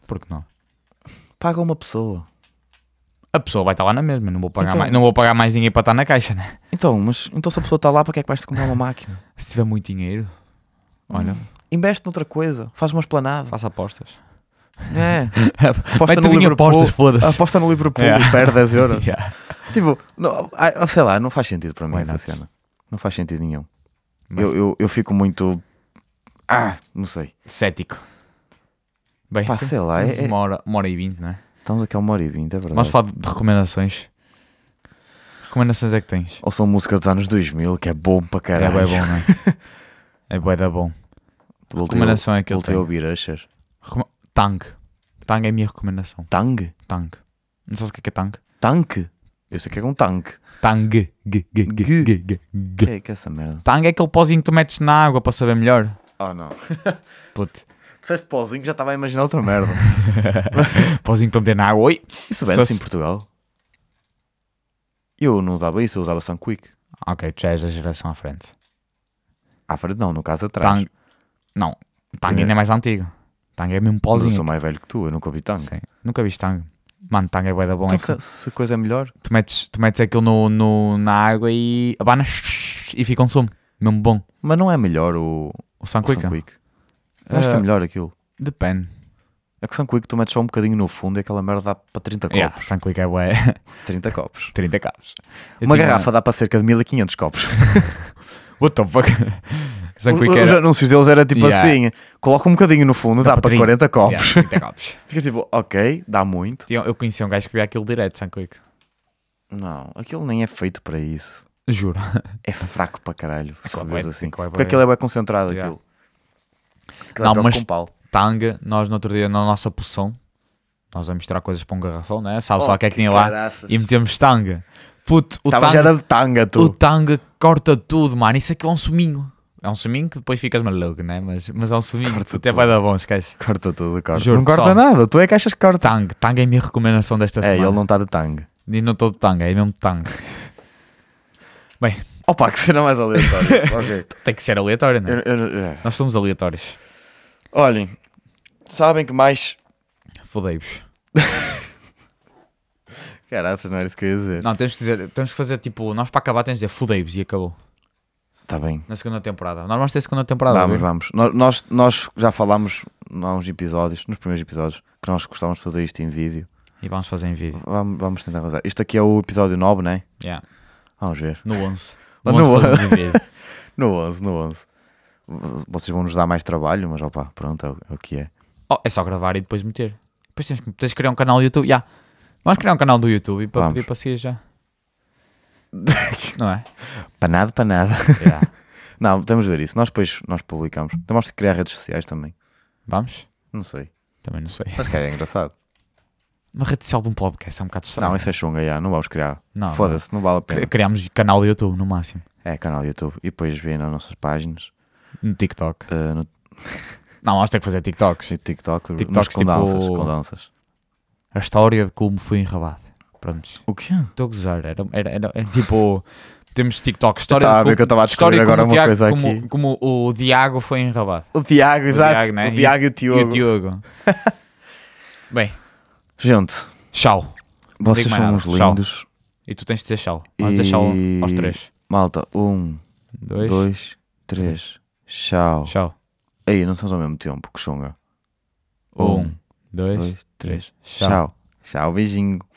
S1: porque não?
S2: Paga uma pessoa.
S1: A pessoa vai estar lá na mesma, não vou pagar,
S2: Então-
S1: mais, não vou pagar mais dinheiro para estar na caixa, né? *laughs*
S2: Então, mas então se a pessoa está lá, para que é que vais-te comprar uma máquina?
S1: Se tiver muito dinheiro, olha,
S2: Investe noutra coisa, faz uma esplanada.
S1: faça apostas. *laughs*
S2: É.
S1: vai
S2: Aposta
S1: tudo em
S2: Liverpool.
S1: apostas, foda-se. É.
S2: Aposta no Liverpool
S1: Yeah.
S2: e perde 10
S1: *laughs*
S2: euros.
S1: Yeah.
S2: tipo, não, ah, sei lá, não faz sentido para mim
S1: Why
S2: essa
S1: not?
S2: cena. Não faz sentido nenhum.
S1: Mas-
S2: Eu, eu, eu fico muito. Ah, não sei.
S1: Cético. Bem,
S2: Pá,
S1: então,
S2: sei lá.
S1: temos
S2: é- é-
S1: uma, hora, uma hora e vinte, não é?
S2: Estamos aqui a uma hora e vinte, é verdade.
S1: Vamos falar de recomendações. Recomendações é que tens?
S2: Ou são música dos anos 2000, que é bom para
S1: É
S2: caralho.
S1: bem bom, não é? *laughs* É bem da bom.
S2: *laughs* Voltei a-
S1: Recomendação é que eu
S2: Voltei a
S1: tenho.
S2: ouvir Usher.
S1: Recom- Tang. Tang é a minha recomendação.
S2: Tang?
S1: Tang. Não sabes o que é, que é Tang?
S2: Tanque? Eu sei que é um tanque.
S1: Tang. G, g, g, g, g, g,
S2: Que
S1: g.
S2: é, que é essa merda?
S1: Tang é aquele pozinho que tu metes na água para saber melhor.
S2: Oh não.
S1: Puto.
S2: Disseste pauzinho, já estava a imaginar outra merda.
S1: *laughs* Pozinho para meter na água. Oi.
S2: Isso
S1: Só
S2: vende-se
S1: se-
S2: em Portugal? Eu não usava isso, eu usava Sunquick.
S1: Ok, tu já és da geração à frente.
S2: À frente não, no caso atrás.
S1: Tang. Não. Tang
S2: Primeiro.
S1: ainda é mais antigo. Tang é mesmo
S2: Mas eu
S1: pozinho.
S2: sou mais velho que tu, eu nunca vi Tang.
S1: Sim. Nunca viste Tang. Mano, Tang é bué da bom.
S2: Então
S1: é que
S2: se, se a coisa é melhor,
S1: tu, metes, tu metes aquilo no, no- na água e abanas e fica um sumo. Mesmo bom.
S2: mas não é melhor o,
S1: O
S2: o
S1: Sanquica.
S2: Sunquick. Eu Acho que é
S1: Ah.
S2: melhor aquilo.
S1: Depende.
S2: É que Sunquick tu metes só um bocadinho no fundo e aquela merda dá para 30 copos.
S1: Yeah, Sanquica é bué. *laughs*
S2: 30 copos.
S1: 30 cabos. Eu
S2: Uma
S1: tinha-
S2: garrafa dá para cerca de 1500 copos.
S1: What the *laughs* fuck? é- Sanquica
S2: *laughs* Os anúncios deles era tipo
S1: Yeah.
S2: assim: coloca um bocadinho no fundo, dá,
S1: para
S2: para
S1: 30.
S2: 40 copos.
S1: Yeah, 30 *laughs* cabos.
S2: *laughs* Fica tipo, ok, dá muito.
S1: Tinha- Eu conhecia um gajo que via aquilo direto, Sanquica.
S2: Não, aquilo nem é feito para isso.
S1: Juro. *laughs*
S2: É fraco para caralho. Se
S1: Aquilo é
S2: fores
S1: bué-
S2: assim.
S1: aquilo é bué-
S2: Porque aquilo é bem concentrado.
S1: Yeah.
S2: Aquilo. Aquilo é
S1: Não,
S2: bué
S1: mas-
S2: com pau.
S1: Tanga, nós no outro dia, na nossa poção, nós vamos tirar coisas para um garrafão, né? Sabes lá o que é que tinha lá? E metemos tanga. Puto, o
S2: Estavas
S1: tanga,
S2: era de tanga, tu.
S1: o tanga corta tudo, mano. Isso aqui é um suminho. É um suminho que depois ficas maluco, né? Mas, mas é um suminho.
S2: Corta
S1: Até
S2: tudo.
S1: vai dar bom, esquece.
S2: Corta tudo, corta.
S1: Juro,
S2: não
S1: pessoal.
S2: corta nada, tu é que achas que corta.
S1: Tanga, tanga é a minha recomendação desta
S2: É, ele
S1: semana.
S2: não está de tanga.
S1: E não estou de tanga, é mesmo de tanga.
S2: Opa, que será
S1: *laughs*
S2: mais aleatório. Ok.
S1: *laughs* Tem que ser aleatório, né?
S2: Eu- eu- é.
S1: Nós somos aleatórios.
S2: Olhem, sabem que mais.
S1: Fodei-vos.
S2: Caraças, não era isso que eu ia dizer.
S1: Não, temos que dizer, temos que fazer tipo, nós para acabar temos que dizer fodei-vos e acabou.
S2: Está Tá bem.
S1: Na segunda temporada. Nós vamos ter segunda temporada.
S2: Vamos,
S1: viu?
S2: vamos. Nó- Nós, nós já falámos há uns episódios, nos primeiros episódios, que nós gostávamos de fazer isto em vídeo.
S1: E vamos fazer em vídeo.
S2: Vamos, vamos tentar fazer. Isto aqui é o episódio 9, não é?
S1: Yeah.
S2: Vamos ver.
S1: No 11.
S2: Ah,
S1: No 11
S2: *laughs* no
S1: fazemos em vídeo.
S2: No 11, no 11. Vocês vão nos dar mais trabalho, mas opá, pronto, é o- é o que é.
S1: Oh, é só gravar e depois meter. Depois tens, que- tens de criar um canal do YouTube. Já. Vamos criar um canal do YouTube para
S2: Vamos.
S1: pedir para
S2: *laughs*
S1: seguir já. Não é?
S2: Para nada, para nada. *laughs*
S1: Já.
S2: Não, temos de ver isso. Nós depois nós publicamos. Temos de criar redes sociais também.
S1: Vamos?
S2: Não sei.
S1: Também não sei.
S2: Mas que é engraçado.
S1: Uma rede social de um podcast é um bocado estranho.
S2: *laughs* Não, isso é chunga, já. Não vamos criar.
S1: Não,
S2: Foda-se, não vale a
S1: Cri-
S2: pena.
S1: Criámos canal do YouTube no máximo.
S2: É canal YouTube. E depois vê nas nossas páginas,
S1: No TikTok.
S2: eh, no
S1: Não, nós temos que fazer TikToks.
S2: TikTok,
S1: TikToks,
S2: mas com
S1: tipo-
S2: danças, com danças.
S1: A história de como fui enrabado. Pronto.
S2: O quê?
S1: Estou a gozar, era, era, era- era tipo. Temos TikTok, história
S2: Estava tá a
S1: de
S2: ver que eu estava a descobrir
S1: história como, o
S2: agora uma
S1: Tiago-
S2: coisa
S1: como-
S2: aqui.
S1: como o Diago foi enrabado.
S2: O Tiago, exato.
S1: Tiago, né?
S2: O Tiago
S1: E
S2: e o
S1: o
S2: Tiago.
S1: Diogo. Bem,
S2: Gente,
S1: tchau.
S2: vocês
S1: digo mais
S2: são
S1: nada.
S2: uns
S1: Tchau.
S2: lindos.
S1: E tu tens de dizer tchau. Vamos
S2: E-
S1: dizer tchau aos três.
S2: Malta, um,
S1: Dois.
S2: dois, três. Tchau.
S1: Tchau.
S2: Aí, não somos ao mesmo tempo, que chunga.
S1: Um, dois,
S2: dois,
S1: três. Tchau.
S2: Tchau. Tchau, beijinho.